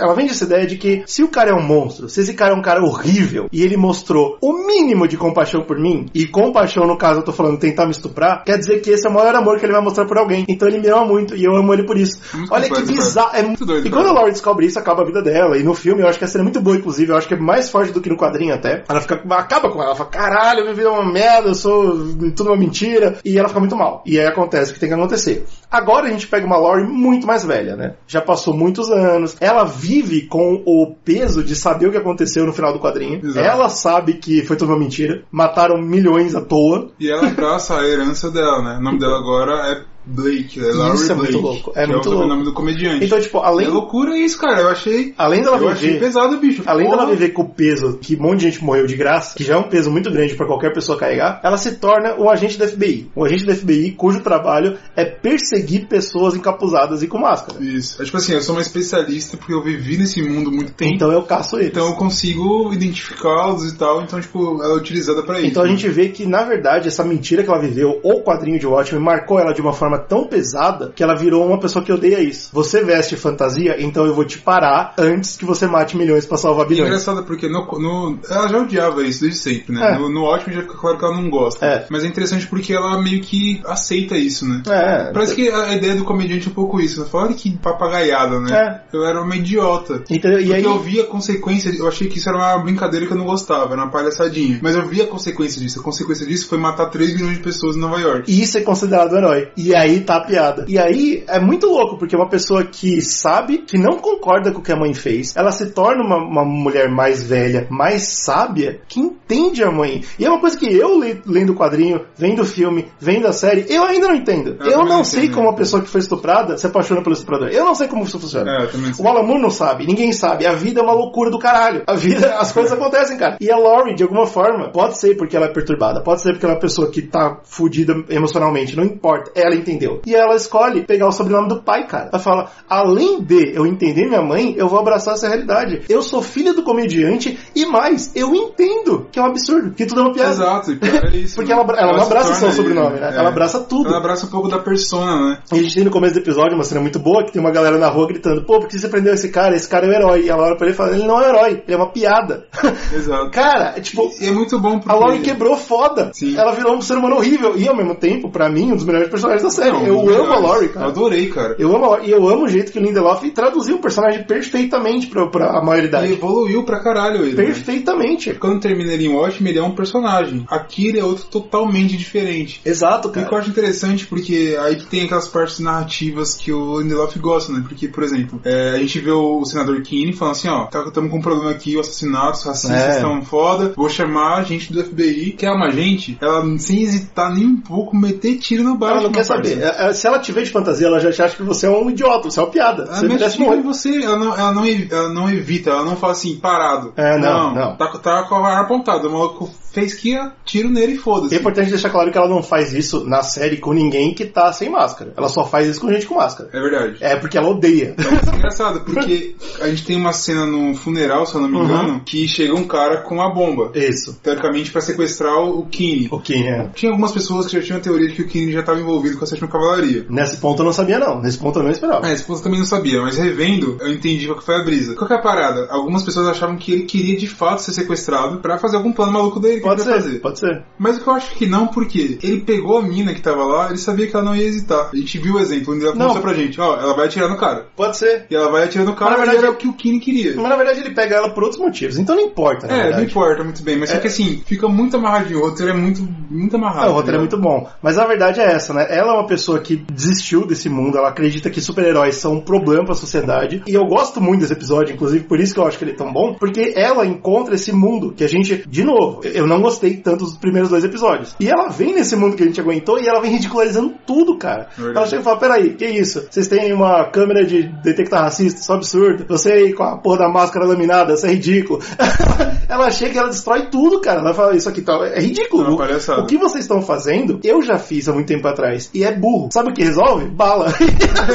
Speaker 2: ela vende essa ideia de que se o cara é um monstro, se esse cara é um cara horrível, e ele mostrou o mínimo de compaixão por mim, e compaixão, no caso, eu tô falando tentar me estuprar, quer dizer que esse é o maior amor que ele vai mostrar por alguém. Então ele me ama muito, e eu amo ele por isso.
Speaker 1: Muito
Speaker 2: Olha que
Speaker 1: complexo, cara.
Speaker 2: bizarro. É muito
Speaker 1: Muito doido,
Speaker 2: E quando a
Speaker 1: cara.
Speaker 2: Laura descobre isso, acaba a vida dela. E no filme, eu acho que a cena é muito boa, inclusive. Eu acho que é mais forte do que no quadrinho até. Ela fica, acaba com ela. Ela fala, caralho, minha vida é uma merda, eu sou tudo uma mentira. E ela fica muito mal. E aí acontece o que tem que acontecer. Agora a gente pega uma Laurie muito mais velha, né? Já passou muitos anos. Ela vive com o peso de saber o que aconteceu no final do quadrinho.
Speaker 1: Exato.
Speaker 2: Ela sabe que foi tudo uma mentira. Mataram milhões à toa.
Speaker 1: E ela abraça a herança dela, né? O nome dela agora é Blake, é Larry
Speaker 2: Isso é
Speaker 1: Blake.
Speaker 2: muito louco, é
Speaker 1: que
Speaker 2: muito
Speaker 1: é o
Speaker 2: louco.
Speaker 1: nome do comediante.
Speaker 2: Então, tipo,
Speaker 1: é
Speaker 2: além,
Speaker 1: loucura isso, cara. Eu achei.
Speaker 2: além dela
Speaker 1: Eu achei
Speaker 2: viver.
Speaker 1: pesado, bicho.
Speaker 2: Além dela
Speaker 1: Porra.
Speaker 2: viver com o peso que um monte de gente morreu de graça, que já é um peso muito grande pra qualquer pessoa carregar, ela se torna um agente da FBI. Um agente da FBI cujo trabalho é perseguir pessoas encapuzadas e com máscara.
Speaker 1: Isso. É tipo assim, eu sou uma especialista porque eu vivi nesse mundo muito tempo.
Speaker 2: Então eu caço eles.
Speaker 1: Então eu consigo identificá-los e tal, então tipo, ela é utilizada pra isso.
Speaker 2: Então a gente vê que, na verdade, essa mentira que ela viveu, ou o quadrinho de Watchmen, marcou ela de uma forma tão pesada que ela virou uma pessoa que odeia isso. Você veste fantasia, então eu vou te parar antes que você mate milhões pra
Speaker 1: E
Speaker 2: salvar
Speaker 1: é
Speaker 2: bilhões.
Speaker 1: engraçado porque no, no- ela já odiava isso desde sempre, né?
Speaker 2: É.
Speaker 1: No, no Watchmen já fica claro que ela não gosta.
Speaker 2: É.
Speaker 1: Mas é interessante porque ela meio que aceita isso, né?
Speaker 2: É,
Speaker 1: Parece que a ideia do comediante é um pouco isso, né? Fala "Olha que papagaiada, né? Eu era uma idiota.
Speaker 2: entendeu? E
Speaker 1: Porque
Speaker 2: aí,
Speaker 1: eu vi a consequência, eu achei que isso era uma brincadeira que eu não gostava, era uma palhaçadinha. Mas eu vi a consequência disso. A consequência disso foi matar 3 milhões de pessoas em Nova York.
Speaker 2: e isso é considerado herói. E aí tá a piada. E aí é muito louco, porque uma pessoa que sabe, que não concorda com o que a mãe fez, ela se torna uma, uma mulher mais velha, mais sábia, que entende a mãe. E é uma coisa que eu le- lendo o quadrinho, vendo o filme, vendo a série, eu ainda não entendo.
Speaker 1: Eu
Speaker 2: Eu,
Speaker 1: também não
Speaker 2: não sei
Speaker 1: entendo.
Speaker 2: como uma pessoa que foi estuprada se apaixona pelo estuprador. Eu não sei como isso funciona.
Speaker 1: É, eu também
Speaker 2: O Alan Moore não sabe, ninguém sabe. A vida é uma loucura do caralho. A vida, as coisas acontecem, cara. E a Laurie, de alguma forma, pode ser porque ela é perturbada, pode ser porque ela é uma pessoa que tá fudida emocionalmente, não importa. Ela entendeu. E ela escolhe pegar o sobrenome do pai, cara. Ela fala, além de eu entender minha mãe, eu vou abraçar essa realidade. Eu sou filha do comediante e mais, eu entendo que é um absurdo, que tudo é uma piada.
Speaker 1: Exato, e pior é isso.
Speaker 2: Porque
Speaker 1: né?
Speaker 2: ela, ela não
Speaker 1: se
Speaker 2: abraça só
Speaker 1: torna
Speaker 2: o sobrenome,
Speaker 1: ele,
Speaker 2: né?
Speaker 1: é.
Speaker 2: Ela abraça tudo.
Speaker 1: Ela abraça um pouco da persona, né?
Speaker 2: E a gente tem no começo do episódio uma cena muito boa que tem uma galera na rua gritando: Pô, por que você prendeu esse cara? Esse cara é um herói. E ela olha pra ele e fala: Ele não é um herói, ele é uma piada.
Speaker 1: Exato.
Speaker 2: cara, é tipo,
Speaker 1: E é muito bom porque...
Speaker 2: a Lauren quebrou foda.
Speaker 1: Sim.
Speaker 2: Ela virou um ser humano horrível. E ao mesmo tempo, pra mim, um dos melhores personagens da série.
Speaker 1: Não, um
Speaker 2: eu
Speaker 1: melhor,
Speaker 2: amo a Laurie,
Speaker 1: Eu
Speaker 2: cara.
Speaker 1: adorei, cara.
Speaker 2: Eu amo a Laurie. E eu amo o jeito que o Lindelof traduziu o personagem perfeitamente pra, pra a
Speaker 1: Ele
Speaker 2: maioridade.
Speaker 1: evoluiu pra caralho ele. né?
Speaker 2: Perfeitamente.
Speaker 1: Quando termina ele em Watchmen, ele é um personagem. Aqui ele é outro totalmente diferente.
Speaker 2: Exato,
Speaker 1: O que eu acho interessante, porque aí que tem aquelas partes narrativas que o Lindelof gosta, né? Porque, por exemplo, é, a gente vê o senador Keane falando assim, ó, estamos com um problema aqui, o assassinato, os racistas
Speaker 2: É.
Speaker 1: estão foda, vou chamar a gente do FBI, que é uma agente, ela sem hesitar nem um pouco, meter tiro no barco.
Speaker 2: Ela não quer saber. É, é, Se ela te vê de fantasia, ela já te acha que você é um idiota, você é uma piada.
Speaker 1: Ela
Speaker 2: Você
Speaker 1: mete
Speaker 2: merece
Speaker 1: tiro em
Speaker 2: morrer.
Speaker 1: você, ela não, ela, não, ev- ela não evita, ela não fala assim, parado.
Speaker 2: É, não, não.
Speaker 1: Tá, tá com a arma apontada, o maluco fez que ia, tiro nele e foda-se.
Speaker 2: É importante deixar claro que ela não faz isso na série com ninguém que tá sem máscara. Ela só faz isso com gente com máscara.
Speaker 1: É verdade.
Speaker 2: É porque ela odeia.
Speaker 1: Isso é engraçado, porque a gente tem uma cena no funeral, se eu
Speaker 2: Uhum.
Speaker 1: não me engano, que chega um cara com uma bomba,
Speaker 2: Isso.
Speaker 1: teoricamente pra sequestrar o o Kine.
Speaker 2: Ok, né?
Speaker 1: Tinha algumas pessoas que já tinham a teoria de que o Kine já estava envolvido com a sétima cavalaria.
Speaker 2: Nesse ponto eu não sabia, não. Nesse ponto eu não esperava.
Speaker 1: É, a esposa também não sabia, mas revendo, eu entendi qual que foi a brisa. Qual que é a parada? Algumas pessoas achavam que ele queria de fato ser sequestrado pra fazer algum plano maluco dele que
Speaker 2: Pode
Speaker 1: ele ia
Speaker 2: ser,
Speaker 1: fazer.
Speaker 2: pode ser.
Speaker 1: Mas o que eu acho que não, porque ele pegou a mina que tava lá, ele sabia que ela não ia hesitar. A gente viu o exemplo, ele
Speaker 2: Não.
Speaker 1: mostrou pra gente, ó, ela vai atirar no cara.
Speaker 2: Pode ser.
Speaker 1: E ela vai atirar no cara,
Speaker 2: na
Speaker 1: mas
Speaker 2: verdade-
Speaker 1: era o que o Kine queria.
Speaker 2: Mas na verdade ele pega ela por outros motivos. Então não importa, na
Speaker 1: É, não
Speaker 2: verdade.
Speaker 1: importa muito bem, mas só que assim, fica muito amarradinho. O roteiro é muito, muito amarrado.
Speaker 2: Ah, o roteiro é
Speaker 1: ligado?
Speaker 2: muito bom. Mas a verdade é essa, né? Ela é uma pessoa que desistiu desse mundo, ela acredita que super-heróis são um problema pra sociedade. E eu gosto muito desse episódio, inclusive, por isso que eu acho que ele é tão bom, porque ela encontra esse mundo que a gente, de novo, eu não gostei tanto dos primeiros dois episódios. E ela vem nesse mundo que a gente aguentou e ela vem ridicularizando tudo, cara.
Speaker 1: É Verdade.
Speaker 2: Ela chega e fala: peraí, que isso? Vocês têm uma câmera de detectar racista? Isso é um absurdo. Você aí com a porra da máscara laminada, isso é ridículo. ela chega e ela destrói tudo, cara. Ela fala: isso aqui tá, é ridículo.
Speaker 1: É uma palhaçada.
Speaker 2: o que vocês estão fazendo, eu já fiz há muito tempo atrás. E é burro. Sabe o que resolve? Bala.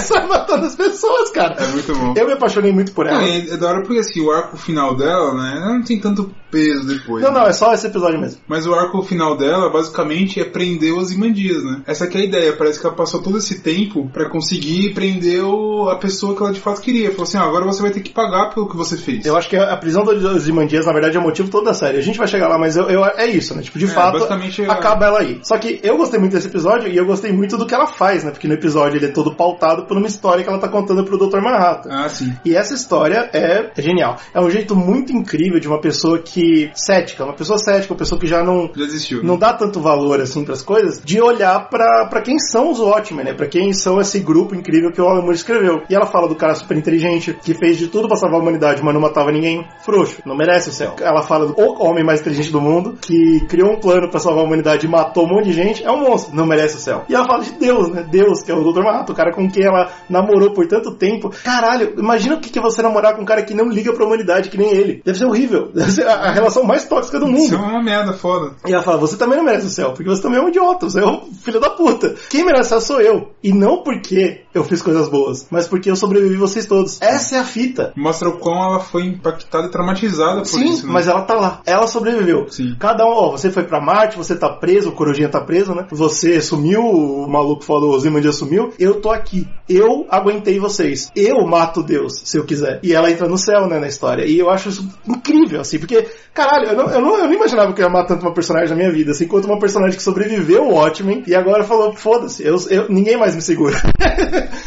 Speaker 2: Sai matando as pessoas, cara.
Speaker 1: É muito bom.
Speaker 2: Eu me apaixonei muito por ela.
Speaker 1: Não, e é da hora porque assim, o arco final dela, né? Ela não tem tanto peso depois.
Speaker 2: Não,
Speaker 1: né?
Speaker 2: não, é só esse episódio mesmo.
Speaker 1: Mas o arco final dela, basicamente, é prender os imandias, né? Essa que é a ideia. Parece que ela passou todo esse tempo pra conseguir prender o- a pessoa que ela de fato queria. Falou assim, ah, agora você vai ter que pagar pelo que você fez.
Speaker 2: Eu acho que a prisão dos Imandias, na verdade, é o motivo todo da série. A gente vai chegar lá, mas eu, eu- é isso, né? Tipo, de
Speaker 1: É,
Speaker 2: fato,
Speaker 1: basicamente, é-
Speaker 2: acaba ela aí. Só que eu gostei muito desse episódio e eu gostei muito do que ela faz, né? Porque no episódio ele é todo pautado por uma história que ela tá contando pro Dr. Manhattan.
Speaker 1: Ah, sim.
Speaker 2: E essa história é genial. É um jeito muito incrível de uma pessoa que. cética, uma pessoa cética, uma pessoa que já não,
Speaker 1: Já desistiu.
Speaker 2: não dá tanto valor assim para as coisas, de olhar pra pra quem são os Watchmen, né? Pra quem são esse grupo incrível que o Alan Moore escreveu. E ela fala do cara super inteligente que fez de tudo pra salvar a humanidade, mas não matava ninguém. Frouxo, não merece o céu. A ela fala do o homem mais inteligente do mundo, que criou um plano pra salvar a humanidade e matou um monte de gente, é um monstro, não merece o céu. E ela fala de Deus, né? Deus, que é o Dr. Manhattan, o cara com quem ela namorou por tanto tempo. Caralho, imagina o que que é você namorar com um cara que não liga pra humanidade, que nem ele. Deve ser horrível. Deve ser a a relação mais tóxica do
Speaker 1: Isso é
Speaker 2: mundo.
Speaker 1: uma merda foda.
Speaker 2: E ela fala, você também não merece o céu, porque você também é um idiota, você é um filho da puta. Quem merece o céu sou eu. E não porque eu fiz coisas boas, mas porque eu sobrevivi vocês todos. Essa é a fita.
Speaker 1: Mostra o quão ela foi impactada e traumatizada por
Speaker 2: Sim,
Speaker 1: isso, né?
Speaker 2: mas ela tá lá. Ela sobreviveu.
Speaker 1: Sim.
Speaker 2: Cada um, ó, você foi pra Marte, você tá preso, o Corujinha tá preso, né? Você sumiu, o maluco falou, o Zimandia sumiu. Eu tô aqui. Eu aguentei vocês. Eu mato Deus, se eu quiser. E ela entra no céu, né, na história. E eu acho isso incrível, assim, porque, caralho, eu não, eu não, eu não imaginava que eu ia matar tanto uma personagem na minha vida, assim, quanto uma personagem que sobreviveu ao Watchmen e agora falou, foda-se, eu, eu- ninguém mais me segura.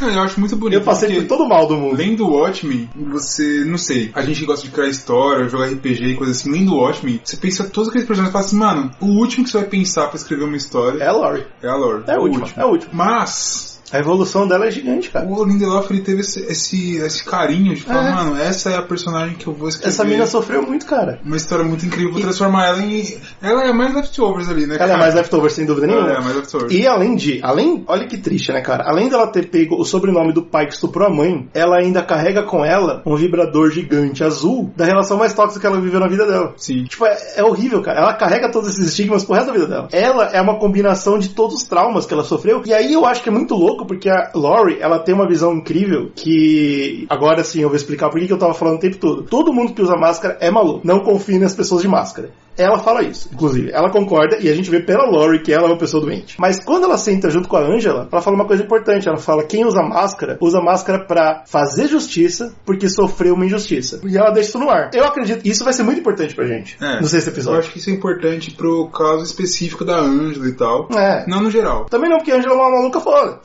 Speaker 1: Eu acho muito bonito.
Speaker 2: eu passei
Speaker 1: porque-
Speaker 2: por todo o mal do mundo.
Speaker 1: Além do Watchmen, você, não sei, a gente que gosta de criar história, jogar RPG e coisa assim, além do Watchmen, você pensa todos aqueles personagens e fala assim, mano, o último que você vai pensar pra escrever uma história
Speaker 2: É a Lori.
Speaker 1: é, a Lore.
Speaker 2: É a última, é a última.
Speaker 1: Mas,
Speaker 2: A evolução dela é gigante, cara.
Speaker 1: o Lindelof, ele teve esse, esse, esse carinho de falar,
Speaker 2: É.
Speaker 1: mano, essa é a personagem que eu vou escrever.
Speaker 2: Essa mina sofreu muito, cara.
Speaker 1: Uma história muito incrível, vou transformar ela em... Ela é mais leftovers ali, né,
Speaker 2: Ela é mais leftover, sem dúvida nenhuma.
Speaker 1: É, mais leftovers.
Speaker 2: E além de, além, olha que triste, né, cara? Além dela ter pego o sobrenome do pai que estuprou a mãe, ela ainda carrega com ela um vibrador gigante azul da relação mais tóxica que ela viveu na vida dela.
Speaker 1: Sim.
Speaker 2: Tipo, é, é horrível, cara. Ela carrega todos esses estigmas pro resto da vida dela. Ela é uma combinação de todos os traumas que ela sofreu. E aí eu acho que é muito louco, porque a Lori, ela tem uma visão incrível que. Agora sim, eu vou explicar por que que eu tava falando o tempo todo. Todo mundo que usa máscara é maluco. Não confie nas pessoas de máscara. Ela fala isso, inclusive. Ela concorda e a gente vê pela Lori que ela é uma pessoa doente. Mas quando ela senta junto com a Angela, ela fala uma coisa importante. Ela fala: quem usa máscara, usa máscara pra fazer justiça porque sofreu uma injustiça. E ela deixa isso no ar. Eu acredito que isso vai ser muito importante pra gente
Speaker 1: É.
Speaker 2: no sexto
Speaker 1: Eu
Speaker 2: episódio.
Speaker 1: acho que isso é importante pro caso específico da Angela e tal.
Speaker 2: É.
Speaker 1: Não no geral.
Speaker 2: Também não, porque a Angela é uma maluca foda.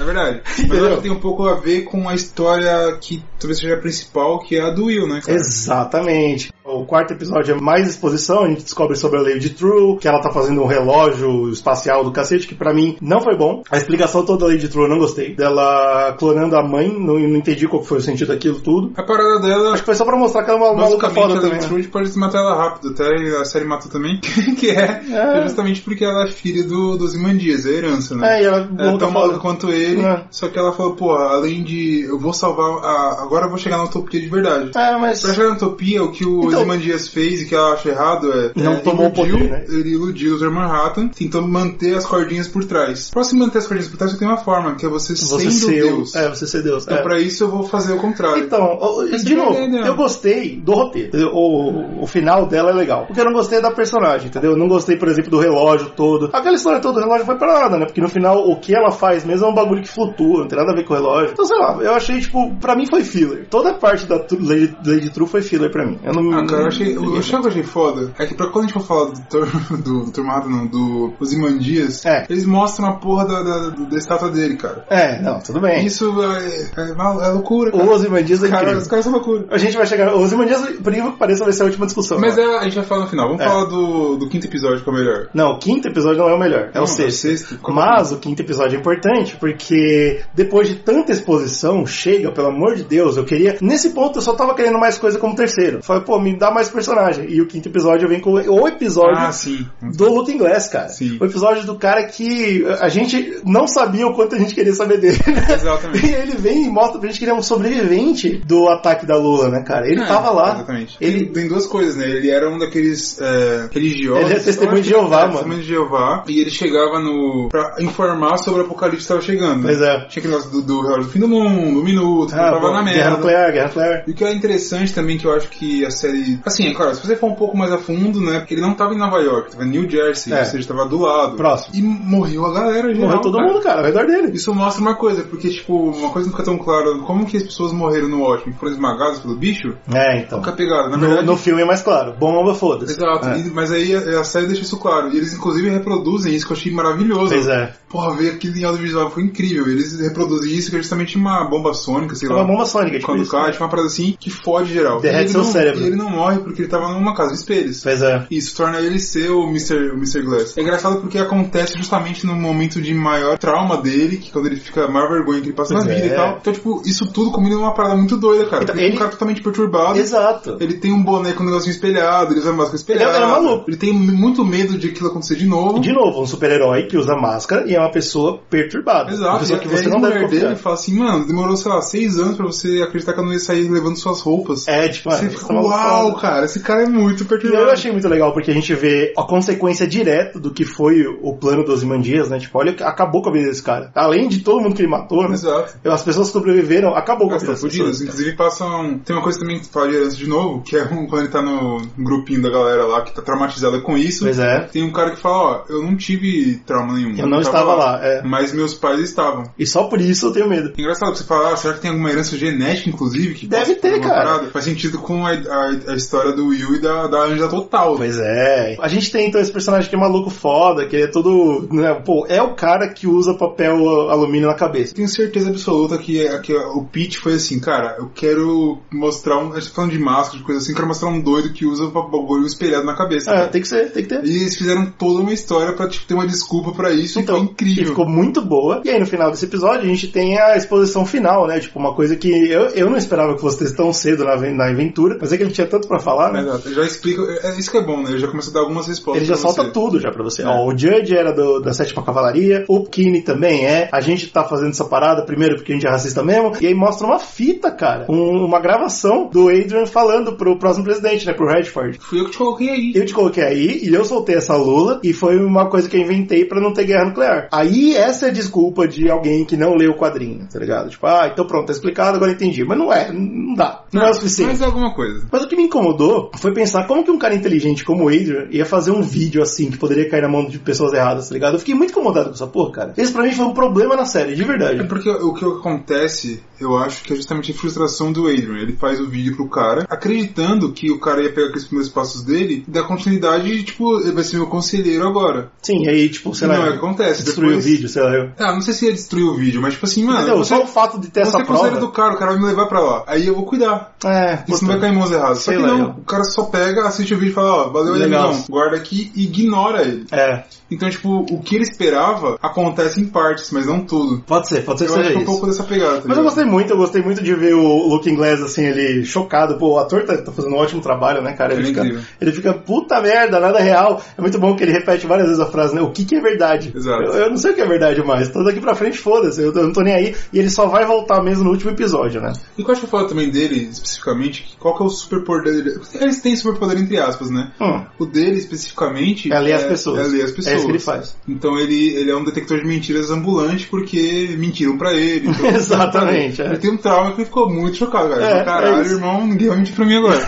Speaker 1: É verdade. Mas
Speaker 2: Entendeu?
Speaker 1: eu acho que tem um pouco a ver com a história que talvez seja a principal, que é a do Will, né? cara?
Speaker 2: Exatamente. O quarto episódio é mais exposição, a gente descobre sobre a Lady True, que ela tá fazendo um relógio espacial do cacete, que pra mim não foi bom. A explicação toda da Lady True eu não gostei. Dela clonando a mãe, não, não entendi qual que foi o sentido daquilo tudo.
Speaker 1: A parada dela,
Speaker 2: Acho que foi só pra mostrar que ela é uma maluca
Speaker 1: basicamente,
Speaker 2: foda
Speaker 1: a
Speaker 2: também.
Speaker 1: Lady
Speaker 2: né?
Speaker 1: Trude pode matar ela rápido, até a série matou também, que é,
Speaker 2: É.
Speaker 1: justamente porque ela é filha do, dos Imandias, é a herança, né?
Speaker 2: É, e ela é
Speaker 1: É
Speaker 2: maluca
Speaker 1: tão maluca
Speaker 2: foda.
Speaker 1: quanto ele,
Speaker 2: É.
Speaker 1: só que ela falou, pô, além de eu vou salvar, a, agora eu vou chegar na utopia de verdade.
Speaker 2: É, mas...
Speaker 1: Pra chegar na utopia, o que o
Speaker 2: Então-
Speaker 1: Ozymandias fez e que eu acho errado é...
Speaker 2: Não
Speaker 1: é,
Speaker 2: tomou o
Speaker 1: iludiu-
Speaker 2: poder, né?
Speaker 1: Ele iludiu o Dr. Manhattan, tentando manter as cordinhas por trás. Pra se manter as cordinhas por trás, só tem uma forma, que é você,
Speaker 2: Você
Speaker 1: sendo
Speaker 2: ser
Speaker 1: Deus.
Speaker 2: É, você ser Deus.
Speaker 1: Então
Speaker 2: é.
Speaker 1: pra isso eu vou fazer o contrário.
Speaker 2: Então, o-
Speaker 1: Esse
Speaker 2: de novo,
Speaker 1: é legal.
Speaker 2: eu gostei do roteiro. entendeu? O, o final dela é legal. O que eu não gostei é da personagem, entendeu? Eu não gostei, por exemplo, do relógio todo. Aquela história toda do relógio foi pra nada, né? Porque no final o que ela faz mesmo é um bagulho que flutua, não tem nada a ver com o relógio. Então, sei lá, eu achei, tipo, pra mim foi filler. Toda a parte da Tru- Lady, Lady True foi filler pra mim. Eu não
Speaker 1: Ah, cara, eu achei,
Speaker 2: não-
Speaker 1: eu, eu que eu achei foda. É que pra quando a gente for falar do Dr. do, Dr. Manhattan, não, do Ozymandias,
Speaker 2: É.
Speaker 1: eles mostram a porra da, da, da- da estátua dele, cara.
Speaker 2: É, não, tudo bem.
Speaker 1: Isso é, é, mal- é loucura,
Speaker 2: O
Speaker 1: cara.
Speaker 2: Ozymandias é
Speaker 1: Cara, os
Speaker 2: incrível.
Speaker 1: caras são loucura.
Speaker 2: A gente vai chegar... O Ozymandias, por incrível que pareça, vai ser a última discussão.
Speaker 1: Mas
Speaker 2: né?
Speaker 1: é, a gente vai falar no final. Vamos
Speaker 2: É.
Speaker 1: falar do, do quinto episódio, que é o melhor.
Speaker 2: Não, o quinto episódio não é o melhor, é
Speaker 1: Não,
Speaker 2: o sexto.
Speaker 1: é o sexto, como assim?
Speaker 2: Mas o quinto episódio é importante porque depois de tanta exposição, chega, pelo amor de Deus, eu queria. Nesse ponto eu só tava querendo mais coisa como terceiro. Falei, pô, me dá mais personagem. E o quinto episódio vem com o episódio
Speaker 1: Ah, sim.
Speaker 2: do luto inglês, cara.
Speaker 1: Sim.
Speaker 2: O episódio do cara que a gente não sabia o quanto a gente queria saber dele. né?
Speaker 1: Exatamente.
Speaker 2: E ele vem e mostra pra gente que ele é um sobrevivente do ataque da Lula, né, cara? Ele
Speaker 1: É,
Speaker 2: tava lá.
Speaker 1: Exatamente. Ele
Speaker 2: Ele.
Speaker 1: tem duas coisas, né? Ele era um daqueles é, religiosos.
Speaker 2: Ele é testemunho
Speaker 1: Eu acho
Speaker 2: de
Speaker 1: que-
Speaker 2: Jeová,
Speaker 1: é,
Speaker 2: mano.
Speaker 1: Testemunho de Jeová. E ele chegava no. pra informar sobre o apocalipse que estava chegando. né?
Speaker 2: Pois é.
Speaker 1: Tinha aquele negócio do, do relógio do fim do mundo, um minuto,
Speaker 2: Ah,
Speaker 1: tava na
Speaker 2: guerra
Speaker 1: merda.
Speaker 2: nuclear, guerra nuclear.
Speaker 1: E o que é interessante também, que eu acho que a série. Assim, é claro, se você for um pouco mais a fundo, né? Porque ele não tava em Nova York, tava em New Jersey,
Speaker 2: É.
Speaker 1: ou seja, tava do lado.
Speaker 2: Próximo.
Speaker 1: E morreu a galera, geral,
Speaker 2: Morreu todo
Speaker 1: cara.
Speaker 2: mundo, cara, ao redor dele.
Speaker 1: Isso mostra uma coisa, porque, tipo, uma coisa não fica tão clara. Como que as pessoas morreram no Watchmen? Foram esmagadas pelo bicho?
Speaker 2: É, então.
Speaker 1: Nunca pegaram. Na
Speaker 2: No,
Speaker 1: verdade,
Speaker 2: no filme é mais claro. Bomba, foda-se.
Speaker 1: Exato,
Speaker 2: É.
Speaker 1: e- mas aí a, a série deixa isso claro. E eles, inclusive, reproduzem isso que eu achei maravilhoso.
Speaker 2: Pois é.
Speaker 1: Porra, ver aquilo em audiovisual foi incrível. Eles reproduzem isso, que é justamente uma bomba sônica, sei
Speaker 2: É
Speaker 1: lá.
Speaker 2: uma bomba sônica, tipo
Speaker 1: Quando
Speaker 2: isso.
Speaker 1: cai, tinha uma parada assim que fode geral.
Speaker 2: Derrete
Speaker 1: E ele
Speaker 2: seu
Speaker 1: não,
Speaker 2: cérebro.
Speaker 1: E ele não morre porque ele tava numa casa espelhos.
Speaker 2: Pois é.
Speaker 1: Isso torna ele ser o Mr. o Mr. Glass. É engraçado porque acontece justamente no momento de maior trauma dele, que é quando ele fica a maior vergonha que ele passa
Speaker 2: Pois
Speaker 1: na vida
Speaker 2: é.
Speaker 1: e tal. Então, tipo, isso tudo combina numa parada muito doida, cara.
Speaker 2: Então,
Speaker 1: Porque ele é
Speaker 2: ele-
Speaker 1: um cara totalmente perturbado.
Speaker 2: Exato.
Speaker 1: Ele tem um boné com um negocinho espelhado, ele usa máscara espelhada.
Speaker 2: Ele é- ele é maluco.
Speaker 1: Ele tem muito medo de aquilo acontecer de novo.
Speaker 2: De novo, um super-herói que usa máscara e é uma pessoa perturbada. Uma
Speaker 1: Exato,
Speaker 2: pessoa que você
Speaker 1: e aí
Speaker 2: não
Speaker 1: a
Speaker 2: deve
Speaker 1: mulher
Speaker 2: confiar.
Speaker 1: dele fala assim, mano, demorou, sei lá, seis anos pra você acreditar que eu não ia sair levando suas roupas.
Speaker 2: É, tipo,
Speaker 1: Você
Speaker 2: ah,
Speaker 1: fica,
Speaker 2: tá maluco,
Speaker 1: uau,
Speaker 2: foda.
Speaker 1: cara, esse cara é muito
Speaker 2: E eu
Speaker 1: perturbado.
Speaker 2: achei muito legal, porque a gente vê a consequência direta do que foi o plano dos Imandias, né? Tipo, olha, acabou com a vida desse cara. Além de todo mundo que ele matou, né?
Speaker 1: Exato.
Speaker 2: As pessoas que sobreviveram, acabou com a
Speaker 1: Elas
Speaker 2: vida
Speaker 1: estão
Speaker 2: das pessoas.
Speaker 1: fodidas. Inclusive passam. Tem uma coisa também que fala de herança de novo, que é um- quando ele tá no grupinho da galera lá que tá traumatizada com isso.
Speaker 2: Pois é.
Speaker 1: Tem um cara que fala, ó, eu não tive trauma nenhum.
Speaker 2: Eu não
Speaker 1: tava
Speaker 2: estava lá, é.
Speaker 1: Mas meus pais estavam.
Speaker 2: E só por isso eu tenho medo.
Speaker 1: Engraçado que você fala, ah, será que tem alguma herança genética, inclusive? Que
Speaker 2: Deve
Speaker 1: possa
Speaker 2: ter,
Speaker 1: alguma
Speaker 2: cara.
Speaker 1: parada? Faz sentido com a, a, a história do Will e da, da Anja Total.
Speaker 2: Pois é. A gente tem então esse personagem que é maluco foda, que ele é todo. Né, pô, é o cara que usa papel alumínio na cabeça.
Speaker 1: Tenho certeza absoluta que, que o Pete foi assim, cara, eu quero mostrar um. A gente tá falando de máscara, de coisa assim, eu quero mostrar um doido que usa o bagulho espelhado na cabeça.
Speaker 2: Ah, tem que ser, tem que ter.
Speaker 1: E eles fizeram toda uma história pra tipo, ter uma desculpa pra isso e foi
Speaker 2: Então, E
Speaker 1: incrível.
Speaker 2: ficou muito boa. E aí no final desse episódio a gente tem a exposição final, né? Tipo, uma coisa que eu, eu não esperava que fosse ter tão cedo na, aven- na aventura, mas é que ele tinha tanto pra falar, né?
Speaker 1: Exato. Eu Já explico, é isso que é bom, né? Eu já começo a dar algumas respostas.
Speaker 2: Ele já
Speaker 1: pra
Speaker 2: solta
Speaker 1: você.
Speaker 2: tudo já pra você.
Speaker 1: É.
Speaker 2: Ó, o Judge era do- da Sétima Cavalaria, o Kini também é. A gente tá fazendo essa parada primeiro porque a gente é racista mesmo. E aí mostra uma fita, cara. um- uma gravação do Adrian falando pro próximo presidente, né? Pro Redford.
Speaker 1: Fui eu que te coloquei aí.
Speaker 2: Eu te coloquei aí e eu soltei essa lula e foi uma coisa que eu inventei pra não ter guerra nuclear. Aí essa é a desculpa de alguém que não leu o quadrinho, tá ligado? Tipo, ah, então pronto, tá explicado, agora entendi. Mas não é, não dá. Não, é o suficiente.
Speaker 1: Mas é alguma coisa.
Speaker 2: Mas o que me incomodou foi pensar como que um cara inteligente como o Adrian ia fazer um vídeo assim que poderia cair na mão de pessoas erradas, tá ligado? Eu fiquei muito incomodado com essa porra, cara. Esse pra mim foi um problema na série, de
Speaker 1: É
Speaker 2: verdade.
Speaker 1: porque o que acontece, eu acho que é justamente a frustração do Adrian. Ele faz o vídeo pro cara, acreditando que o cara ia pegar aqueles primeiros passos dele, dar continuidade e, tipo, ele vai ser meu conselheiro agora.
Speaker 2: Sim, aí tipo, sei
Speaker 1: E
Speaker 2: lá,
Speaker 1: não é o que acontece.
Speaker 2: destruiu
Speaker 1: Depois-
Speaker 2: o vídeo, sei lá. Eu...
Speaker 1: Ah, não sei se ia destruir o vídeo, mas tipo assim, mano.
Speaker 2: Entendeu?
Speaker 1: você-
Speaker 2: Só o fato de ter
Speaker 1: você
Speaker 2: essa
Speaker 1: é conselheiro
Speaker 2: prova.
Speaker 1: do cara, o cara vai me levar pra lá. Aí eu vou cuidar.
Speaker 2: É,
Speaker 1: Isso não vai
Speaker 2: puta.
Speaker 1: cair em mãos erradas. Só
Speaker 2: Sei
Speaker 1: que
Speaker 2: lá,
Speaker 1: não,
Speaker 2: eu.
Speaker 1: o cara só pega, assiste o vídeo e fala, ó, valeu aí,
Speaker 2: Legal.
Speaker 1: amigão, guarda aqui e ignora ele.
Speaker 2: É,
Speaker 1: Então, tipo, o que ele esperava acontece em partes, mas não tudo.
Speaker 2: pode ser, pode ser que
Speaker 1: Eu acho
Speaker 2: seja
Speaker 1: que é
Speaker 2: isso.
Speaker 1: um pouco dessa pegada. tá
Speaker 2: Mas eu
Speaker 1: ligado?
Speaker 2: gostei muito, eu gostei muito de ver o Luke Inglês assim, ele chocado. Pô, o ator tá, tá fazendo um ótimo trabalho, né, cara? Ele,
Speaker 1: Ele é
Speaker 2: fica,
Speaker 1: incrível.
Speaker 2: ele fica, puta merda, nada real. É muito bom que ele repete várias vezes a frase, né? O que que é verdade?
Speaker 1: Exato.
Speaker 2: Eu, eu não sei o que é verdade mais. Então daqui pra frente, foda-se, eu, eu não tô nem aí. E ele só vai voltar mesmo no último episódio, né?
Speaker 1: E é o que eu acho foda também dele, especificamente, que qual que é o superpoder dele? Eles têm superpoder entre aspas, né?
Speaker 2: Hum.
Speaker 1: O dele, especificamente...
Speaker 2: É ler as pessoas.
Speaker 1: É ler as pessoas.
Speaker 2: É isso que ele faz.
Speaker 1: Então ele, ele é um detector de mentiras ambulante porque mentiram pra ele. Então,
Speaker 2: Exatamente, é.
Speaker 1: Ele tem um trauma que ele ficou muito chocado, cara.
Speaker 2: É,
Speaker 1: Ele falou,
Speaker 2: é
Speaker 1: Caralho,
Speaker 2: isso.
Speaker 1: irmão, ninguém vai mentir pra mim agora.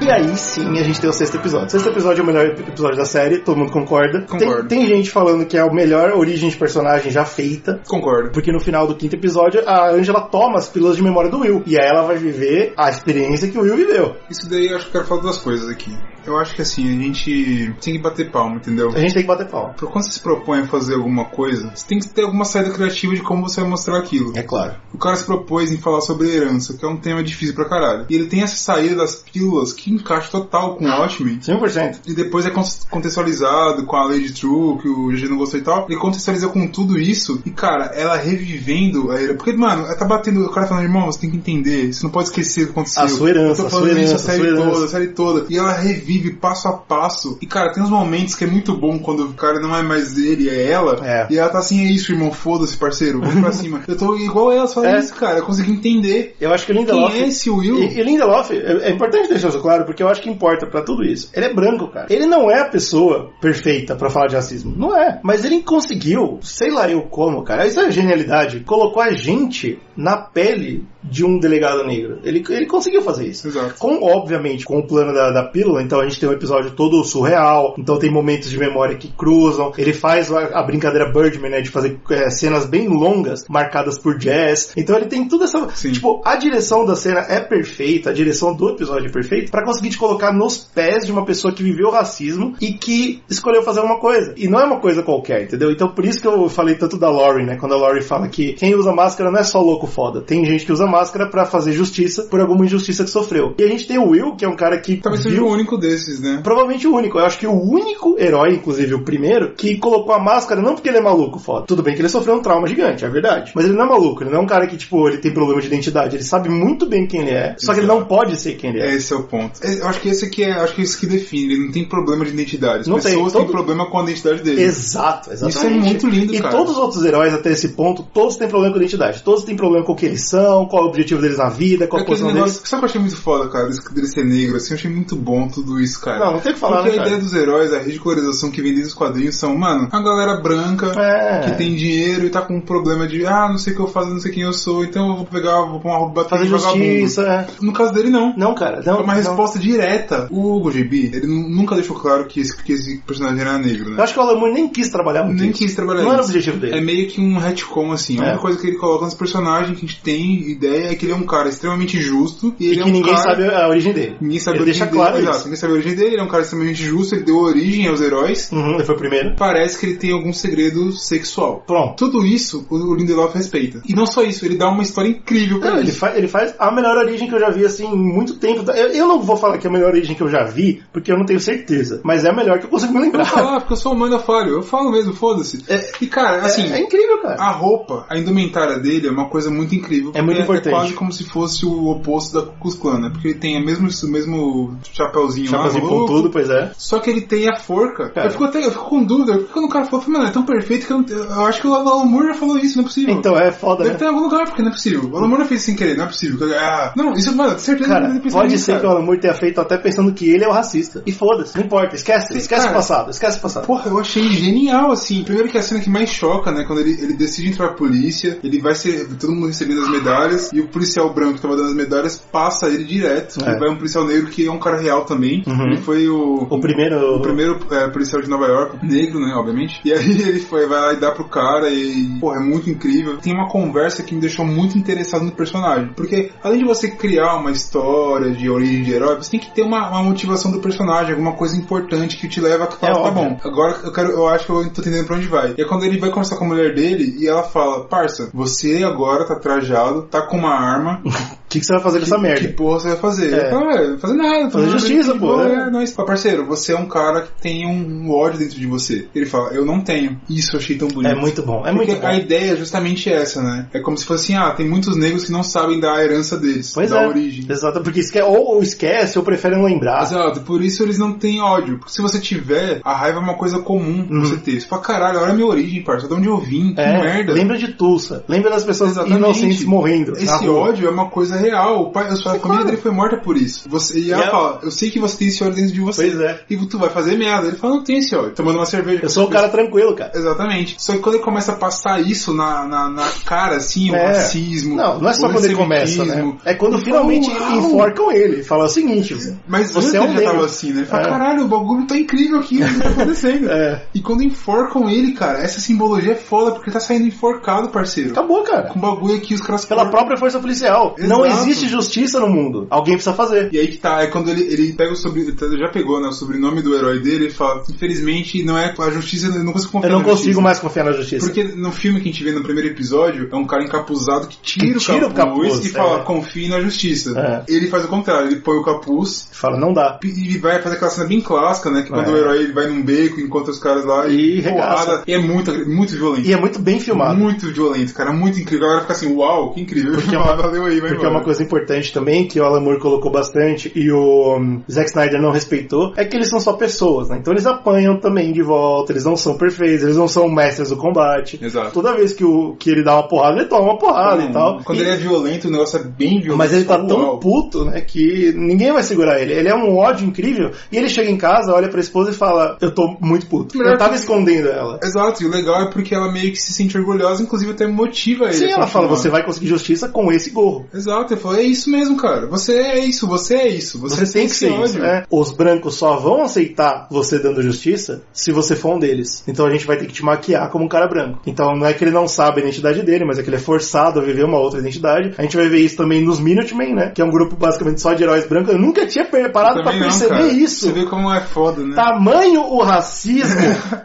Speaker 2: E aí sim a gente tem o sexto episódio. O sexto episódio é o melhor episódio da série, todo mundo concorda. Tem-
Speaker 1: Concordo.
Speaker 2: Tem, gente falando que é o melhor origem de personagem já feita.
Speaker 1: Concordo.
Speaker 2: Porque no final do quinto episódio, a Angela toma as pílulas de memória do Will. E aí ela vai viver a experiência que o Will viveu.
Speaker 1: Isso daí eu acho que eu quero falar duas coisas aqui. Eu acho que assim, a gente tem que bater palma, entendeu?
Speaker 2: A gente tem que bater palma.
Speaker 1: Por Quando você se propõe a fazer alguma coisa, você tem que ter alguma saída criativa de como você vai mostrar aquilo.
Speaker 2: É claro.
Speaker 1: O cara se propôs em falar sobre herança, que é um tema difícil pra caralho. E ele tem essa saída das pílulas que encaixa total com o Watchmen.
Speaker 2: 100%.
Speaker 1: E depois é con- contextualizado com a Lady True, que o GG não gostou e tal. Ele contextualiza com tudo isso. E, cara, ela revivendo a herança. Porque, mano, ela tá batendo. O cara falando, irmão, você tem que entender. Você não pode esquecer o que aconteceu.
Speaker 2: A sua herança,
Speaker 1: Eu
Speaker 2: a
Speaker 1: tô
Speaker 2: sua
Speaker 1: falando isso
Speaker 2: herança,
Speaker 1: a série
Speaker 2: a sua herança.
Speaker 1: toda, a série toda. E ela revive passo a passo. E, cara, tem uns momentos que é muito bom quando o cara não é mais ele, é ela.
Speaker 2: É.
Speaker 1: E ela tá assim, é isso, irmão, foda-se, parceiro. Vamos pra cima. Eu tô igual ela, só
Speaker 2: É.
Speaker 1: isso, cara. Eu consegui entender.
Speaker 2: Eu acho que o
Speaker 1: Quem
Speaker 2: Lindelof...
Speaker 1: é esse Will?
Speaker 2: E, e Lindelof, é, é importante deixar isso claro, porque eu acho que importa pra tudo isso. Ele é branco, cara. Ele não é a pessoa perfeita pra falar de racismo. Não é. Mas ele conseguiu, sei lá eu como, cara. Isso é genialidade. Colocou a gente na pele de um delegado negro. Ele, ele conseguiu fazer isso.
Speaker 1: Exato.
Speaker 2: Com, obviamente, com o plano da, da pílula, então a gente tem um episódio todo surreal, então tem momentos de memória que cruzam. Ele faz a, a brincadeira Birdman, né, de fazer é, cenas bem longas, marcadas por jazz. Então ele tem toda essa.
Speaker 1: Sim.
Speaker 2: Tipo, a direção da cena é perfeita, a direção do episódio é perfeita, pra conseguir te colocar nos pés de uma pessoa que viveu o racismo e que escolheu fazer uma coisa. E não é uma coisa qualquer, entendeu? Então por isso que eu falei tanto da Laurie, né, quando a Laurie fala que quem usa máscara não é só louco foda. Tem gente que usa máscara pra fazer justiça por alguma injustiça que sofreu. E a gente tem o Will, que é um cara que.
Speaker 1: Talvez seja
Speaker 2: viu-
Speaker 1: o único desses, né?
Speaker 2: É Provavelmente o único. Eu acho que o único herói, inclusive o primeiro, que colocou a máscara não porque ele é maluco, foda. Tudo bem que ele sofreu um trauma gigante, é verdade. Mas ele não é maluco, ele não é um cara que, tipo, ele tem problema de identidade. Ele sabe muito bem quem ele é, só que ele não pode ser quem ele é.
Speaker 1: Esse é o ponto. É, Eu acho que esse aqui é, acho que é isso que define. Ele não tem problema de identidade. As
Speaker 2: Não tem.
Speaker 1: pessoas
Speaker 2: Todo-
Speaker 1: têm problema com a identidade dele.
Speaker 2: Exato, exatamente.
Speaker 1: Isso é muito lindo,
Speaker 2: E
Speaker 1: cara.
Speaker 2: todos os outros heróis até esse ponto, todos têm problema com identidade. Todos têm problema com o que eles são, qual é o objetivo deles na vida, qual
Speaker 1: É
Speaker 2: a
Speaker 1: aquele
Speaker 2: posição
Speaker 1: negócio,
Speaker 2: deles.
Speaker 1: sabe o que eu achei muito foda, cara? Desse, dele ser negro, assim, eu achei muito bom tudo isso, cara.
Speaker 2: Não, não tem o que falar,
Speaker 1: Porque
Speaker 2: né,
Speaker 1: a
Speaker 2: cara?
Speaker 1: ideia dos heróis, a ridicularização que vem desde os quadrinhos são, mano, a galera branca
Speaker 2: É.
Speaker 1: que tem dinheiro e tá com um problema de, ah, não sei o que eu faço, não sei quem eu sou, então eu vou pegar, vou pôr uma roupa bater
Speaker 2: Fazer
Speaker 1: de vagabundo.
Speaker 2: justiça. é.
Speaker 1: No caso dele, não.
Speaker 2: Não, cara,
Speaker 1: É
Speaker 2: não.
Speaker 1: uma
Speaker 2: não.
Speaker 1: resposta direta. O Hugo Gibi, ele nu- nunca deixou claro que esse, que esse personagem era negro,
Speaker 2: Eu
Speaker 1: né?
Speaker 2: acho que o Alan Moore nem quis trabalhar muito
Speaker 1: Nem
Speaker 2: isso.
Speaker 1: quis trabalhar
Speaker 2: Não era o
Speaker 1: isso.
Speaker 2: objetivo dele.
Speaker 1: É meio que um retcon, assim. A
Speaker 2: É.
Speaker 1: única coisa que ele coloca nos personagens que a gente tem ideia é que ele é um cara extremamente justo e,
Speaker 2: E
Speaker 1: ele
Speaker 2: que
Speaker 1: é um
Speaker 2: ninguém
Speaker 1: cara...
Speaker 2: sabe a origem dele.
Speaker 1: Ninguém sabe a
Speaker 2: ele
Speaker 1: origem
Speaker 2: deixa
Speaker 1: dele,
Speaker 2: claro
Speaker 1: exato.
Speaker 2: isso.
Speaker 1: Ninguém sabe a origem dele, ele é um cara extremamente justo, ele deu origem aos heróis.
Speaker 2: Uhum, ele foi o primeiro.
Speaker 1: Parece que ele tem algum segredo sexual.
Speaker 2: Pronto.
Speaker 1: Tudo isso o- o Lindelof respeita. E não só isso, ele dá uma história incrível pra
Speaker 2: Não, ele,
Speaker 1: isso.
Speaker 2: fa- ele faz a melhor origem que eu já vi, assim, em muito tempo. Eu, eu não vou falar que é a melhor origem que eu já vi, porque eu não tenho certeza. Mas é a melhor que eu consigo me
Speaker 1: Eu vou
Speaker 2: lembrar.
Speaker 1: falar, "Ah, porque eu sou humano, eu falho. Eu falo mesmo, foda-se.
Speaker 2: É-
Speaker 1: e cara, assim,
Speaker 2: é, é incrível, cara.
Speaker 1: a roupa, a indumentária dele é uma coisa muito incrível.
Speaker 2: É muito
Speaker 1: porque
Speaker 2: importante.
Speaker 1: É quase como se fosse o oposto da Ku Klux Klan, né? Porque ele tem o mesmo, o mesmo chapéuzinho lá.
Speaker 2: Chapeuzinho
Speaker 1: maluco,
Speaker 2: pontudo, pois é.
Speaker 1: Só que ele tem a forca.
Speaker 2: Cara.
Speaker 1: Eu fico até, eu fico com dúvida. Quando o cara falou, eu falei, mano, é tão perfeito que eu, não- eu acho que o Alan Moore já falou isso, não é possível.
Speaker 2: Então, é foda,
Speaker 1: Deve
Speaker 2: né?
Speaker 1: ter em algum lugar, porque não é possível. O Alan Moore não fez sem querer, não é possível. Ah, não, isso, mano, com certeza
Speaker 2: Cara,
Speaker 1: não deve ter pensado
Speaker 2: pode
Speaker 1: nisso,
Speaker 2: ser
Speaker 1: cara.
Speaker 2: que o Alan Moore tenha feito até pensando que ele é o racista. E foda-se, não importa, esquece, esquece
Speaker 1: cara.
Speaker 2: o passado, esquece o passado.
Speaker 1: Porra, eu achei genial, assim. Primeiro que é a cena que mais choca, né? Quando ele, ele decide entrar pra polícia, ele vai ser. Todo mundo recebendo as medalhas, e o policial branco que tava dando as medalhas passa ele direto.
Speaker 2: É.
Speaker 1: E vai um policial negro que é um cara real também.
Speaker 2: Uhum.
Speaker 1: Ele foi o.
Speaker 2: O primeiro.
Speaker 1: O primeiro é, policial de Nova York, negro, né, obviamente. E aí ele foi, vai lá e dá pro cara e, porra, é muito incrível. Tem uma conversa que me deixou muito interessado no personagem. Porque, além de você criar uma história de origem de herói, você tem que ter uma, uma motivação do personagem, alguma coisa importante que te leva a falar,
Speaker 2: É
Speaker 1: tá
Speaker 2: óbvio.
Speaker 1: bom, agora eu quero, eu acho que eu tô entendendo pra onde vai. E é quando ele vai conversar com a mulher dele e ela fala, parça, você agora tá trajado, tá com uma arma,
Speaker 2: O que, que você vai fazer com essa merda?
Speaker 1: que porra você vai fazer?
Speaker 2: É.
Speaker 1: Eu falo, "Ué, fazer nada. tô
Speaker 2: Fazer
Speaker 1: fazendo
Speaker 2: justiça,
Speaker 1: bem,
Speaker 2: pô,
Speaker 1: boa,
Speaker 2: né?
Speaker 1: É, não, isso- Fala, parceiro, você é um cara que tem um ódio dentro de você. Ele fala, eu não tenho. Isso eu achei tão bonito.
Speaker 2: É muito bom, é
Speaker 1: Porque
Speaker 2: muito bom.
Speaker 1: a ideia é justamente essa, né? É como se fosse assim, ah, tem muitos negros que não sabem da herança deles,
Speaker 2: Pois
Speaker 1: da
Speaker 2: é.
Speaker 1: origem.
Speaker 2: Exato, porque esque ou ou esquece ou prefere não lembrar.
Speaker 1: Exato, por isso eles não têm ódio. Porque se você tiver, a raiva é uma coisa comum
Speaker 2: Uhum.
Speaker 1: você ter. Você fala, caralho, olha a minha origem, parça, de onde eu vim, que
Speaker 2: É,
Speaker 1: merda.
Speaker 2: Lembra de Tulsa. Lembra das pessoas
Speaker 1: Exatamente.
Speaker 2: inocentes morrendo. na
Speaker 1: Esse
Speaker 2: rua.
Speaker 1: ódio é uma coisa real. O pai, a sua
Speaker 2: É
Speaker 1: família
Speaker 2: claro.
Speaker 1: dele foi morta por isso. Você, e ela
Speaker 2: É.
Speaker 1: fala, eu sei que você tem esse ódio dentro de você.
Speaker 2: Pois é.
Speaker 1: E tu vai fazer merda. Ele fala, não tem esse ódio. Tomando uma cerveja.
Speaker 2: Eu sou um cara tranquilo, cara.
Speaker 1: Exatamente. Só que quando ele começa a passar isso na, na, na cara, assim, o
Speaker 2: É.
Speaker 1: racismo.
Speaker 2: Não, não é só
Speaker 1: o
Speaker 2: quando ele começa, né?
Speaker 1: antissemitismo.
Speaker 2: É quando finalmente
Speaker 1: Uau!
Speaker 2: enforcam ele. Fala o seguinte,
Speaker 1: Mas
Speaker 2: você é
Speaker 1: antes ele
Speaker 2: um
Speaker 1: já
Speaker 2: negro.
Speaker 1: tava assim, né? Ele fala,
Speaker 2: É.
Speaker 1: caralho, o bagulho tá incrível aqui, o que tá acontecendo?
Speaker 2: É.
Speaker 1: E quando enforcam ele, cara, essa simbologia é foda, porque ele tá saindo enforcado, parceiro.
Speaker 2: Acabou, cara.
Speaker 1: Com um bagulho aqui, os caras
Speaker 2: Tá Pela
Speaker 1: cortam-
Speaker 2: própria força policial. Não
Speaker 1: Exato.
Speaker 2: existe justiça no mundo. Alguém precisa fazer.
Speaker 1: E aí que tá, é quando ele, ele pega o sobrenome, já pegou, né, o sobrenome do herói dele e fala, infelizmente, não é a justiça, eu não consigo confiar
Speaker 2: Eu não
Speaker 1: na
Speaker 2: consigo
Speaker 1: justiça.
Speaker 2: mais confiar na justiça.
Speaker 1: Porque no filme que a gente vê no primeiro episódio, é um cara encapuzado que tira,
Speaker 2: Que tira
Speaker 1: o, capuz
Speaker 2: o capuz,
Speaker 1: e fala,
Speaker 2: é.
Speaker 1: confie na justiça.
Speaker 2: É.
Speaker 1: Ele faz o contrário, ele põe o capuz
Speaker 2: Fala, não dá.
Speaker 1: e vai fazer aquela cena bem clássica, né, que quando
Speaker 2: É.
Speaker 1: o herói ele vai num beco, encontra os caras lá
Speaker 2: E
Speaker 1: e,
Speaker 2: regaça.
Speaker 1: E é muito, agre- muito violento.
Speaker 2: E é muito bem filmado.
Speaker 1: Muito violento, cara, muito incrível. Agora fica assim, uau, que incrível.
Speaker 2: Porque é uma-
Speaker 1: Valeu aí, vai
Speaker 2: Porque é
Speaker 1: embora.
Speaker 2: uma coisa importante também, que o Alan Moore colocou bastante e o hum, Zack Snyder não respeitou, é que eles são só pessoas, né? Então eles apanham também de volta, eles não são perfeitos, eles não são mestres do combate.
Speaker 1: Exato.
Speaker 2: Toda vez que, o, que ele dá uma porrada, ele toma uma porrada e tal.
Speaker 1: Quando
Speaker 2: E-
Speaker 1: ele é violento, o negócio é bem violento.
Speaker 2: mas ele tá tão
Speaker 1: Uau.
Speaker 2: puto, né, que ninguém vai segurar ele. Ele é um ódio incrível. E ele chega em casa, olha pra esposa e fala: Eu tô muito puto.
Speaker 1: Melhor
Speaker 2: Eu tava escondendo ela.
Speaker 1: Exato, e o legal é porque ela meio que se sente orgulhosa, inclusive até motiva ele.
Speaker 2: Sim,
Speaker 1: a
Speaker 2: ela fala:
Speaker 1: continuar.
Speaker 2: Você vai conseguir justiça com esse gorro.
Speaker 1: Exato, ele falou, é isso mesmo, cara. Você é isso, você é isso. Você,
Speaker 2: Você, tem que
Speaker 1: esse
Speaker 2: ser isso, né? Os brancos só vão aceitar você dando justiça se você for um deles. Então a gente vai ter que te maquiar como um cara branco. Então não é que ele não sabe a identidade dele, mas é que ele é forçado a viver uma outra identidade. A gente vai ver isso também nos Minutemen, né? Que é um grupo basicamente só de heróis brancos. Eu nunca tinha per- parado pra
Speaker 1: Também não,
Speaker 2: perceber
Speaker 1: cara.
Speaker 2: isso. Tá.
Speaker 1: Você vê como é foda, né?
Speaker 2: Tamanho o racismo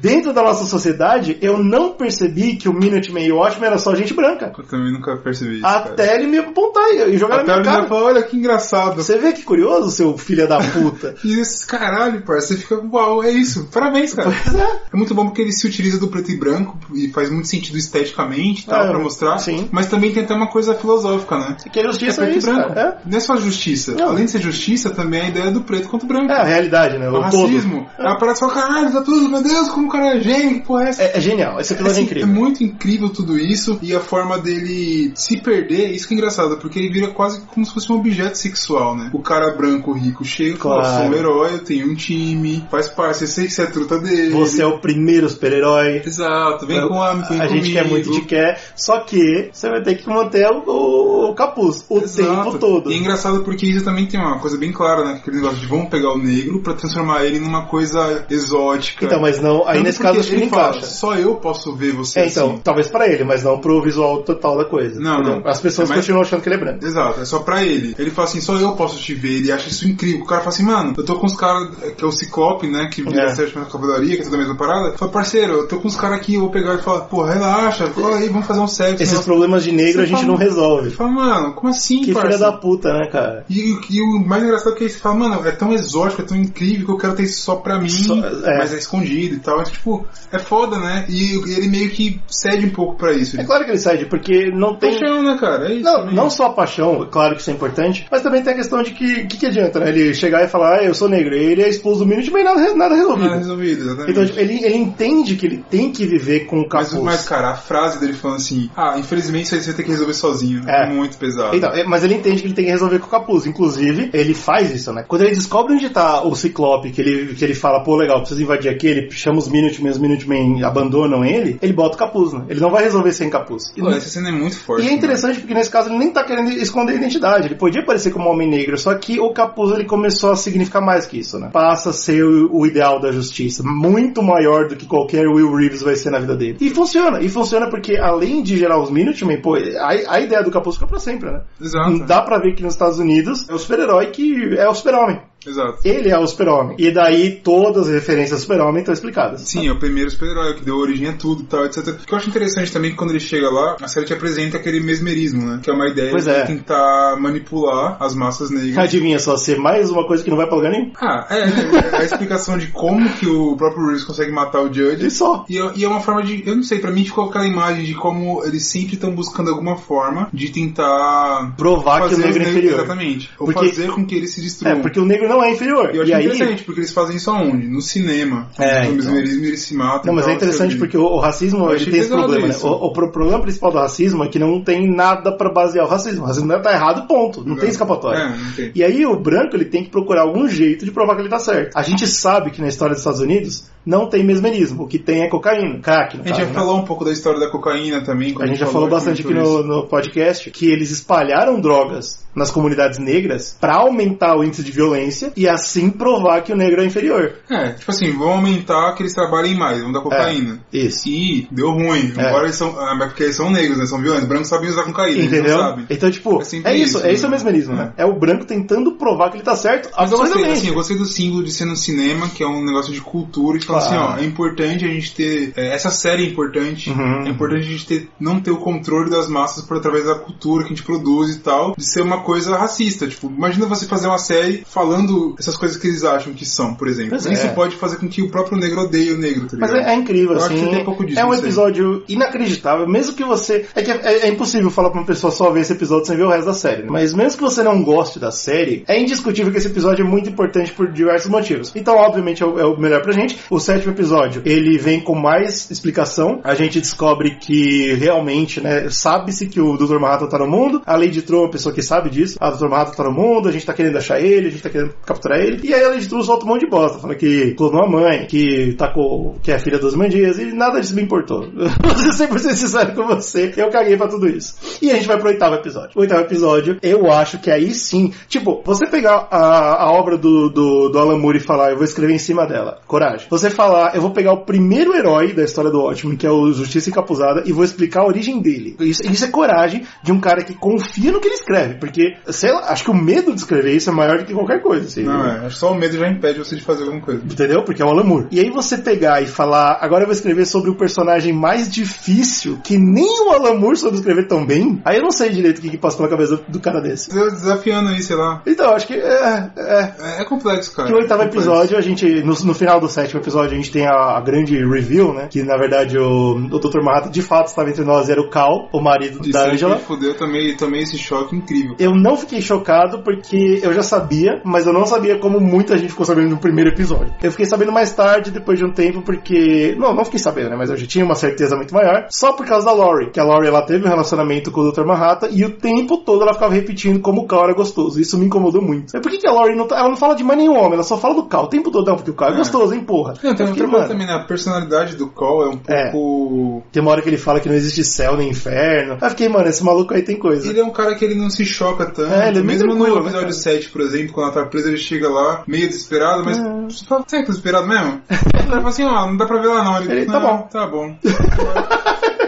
Speaker 2: dentro da nossa sociedade, eu não percebi que o Minuteman e o Watchmen era só gente branca.
Speaker 1: Eu também nunca percebi isso. cara.
Speaker 2: Até ele me apontar e e jogar
Speaker 1: Até
Speaker 2: na
Speaker 1: a
Speaker 2: minha
Speaker 1: menina
Speaker 2: cara.
Speaker 1: falou, olha que engraçado.
Speaker 2: Você vê que curioso, seu filho da puta.
Speaker 1: E esse caralho, parça, você fica, uau, é isso. Parabéns, cara.
Speaker 2: Pois é.
Speaker 1: É muito bom porque ele se utiliza do preto e branco e faz muito sentido esteticamente, tal,
Speaker 2: É,
Speaker 1: pra mostrar.
Speaker 2: sim.
Speaker 1: Mas também tem até uma coisa filosófica, né?
Speaker 2: Que a
Speaker 1: Que é
Speaker 2: justiça é
Speaker 1: preto
Speaker 2: isso,
Speaker 1: e branco.
Speaker 2: cara.
Speaker 1: Não é só justiça.
Speaker 2: Não.
Speaker 1: Além de ser justiça, também é a ideia do preto contra o branco.
Speaker 2: É, é a realidade, né?
Speaker 1: o
Speaker 2: O todo.
Speaker 1: racismo. Ela parece e fala, caralho, tá tudo, meu Deus, como o cara é gênio, que porra é essa?
Speaker 2: É, é genial. Esse episódio
Speaker 1: Assim,
Speaker 2: é incrível.
Speaker 1: é muito incrível tudo isso e a forma dele se perder, isso que é engraçado, porque ele vira quase como se fosse um objeto sexual, né? O cara branco rico chega e fala,
Speaker 2: Claro.
Speaker 1: sou um herói, eu tenho um time, faz parte, eu sei que você é truta dele.
Speaker 2: Você é o primeiro super-herói.
Speaker 1: Exato, vem com a, vem
Speaker 2: a gente
Speaker 1: comigo.
Speaker 2: quer muito te quer, só que você vai ter que manter o, o- o capuz o
Speaker 1: Exato.
Speaker 2: tempo todo.
Speaker 1: E é engraçado porque isso também tem uma coisa bem clara, né? Aquele negócio de vamos pegar o negro pra transformar ele numa coisa exótica.
Speaker 2: Então, mas não, aí
Speaker 1: Tanto
Speaker 2: nesse caso
Speaker 1: porque
Speaker 2: acho que não
Speaker 1: ele fala,
Speaker 2: encaixa.
Speaker 1: Só eu posso ver você
Speaker 2: É, então,
Speaker 1: assim.
Speaker 2: talvez pra ele, mas não pro visual total da coisa.
Speaker 1: Não,
Speaker 2: entendeu?
Speaker 1: não.
Speaker 2: As
Speaker 1: É
Speaker 2: pessoas
Speaker 1: mais-
Speaker 2: continuam achando que ele é branco.
Speaker 1: Exato, é só pra ele. Ele fala assim, só eu posso te ver, ele acha isso incrível. O cara fala assim, mano, eu tô com os caras, que é o Ciclope, né, que vira
Speaker 2: É.
Speaker 1: é. sétima da cavalaria, que é toda a mesma parada. Fala, parceiro, eu tô com os caras aqui, eu vou pegar e falar, pô, relaxa, fala aí, vamos fazer um sexo.
Speaker 2: Esses
Speaker 1: negócio.
Speaker 2: problemas de negro
Speaker 1: Você
Speaker 2: a gente
Speaker 1: fala-
Speaker 2: não
Speaker 1: Ele
Speaker 2: resolve.
Speaker 1: fala, mano, como assim,
Speaker 2: Que filha
Speaker 1: parceiro?
Speaker 2: da puta, né, cara?
Speaker 1: E, e o mais engraçado é que ele fala, mano, é tão exótico, é tão incrível que eu quero ter isso só pra mim,
Speaker 2: Só- é.
Speaker 1: mas é escondido e tal. É, tipo, é foda, né? E ele meio que cede um pouco pra isso.
Speaker 2: É
Speaker 1: Ele
Speaker 2: claro que ele cede, porque não tem.
Speaker 1: paixão, né, cara? É isso.
Speaker 2: Não,
Speaker 1: também.
Speaker 2: não só a paixão, claro que isso é importante, mas também tem a questão de que que, que adianta, né? Ele chegar e falar, ah, eu sou negro, e ele é expulso do mínimo e nada, nada
Speaker 1: Nada
Speaker 2: resolvido.
Speaker 1: Tá resolvido, exatamente.
Speaker 2: Então, tipo, ele, ele entende que ele tem que viver com o
Speaker 1: Mas,
Speaker 2: capuz.
Speaker 1: mas, cara, a frase dele falando assim: Ah, infelizmente isso aí você vai ter que resolver sozinho.
Speaker 2: É.
Speaker 1: É muito pesado.
Speaker 2: Então, é, mas ele entende que ele tem que resolver com o capuz. Inclusive, ele faz isso, né? Quando ele descobre onde tá o Ciclope, que ele, que ele fala, pô, legal, preciso invadir aqui, ele chama os Minutemen, os Minutemen abandonam ele, ele bota o capuz, né? Ele não vai resolver sem capuz.
Speaker 1: Pô, essa cena é muito forte.
Speaker 2: E é interessante porque nesse caso ele nem tá querendo esconder a identidade. Ele podia parecer como um homem negro, só que o capuz ele começou a significar mais que isso, né? Passa a ser o, o ideal da justiça, muito maior do que qualquer Will Reeves vai ser na vida dele. E funciona, e funciona porque além de gerar os Minutemen, pô, a, a ideia do capuz fica pra sempre, né?
Speaker 1: Né? Exato.
Speaker 2: Dá pra ver que nos Estados Unidos é o super-herói que é o super-homem.
Speaker 1: Exato.
Speaker 2: Ele é o super-homem. E daí todas as referências ao super-homem estão explicadas.
Speaker 1: Sim, é o primeiro super-herói que deu origem a tudo e tal, etc. O que eu acho interessante também é que quando ele chega lá, a série te apresenta aquele mesmerismo, né? Que é uma ideia
Speaker 2: Pois
Speaker 1: de
Speaker 2: é.
Speaker 1: tentar manipular as massas negras.
Speaker 2: Adivinha só ser mais uma coisa que não vai pra lugar nenhum?
Speaker 1: Ah, é, é, é a explicação de como que o próprio Reeves consegue matar o Judge.
Speaker 2: E só.
Speaker 1: E, é- e é uma forma de, eu não sei, pra mim ficou aquela imagem de como eles sempre estão buscando alguma forma de tentar
Speaker 2: Provar que o
Speaker 1: fazer os
Speaker 2: negro é
Speaker 1: negros-
Speaker 2: inferior.
Speaker 1: Exatamente. Ou
Speaker 2: Porque-
Speaker 1: fazer com que eles se destruam.
Speaker 2: É, porque o negro não é inferior.
Speaker 1: E eu acho
Speaker 2: e aí,
Speaker 1: interessante, porque eles fazem isso aonde? No cinema.
Speaker 2: É,
Speaker 1: no
Speaker 2: então.
Speaker 1: mesmerismo eles se matam.
Speaker 2: Não, mas
Speaker 1: tal,
Speaker 2: é interessante
Speaker 1: etc.
Speaker 2: porque o, o racismo
Speaker 1: Eu
Speaker 2: ele
Speaker 1: achei
Speaker 2: tem esse
Speaker 1: pesado
Speaker 2: problema, né?
Speaker 1: isso.
Speaker 2: O, o pro- problema principal do racismo é que não tem nada pra basear o racismo. O racismo tá errado, ponto. Não tem escapatória.
Speaker 1: É, não tem.
Speaker 2: E aí o branco ele tem que procurar algum jeito de provar que ele tá certo. A gente sabe que na história dos Estados Unidos não tem mesmerismo. O que tem é cocaína, crack. no
Speaker 1: A gente já
Speaker 2: caso, né?
Speaker 1: falou um pouco da história da cocaína também. quando
Speaker 2: A gente já falou bastante aqui
Speaker 1: sobre
Speaker 2: no,
Speaker 1: isso.
Speaker 2: no podcast que eles espalharam drogas nas comunidades negras pra aumentar o índice de violência e assim provar que o negro é inferior. É,
Speaker 1: É, tipo assim, vão aumentar que eles trabalhem mais, vão dar cocaína.
Speaker 2: Isso.
Speaker 1: Ih, deu ruim.
Speaker 2: É.
Speaker 1: Agora eles são. Ah, mas porque eles são negros, né? São violentos. Brancos sabem usar cocaína, eles
Speaker 2: Entendeu?
Speaker 1: não sabem.
Speaker 2: Então, tipo,
Speaker 1: É sempre
Speaker 2: é isso,
Speaker 1: isso,
Speaker 2: é
Speaker 1: né?
Speaker 2: isso o mesmerismo, né? É o branco tentando provar que ele tá certo
Speaker 1: Mas eu gostei,
Speaker 2: absurdamente.
Speaker 1: assim, eu gostei do símbolo de ser no cinema, que é um negócio de cultura, de fala assim,
Speaker 2: Claro.
Speaker 1: ó, é importante a gente ter. é, essa série é importante.
Speaker 2: Uhum.
Speaker 1: É importante a gente ter, não ter o controle das massas por através da cultura que a gente produz e tal, de ser uma coisa racista. Tipo, imagina você fazer uma série falando essas coisas que eles acham que são, por exemplo.
Speaker 2: Pois é.
Speaker 1: Isso pode fazer com que o próprio negro odeie o negro, tá
Speaker 2: Mas
Speaker 1: ligado?
Speaker 2: é, é incrível,
Speaker 1: Eu acho
Speaker 2: assim.
Speaker 1: que tem um pouco disso,
Speaker 2: é um
Speaker 1: não sei.
Speaker 2: episódio inacreditável, mesmo que você. É que é, é impossível falar pra uma pessoa só ver esse episódio sem ver o resto da série. né? Mas mesmo que você não goste da série, é indiscutível que esse episódio é muito importante por diversos motivos. Então, obviamente, é o, é o melhor pra gente. O sétimo episódio, ele vem com mais explicação. A gente descobre que realmente, né, sabe-se que o Dr. Manhattan tá no mundo. A Lady Tron é uma pessoa que sabe disso. A Dr. Manhattan tá no mundo, a gente tá querendo achar ele, a gente tá querendo capturar ele. E aí a Lady Tron solta um monte de bosta, falando que clonou a mãe, que tá com, que é a filha dos mandias, e nada disso me importou. Vou ser 100% sincero com você, eu caguei pra tudo isso. E a gente vai pro oitavo episódio. O oitavo episódio, eu acho que aí sim, tipo, você pegar a, a obra do, do, do Alan Moore e falar, eu vou escrever em cima dela, coragem. Você falar, eu vou pegar o primeiro herói da história do Watchmen, que é o Justiça Encapuzada, e vou explicar a origem dele. Isso, isso é coragem de um cara que confia no que ele escreve, porque, sei lá, acho que o medo de escrever isso é maior do que qualquer coisa. Assim,
Speaker 1: Não, é. Acho que só o medo já impede você de fazer alguma coisa.
Speaker 2: Entendeu? Porque é o Alan Moore. E aí você pegar e falar, agora eu vou escrever sobre o personagem mais difícil, que nem o Alan Moore soube escrever tão bem, aí eu não sei direito o que, que passou pela cabeça do cara desse.
Speaker 1: Tô Desafiando aí, sei lá.
Speaker 2: Então, eu acho que é, é,
Speaker 1: É, é complexo, cara.
Speaker 2: que o oitavo
Speaker 1: Complexo.
Speaker 2: episódio, a gente, no, no final do sétimo episódio, a gente tem a, a grande reveal, né? Que na verdade o, o Dr. Manhattan de fato estava entre nós, era o Cal, o marido
Speaker 1: Isso
Speaker 2: da
Speaker 1: aí
Speaker 2: Angela.
Speaker 1: me fudeu, tomei, tomei esse choque incrível.
Speaker 2: Eu não fiquei chocado porque eu já sabia, mas eu não sabia como muita gente ficou sabendo no primeiro episódio. Eu fiquei sabendo mais tarde, depois de um tempo, porque. Não, não fiquei sabendo, né? Mas eu já tinha uma certeza muito maior. Só por causa da Laurie, que a Laurie ela teve um relacionamento com o Dr. Manhattan e o tempo todo ela ficava repetindo como o Cal era gostoso. Isso me incomodou muito. É por que, que a Laurie não, tá- ela não fala de mais nenhum homem, ela só fala do Cal o tempo todo, não, porque o Cal é,
Speaker 1: É.
Speaker 2: gostoso, hein, porra.
Speaker 1: Não, tem
Speaker 2: Eu Então fiquei,
Speaker 1: outra coisa
Speaker 2: mano,
Speaker 1: também, né? A personalidade do Call é um
Speaker 2: É.
Speaker 1: pouco.
Speaker 2: Tem uma hora que ele fala que não existe céu nem inferno. Aí eu fiquei, mano, esse maluco aí tem coisa.
Speaker 1: Ele é um cara que ele não se choca tanto.
Speaker 2: É, ele é bem
Speaker 1: Mesmo no
Speaker 2: tranquilo,
Speaker 1: episódio
Speaker 2: né, cara?
Speaker 1: 7, por exemplo, quando ela tá presa, ele chega lá meio desesperado, mas.
Speaker 2: Uhum.
Speaker 1: Você fala, será que tá desesperado mesmo? Ele fala assim, ó, não dá pra ver lá não.
Speaker 2: Ele, tá
Speaker 1: "Não,
Speaker 2: bom."
Speaker 1: Tá bom.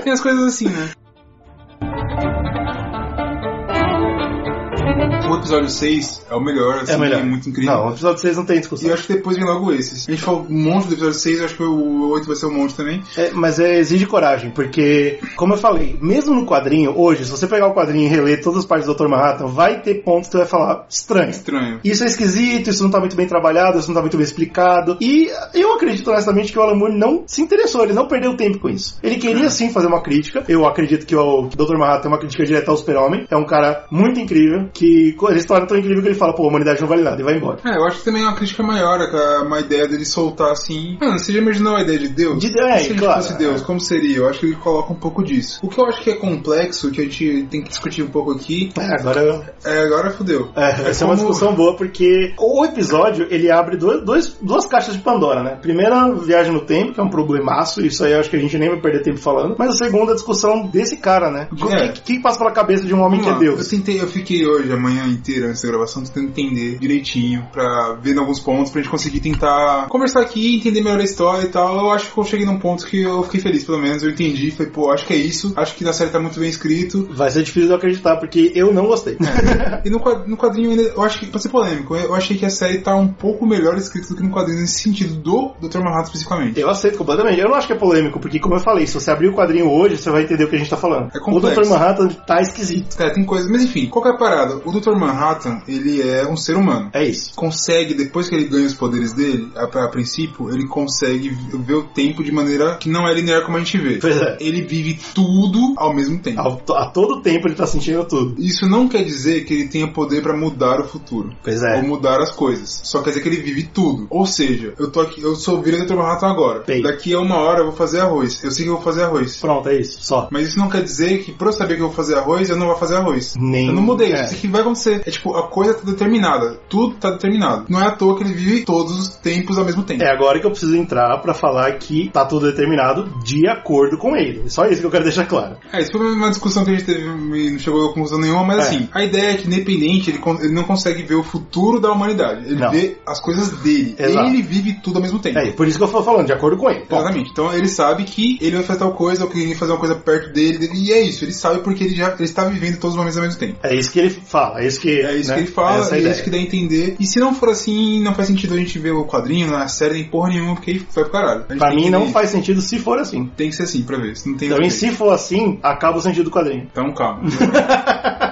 Speaker 1: Tem as coisas assim, né? O episódio 6 é o melhor, assim,
Speaker 2: É melhor.
Speaker 1: muito incrível.
Speaker 2: Não, o episódio 6 não tem discussão.
Speaker 1: E eu acho que depois vem logo esses. A gente falou um monte do episódio 6, eu acho que o 8 vai ser um monte também.
Speaker 2: É, mas é, exige coragem, porque, como eu falei, mesmo no quadrinho, hoje, se você pegar o quadrinho e reler todas as partes do Dr. Manhattan, vai ter pontos que você vai falar estranho.
Speaker 1: Estranho.
Speaker 2: Isso é esquisito, isso não tá muito bem trabalhado, isso não tá muito bem explicado. E eu acredito honestamente que o Alan Moore não se interessou, ele não perdeu tempo com isso. Ele queria sim fazer uma crítica. Eu acredito que o Dr. Manhattan é uma crítica direta ao Super-Homem. É um cara muito incrível, que co- ele se torna tão incrível que ele fala, pô, a humanidade não vale nada, e vai embora.
Speaker 1: É, eu acho que também é uma crítica maior, é que a- uma ideia dele soltar assim. Mano, você já imaginou a ideia de Deus?
Speaker 2: De- é,
Speaker 1: Se ele
Speaker 2: claro,
Speaker 1: fosse Deus,
Speaker 2: é.
Speaker 1: como seria? Eu acho que ele coloca um pouco disso. O que eu acho que é complexo, que a gente tem que discutir um pouco aqui,
Speaker 2: É, agora eu-
Speaker 1: é agora fudeu.
Speaker 2: É, essa é uma
Speaker 1: como-
Speaker 2: discussão boa, porque o episódio ele abre dois, dois- duas caixas de Pandora, né? Primeira, viagem no tempo, que é um problemaço, isso aí eu acho que a gente nem vai perder tempo falando. Mas a segunda, a discussão desse cara, né? O
Speaker 1: É.
Speaker 2: que, que passa pela cabeça de um homem
Speaker 1: Vamos
Speaker 2: que é
Speaker 1: lá. Eu
Speaker 2: Deus?
Speaker 1: tentei, eu fiquei hoje a manhã inteira antes da gravação tentando entender direitinho pra ver em alguns pontos pra gente conseguir tentar conversar aqui, entender melhor a história e tal. Eu acho que eu cheguei num ponto que eu fiquei feliz, pelo menos eu entendi, falei, pô, acho que é isso. Acho que na série tá muito bem escrito.
Speaker 2: Vai ser difícil de eu acreditar, porque eu não gostei.
Speaker 1: E no quad- no quadrinho ainda, eu acho que, pra ser polêmico, eu achei que a série tá um pouco melhor escrita do que no quadrinho nesse sentido do Dr. Manhattan especificamente.
Speaker 2: Eu aceito completamente. Eu não acho que é polêmico, porque como eu falei, se você abrir o quadrinho hoje, você vai entender o que a gente tá falando.
Speaker 1: É
Speaker 2: o
Speaker 1: complexo.
Speaker 2: Dr. Manhattan tá esquisito.
Speaker 1: É, tem coisas, mas enfim, qual que é a parada? O Dr. Manhattan, ele é um ser humano.
Speaker 2: É isso.
Speaker 1: Consegue, depois que ele ganha os poderes dele, a, a princípio, ele consegue v- ver o tempo de maneira que não é linear como a gente vê.
Speaker 2: Pois é.
Speaker 1: Ele vive tudo ao mesmo tempo.
Speaker 2: Ao- A, todo tempo ele tá sentindo tudo.
Speaker 1: Isso não quer dizer que ele tenha poder pra mudar o futuro.
Speaker 2: Pois é.
Speaker 1: Ou mudar as coisas. Só quer dizer que ele vive tudo. Ou seja, eu tô aqui, eu sou virando Dr. Manhattan agora.
Speaker 2: Bem.
Speaker 1: Daqui a uma hora eu vou fazer arroz. Eu sei que eu vou fazer arroz.
Speaker 2: Pronto, é isso. Só.
Speaker 1: Mas isso não quer dizer que pra eu saber que eu vou fazer arroz, eu não vou fazer arroz.
Speaker 2: Nem-
Speaker 1: Eu não mudei.
Speaker 2: é.
Speaker 1: Isso que vai acontecer. É tipo, a coisa tá determinada. Tudo tá determinado. Não é à toa que ele vive todos os tempos ao mesmo tempo.
Speaker 2: É agora que eu preciso entrar pra falar que tá tudo determinado de acordo com ele. É Só isso que eu quero deixar claro.
Speaker 1: É, isso foi uma discussão que a gente teve e não chegou a conclusão nenhuma, mas
Speaker 2: É.
Speaker 1: assim, a ideia é que independente, ele, con- ele não consegue ver o futuro da humanidade. Ele
Speaker 2: Não.
Speaker 1: vê as coisas dele.
Speaker 2: Exato.
Speaker 1: Ele vive tudo ao mesmo tempo.
Speaker 2: É, por isso que eu tô falando, de acordo com ele. Ponto.
Speaker 1: Exatamente. Então ele sabe que ele vai fazer tal coisa, ou que ele vai fazer uma coisa perto dele, dele, e é isso. Ele sabe porque ele já ele está vivendo todos os momentos ao mesmo tempo.
Speaker 2: É isso que ele fala, é isso que quê.
Speaker 1: É isso
Speaker 2: né?
Speaker 1: que ele fala, é,
Speaker 2: Essa a
Speaker 1: isso
Speaker 2: ideia.
Speaker 1: que dá a entender. E se não for assim, não faz sentido a gente ver o quadrinho na série nem porra nenhuma, porque aí vai pro caralho. A gente
Speaker 2: Pra
Speaker 1: tem
Speaker 2: mim
Speaker 1: que
Speaker 2: não
Speaker 1: ver.
Speaker 2: faz Então, sentido se for assim.
Speaker 1: Tem que ser assim pra ver. Se não tem
Speaker 2: Também
Speaker 1: outro jeito.
Speaker 2: se for assim, acaba o sentido do quadrinho.
Speaker 1: Então calma.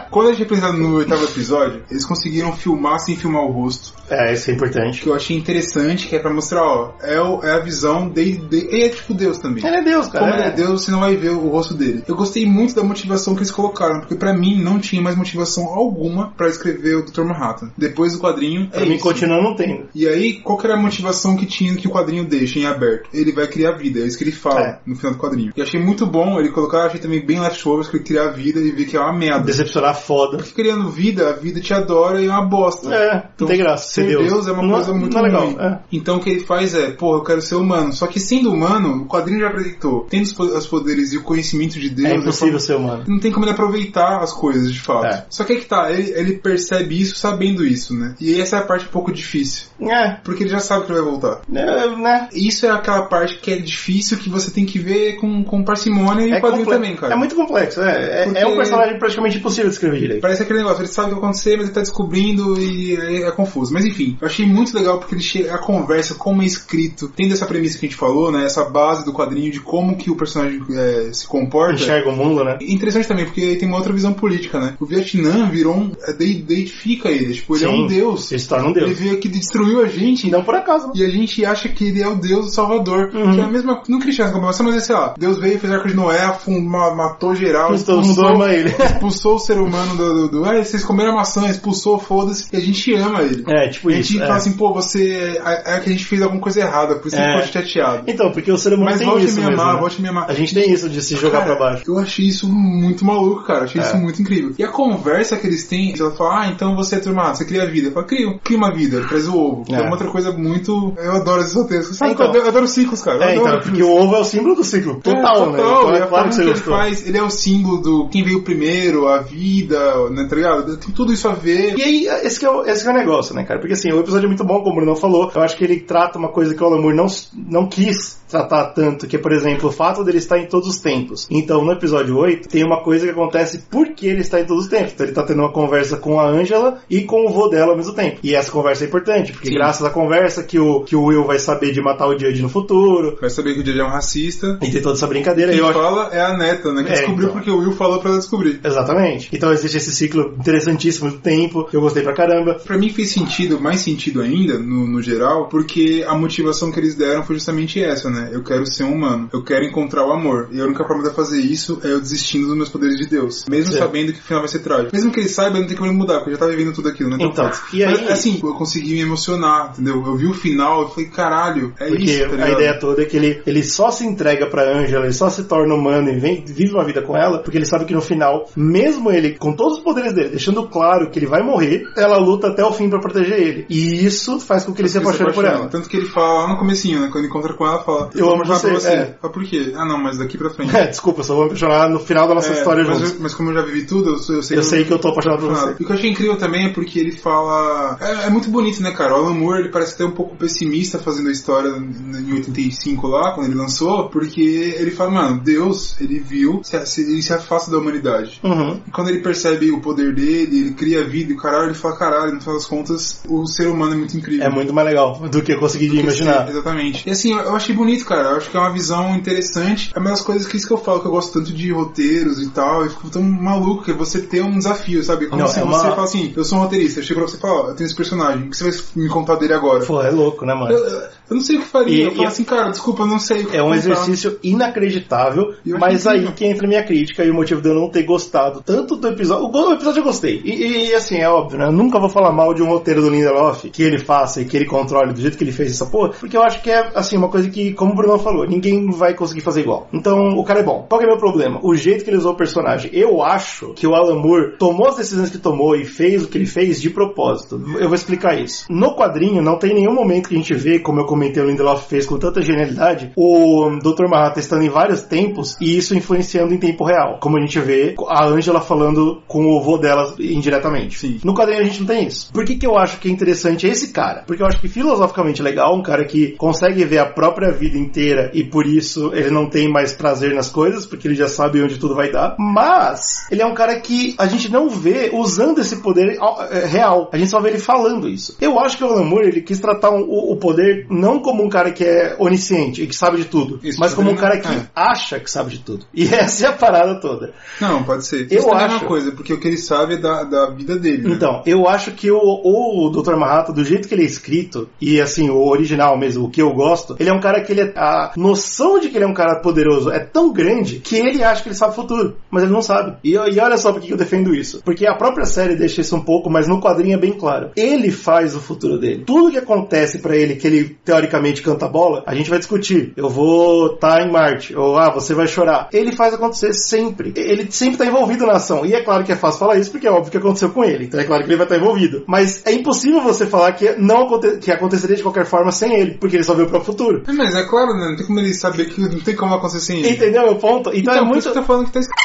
Speaker 1: Quando a gente apresentado no oitavo episódio, eles conseguiram filmar sem filmar o rosto.
Speaker 2: É, isso é
Speaker 1: Que
Speaker 2: importante.
Speaker 1: eu achei interessante, que é pra mostrar, ó, é, o- é a visão dele. dele- Ele é tipo Deus também.
Speaker 2: Ele é Deus, cara.
Speaker 1: Como ele é Deus, você não vai ver o rosto dele. Eu gostei muito da motivação que eles colocaram, porque pra mim não tinha mais motivação alguma pra escrever o Dr. Manhattan. Depois do quadrinho,
Speaker 2: Pra
Speaker 1: é
Speaker 2: mim,
Speaker 1: isso.
Speaker 2: continua não tendo.
Speaker 1: E aí, qual que era a motivação que tinha que o quadrinho deixa em aberto? Ele vai criar vida, é isso que ele fala
Speaker 2: É.
Speaker 1: no final do quadrinho. E achei muito bom ele colocar, achei também bem leftovers que ele criar vida e ver que é uma merda.
Speaker 2: Decepcionar foda.
Speaker 1: Porque criando vida, a vida te adora e é uma bosta.
Speaker 2: É, não tem graça.
Speaker 1: Ser Deus. é uma
Speaker 2: Não-
Speaker 1: coisa muito
Speaker 2: não é legal.
Speaker 1: ruim.
Speaker 2: é.
Speaker 1: Então o que ele faz é, porra, eu quero ser humano. Só que sendo humano, o quadrinho já apresentou, tendo os po- os poderes e o conhecimento de Deus,
Speaker 2: É
Speaker 1: eu
Speaker 2: impossível ser humano.
Speaker 1: não tem como ele aproveitar as coisas de fato.
Speaker 2: É.
Speaker 1: Só que aí que tá, ele, ele percebe isso sabendo isso, né? E essa é a parte um pouco difícil.
Speaker 2: É,
Speaker 1: Porque ele já sabe que ele vai voltar.
Speaker 2: é, né?
Speaker 1: Isso é aquela parte que é difícil, que você tem que ver com, com parcimônia e
Speaker 2: É,
Speaker 1: o quadrinho
Speaker 2: comple-
Speaker 1: também, cara.
Speaker 2: é muito complexo. É, é,
Speaker 1: Porque-
Speaker 2: é um personagem praticamente impossível de escrever direito.
Speaker 1: Parece aquele negócio, ele sabe o que vai acontecer, mas ele tá descobrindo e é, é confuso. Mas enfim, eu achei muito legal porque ele chega a conversa, como é escrito, tendo essa premissa que a gente falou, né? Essa base do quadrinho de como que o personagem é, se comporta. é
Speaker 2: Enxerga o mundo, né?
Speaker 1: Interessante também, porque ele tem uma outra visão política, né? O Vietnã virou um. é, de- Deidifica ele, tipo, ele é um
Speaker 2: Sim,
Speaker 1: deus.
Speaker 2: Ele se torna um
Speaker 1: Ele
Speaker 2: deus.
Speaker 1: veio aqui e destruiu a gente. então
Speaker 2: E não por acaso. né?
Speaker 1: E a gente acha que ele é o Deus do Salvador.
Speaker 2: Uhum.
Speaker 1: Que é a mesma. Não cristianismo, mas é sei lá. Deus veio, fez arco de Noé, afun- ma- matou geral,
Speaker 2: Todo mundo
Speaker 1: expulsou,
Speaker 2: Então, ama ele.
Speaker 1: expulsou o ser humano do. do, do "Ah, vocês comeram a maçã, expulsou, foda-se. E a gente ama ele.
Speaker 2: É, tipo
Speaker 1: E a né? gente
Speaker 2: isso. é.
Speaker 1: fala assim, pô, você. É, é que a gente fez alguma coisa errada, por isso
Speaker 2: É.
Speaker 1: ele ficou chateado.
Speaker 2: Então, porque o ser humano
Speaker 1: Mas
Speaker 2: tem
Speaker 1: volte a
Speaker 2: isso
Speaker 1: me
Speaker 2: mesmo,
Speaker 1: amar,
Speaker 2: né?
Speaker 1: volte a me amar.
Speaker 2: A gente tem isso de se jogar
Speaker 1: Cara,
Speaker 2: pra baixo.
Speaker 1: Eu achei isso muito maluco, cara. Achei
Speaker 2: É.
Speaker 1: isso muito incrível. E a conversa que eles têm, ela fala, ah, então você é turma, você cria vida. Eu falo, crio, cria uma vida, traz o ovo. É,
Speaker 2: É.
Speaker 1: uma outra coisa muito. Eu adoro esses roteiros. Sabe,
Speaker 2: É, então.
Speaker 1: que eu, adoro, eu adoro ciclos, cara. Eu
Speaker 2: É,
Speaker 1: adoro.
Speaker 2: então, porque o ovo é o símbolo do ciclo.
Speaker 1: É,
Speaker 2: Total, né?
Speaker 1: total.
Speaker 2: Então,
Speaker 1: e
Speaker 2: é
Speaker 1: a
Speaker 2: claro
Speaker 1: forma
Speaker 2: que
Speaker 1: que
Speaker 2: você
Speaker 1: ele
Speaker 2: gostou.
Speaker 1: faz, ele é o símbolo do quem veio primeiro, a vida, né, tá ligado? Tem tudo isso a ver.
Speaker 2: E aí, esse que, é o, esse que é o negócio, né, cara? Porque assim, o episódio é muito bom, como o Bruno falou. Eu acho que ele trata uma coisa que o Alan Moore não, não quis tratar tanto, que é, por exemplo, o fato dele estar em todos os tempos. Então, no episódio 8, tem uma coisa que acontece porque ele está em todos os tempos. Então, ele tá tendo uma conversa com a Angela e com o vô dela ao mesmo tempo. E essa conversa é importante, porque graças à conversa que o, que o Will vai saber de matar o Judge no futuro,
Speaker 1: Vai saber que o Jay é um racista.
Speaker 2: e tem toda essa brincadeira.
Speaker 1: Quem
Speaker 2: eu acho
Speaker 1: fala é a neta, né? Que
Speaker 2: É,
Speaker 1: descobriu
Speaker 2: então.
Speaker 1: porque o Will falou pra ela descobrir.
Speaker 2: Exatamente. Então existe esse ciclo interessantíssimo do tempo, eu gostei pra caramba.
Speaker 1: Pra mim fez sentido, mais sentido ainda, no, no geral, porque a motivação que eles deram foi justamente essa, né? Eu quero ser um humano, eu quero encontrar o amor. E a única forma de eu fazer isso é eu desistindo dos meus poderes de Deus. Mesmo
Speaker 2: Sim.
Speaker 1: sabendo que o final vai ser trágico. Mesmo que ele saiba, eu não tem como ele mudar, porque eu já tava vivendo tudo aquilo, né?
Speaker 2: Então, e aí-
Speaker 1: Mas, assim, eu consegui me emocionar, entendeu? Eu vi o final, eu falei, caralho, é
Speaker 2: Porque
Speaker 1: isso, tá
Speaker 2: a
Speaker 1: ligado?
Speaker 2: ideia toda é que ele, ele só se entrega pra Angela, ele só se torna humano e vem, vive uma vida com ela, porque ele sabe que no final, mesmo ele com todos os poderes dele, deixando claro que ele vai morrer, ela luta até o fim pra proteger ele. E isso faz com que ele se
Speaker 1: Porque você
Speaker 2: apaixone por
Speaker 1: apaixona.
Speaker 2: ela.
Speaker 1: Tanto que ele fala lá no comecinho, né? Quando encontra com ela, fala...
Speaker 2: Eu amo
Speaker 1: vou
Speaker 2: você,
Speaker 1: pra
Speaker 2: é.
Speaker 1: Fala, por quê? Ah, não, mas daqui pra frente.
Speaker 2: É, desculpa, eu só vou me apaixonar no final da nossa
Speaker 1: É,
Speaker 2: história
Speaker 1: mas,
Speaker 2: juntos.
Speaker 1: eu- mas como eu já vivi tudo, eu, sou- eu sei
Speaker 2: Eu sei que eu tô apaixonado por você.
Speaker 1: E o que eu achei incrível também é porque ele fala. É, é muito bonito, né, cara? O Alan Moore ele parece até um pouco pessimista fazendo a história em 85 lá, quando ele lançou, porque ele fala, mano, Deus, ele viu, se- se- ele se afasta da humanidade.
Speaker 2: Uhum.
Speaker 1: E Quando ele percebe o poder dele, ele cria a vida e o caralho, ele fala, caralho, no final das contas, o ser humano é muito incrível.
Speaker 2: É muito mais legal do que eu consegui imaginar.
Speaker 1: Exatamente. E assim, eu- eu achei bonito, cara. Eu acho que é uma visão interessante. É uma das coisas que isso que eu falo, que eu gosto tanto de roteiros e tal. Eu fico tão maluco, que é você ter um desafio, sabe? Como
Speaker 2: Não,
Speaker 1: se
Speaker 2: é uma-
Speaker 1: você fala assim, eu sou um roteirista, eu chego pra você e falo, ó, eu tenho esse personagem, o que você vai me contar dele agora?
Speaker 2: Pô, é louco, né, mano?
Speaker 1: Eu, eu não sei o que faria.
Speaker 2: E-
Speaker 1: eu falo
Speaker 2: e-
Speaker 1: assim, cara, desculpa, eu não sei o que
Speaker 2: É um
Speaker 1: contar.
Speaker 2: exercício inacreditável,
Speaker 1: E eu achei
Speaker 2: mas aí
Speaker 1: incrível.
Speaker 2: que entra a minha crítica e o motivo de eu não ter gostado tanto do episódio. O go- o episódio eu gostei. E, e, assim, é óbvio, né? Eu nunca vou falar mal de um roteiro do Lindelof que ele faça e que ele controle do jeito que ele fez essa porra, porque eu acho que é, assim, uma coisa que, como o Bruno falou, ninguém vai conseguir fazer igual. Então, o cara é bom. Qual que é o meu problema? O jeito que ele usou o personagem. Eu acho que o Alan Moore tomou as decisões que tomou e fez o que ele fez de propósito. Eu vou explicar isso. No quadrinho, não tem nenhum momento que a gente vê, como eu comentei, o Lindelof fez com tanta genialidade, o Dr. Manhattan estando em vários tempos e isso influenciando em tempo real. Como a gente vê a Angela falando com o vô dela indiretamente.
Speaker 1: Sim.
Speaker 2: No quadrinho a gente não tem isso. Por que, é que eu acho que é interessante esse cara? Porque eu acho que filosoficamente legal, um cara que consegue ver a própria vida vida inteira e por isso ele não tem mais prazer nas coisas, porque ele já sabe onde tudo vai dar. Mas ele é um cara que a gente não vê usando esse poder ao- é, real. A gente só vê ele falando isso. Eu acho que o Alan Moore ele quis tratar um- o, o poder não como um cara que é onisciente e que sabe de tudo,
Speaker 1: Isso,
Speaker 2: mas como um cara
Speaker 1: poderia-
Speaker 2: que
Speaker 1: é.
Speaker 2: acha que sabe de tudo. E essa é a parada toda.
Speaker 1: Não, pode ser.
Speaker 2: Eu
Speaker 1: Isso também é
Speaker 2: acho.
Speaker 1: uma coisa, porque o que ele sabe é da, da vida dele. né?
Speaker 2: Então, eu acho que o, o Dr. Manhattan, do jeito que ele é escrito, e assim, o original mesmo, o que eu gosto, ele é um cara que ele é, a noção de que ele é um cara poderoso é tão grande que ele acha que ele sabe o futuro, mas ele não sabe. E, e olha só por que eu defendo isso. Porque a própria série deixa isso um pouco, mas no quadrinho é bem claro. Ele faz o futuro dele. Tudo que acontece pra ele, que ele teoricamente canta bola, a gente vai discutir. Eu vou estar em Marte, ou ah, você vai chorar. Ele faz acontecer sempre. Ele sempre tá envolvido na ação. E é claro que é fácil falar isso, porque é óbvio que aconteceu com ele. Então é claro que ele vai estar envolvido. Mas é impossível você falar que não aconte- que aconteceria de qualquer forma sem ele, porque ele só vê o próprio futuro.
Speaker 1: É, mas é claro, né? Não tem como ele saber que não tem como acontecer sem ele.
Speaker 2: Entendeu meu ponto? Então, é
Speaker 1: Então, por
Speaker 2: muito
Speaker 1: isso que tá falando que tá escrito.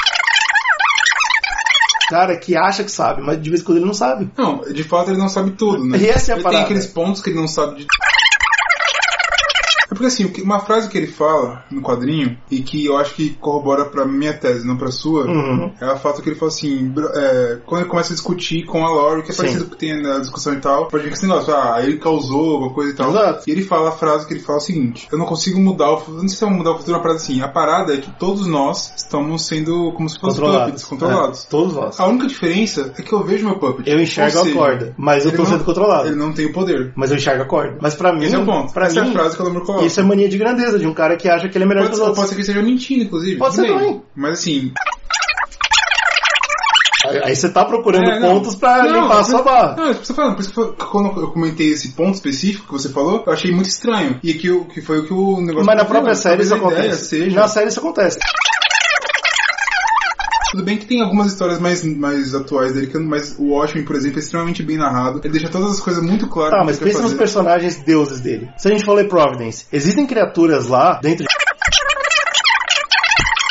Speaker 2: cara que acha que sabe, mas de vez em quando ele não sabe.
Speaker 1: Não, de fato ele não sabe tudo, né?
Speaker 2: E essa é a
Speaker 1: ele tem
Speaker 2: parada.
Speaker 1: aqueles pontos que ele não sabe de. É porque assim, o que- uma frase que ele fala no quadrinho, e que eu acho que corrobora pra minha tese, não pra sua,
Speaker 2: Uhum.
Speaker 1: é o fato que ele fala assim, bro- é, quando ele começa a discutir com a Laurie, que é
Speaker 2: Sim.
Speaker 1: parecido com o que tem na discussão e tal, pode ver que esse negócio, ah, ele causou alguma coisa e tal.
Speaker 2: Exato.
Speaker 1: E ele fala a frase que ele fala o seguinte, eu não consigo mudar o futuro, não sei se eu vou mudar o futuro, uma parada assim, a parada é que todos nós estamos sendo como se fossem puppets, controlados.
Speaker 2: É, todos nós.
Speaker 1: A única diferença é que eu vejo meu puppet.
Speaker 2: Eu enxergo
Speaker 1: Ou seja,
Speaker 2: a corda, mas eu
Speaker 1: ele
Speaker 2: tô
Speaker 1: não-
Speaker 2: sendo controlado.
Speaker 1: Ele não tem o poder.
Speaker 2: Mas eu enxergo a corda. Mas pra mim,
Speaker 1: Esse é o ponto.
Speaker 2: pra
Speaker 1: Essa é
Speaker 2: mim,
Speaker 1: a frase que eu lembro coloca.
Speaker 2: isso é mania de grandeza de um cara que acha que ele é melhor
Speaker 1: pode,
Speaker 2: que os
Speaker 1: ser,
Speaker 2: outros.
Speaker 1: pode ser que ele esteja mentindo, inclusive.
Speaker 2: Pode ser
Speaker 1: Tudo bem.
Speaker 2: também.
Speaker 1: Mas assim.
Speaker 2: Aí você tá procurando
Speaker 1: é, não.
Speaker 2: pontos pra
Speaker 1: Não,
Speaker 2: limpar a sua barra.
Speaker 1: Não, isso que você tá falando. Por isso que eu- quando eu comentei esse ponto específico que você falou, eu achei muito estranho. E que, o- que foi o que o negócio.
Speaker 2: Mas na
Speaker 1: falou.
Speaker 2: própria série
Speaker 1: Talvez
Speaker 2: isso
Speaker 1: a ideia
Speaker 2: acontece.
Speaker 1: Seja...
Speaker 2: Na série isso acontece.
Speaker 1: Tudo bem que tem algumas histórias mais, mais atuais dele, que eu não- mas o Watchmen, por exemplo, é extremamente bem narrado. Ele deixa todas as coisas muito claras.
Speaker 2: Tá,
Speaker 1: do
Speaker 2: mas
Speaker 1: que ele
Speaker 2: pensa nos
Speaker 1: fazer.
Speaker 2: personagens deuses dele. Se a gente for ler Providence, existem criaturas lá dentro de.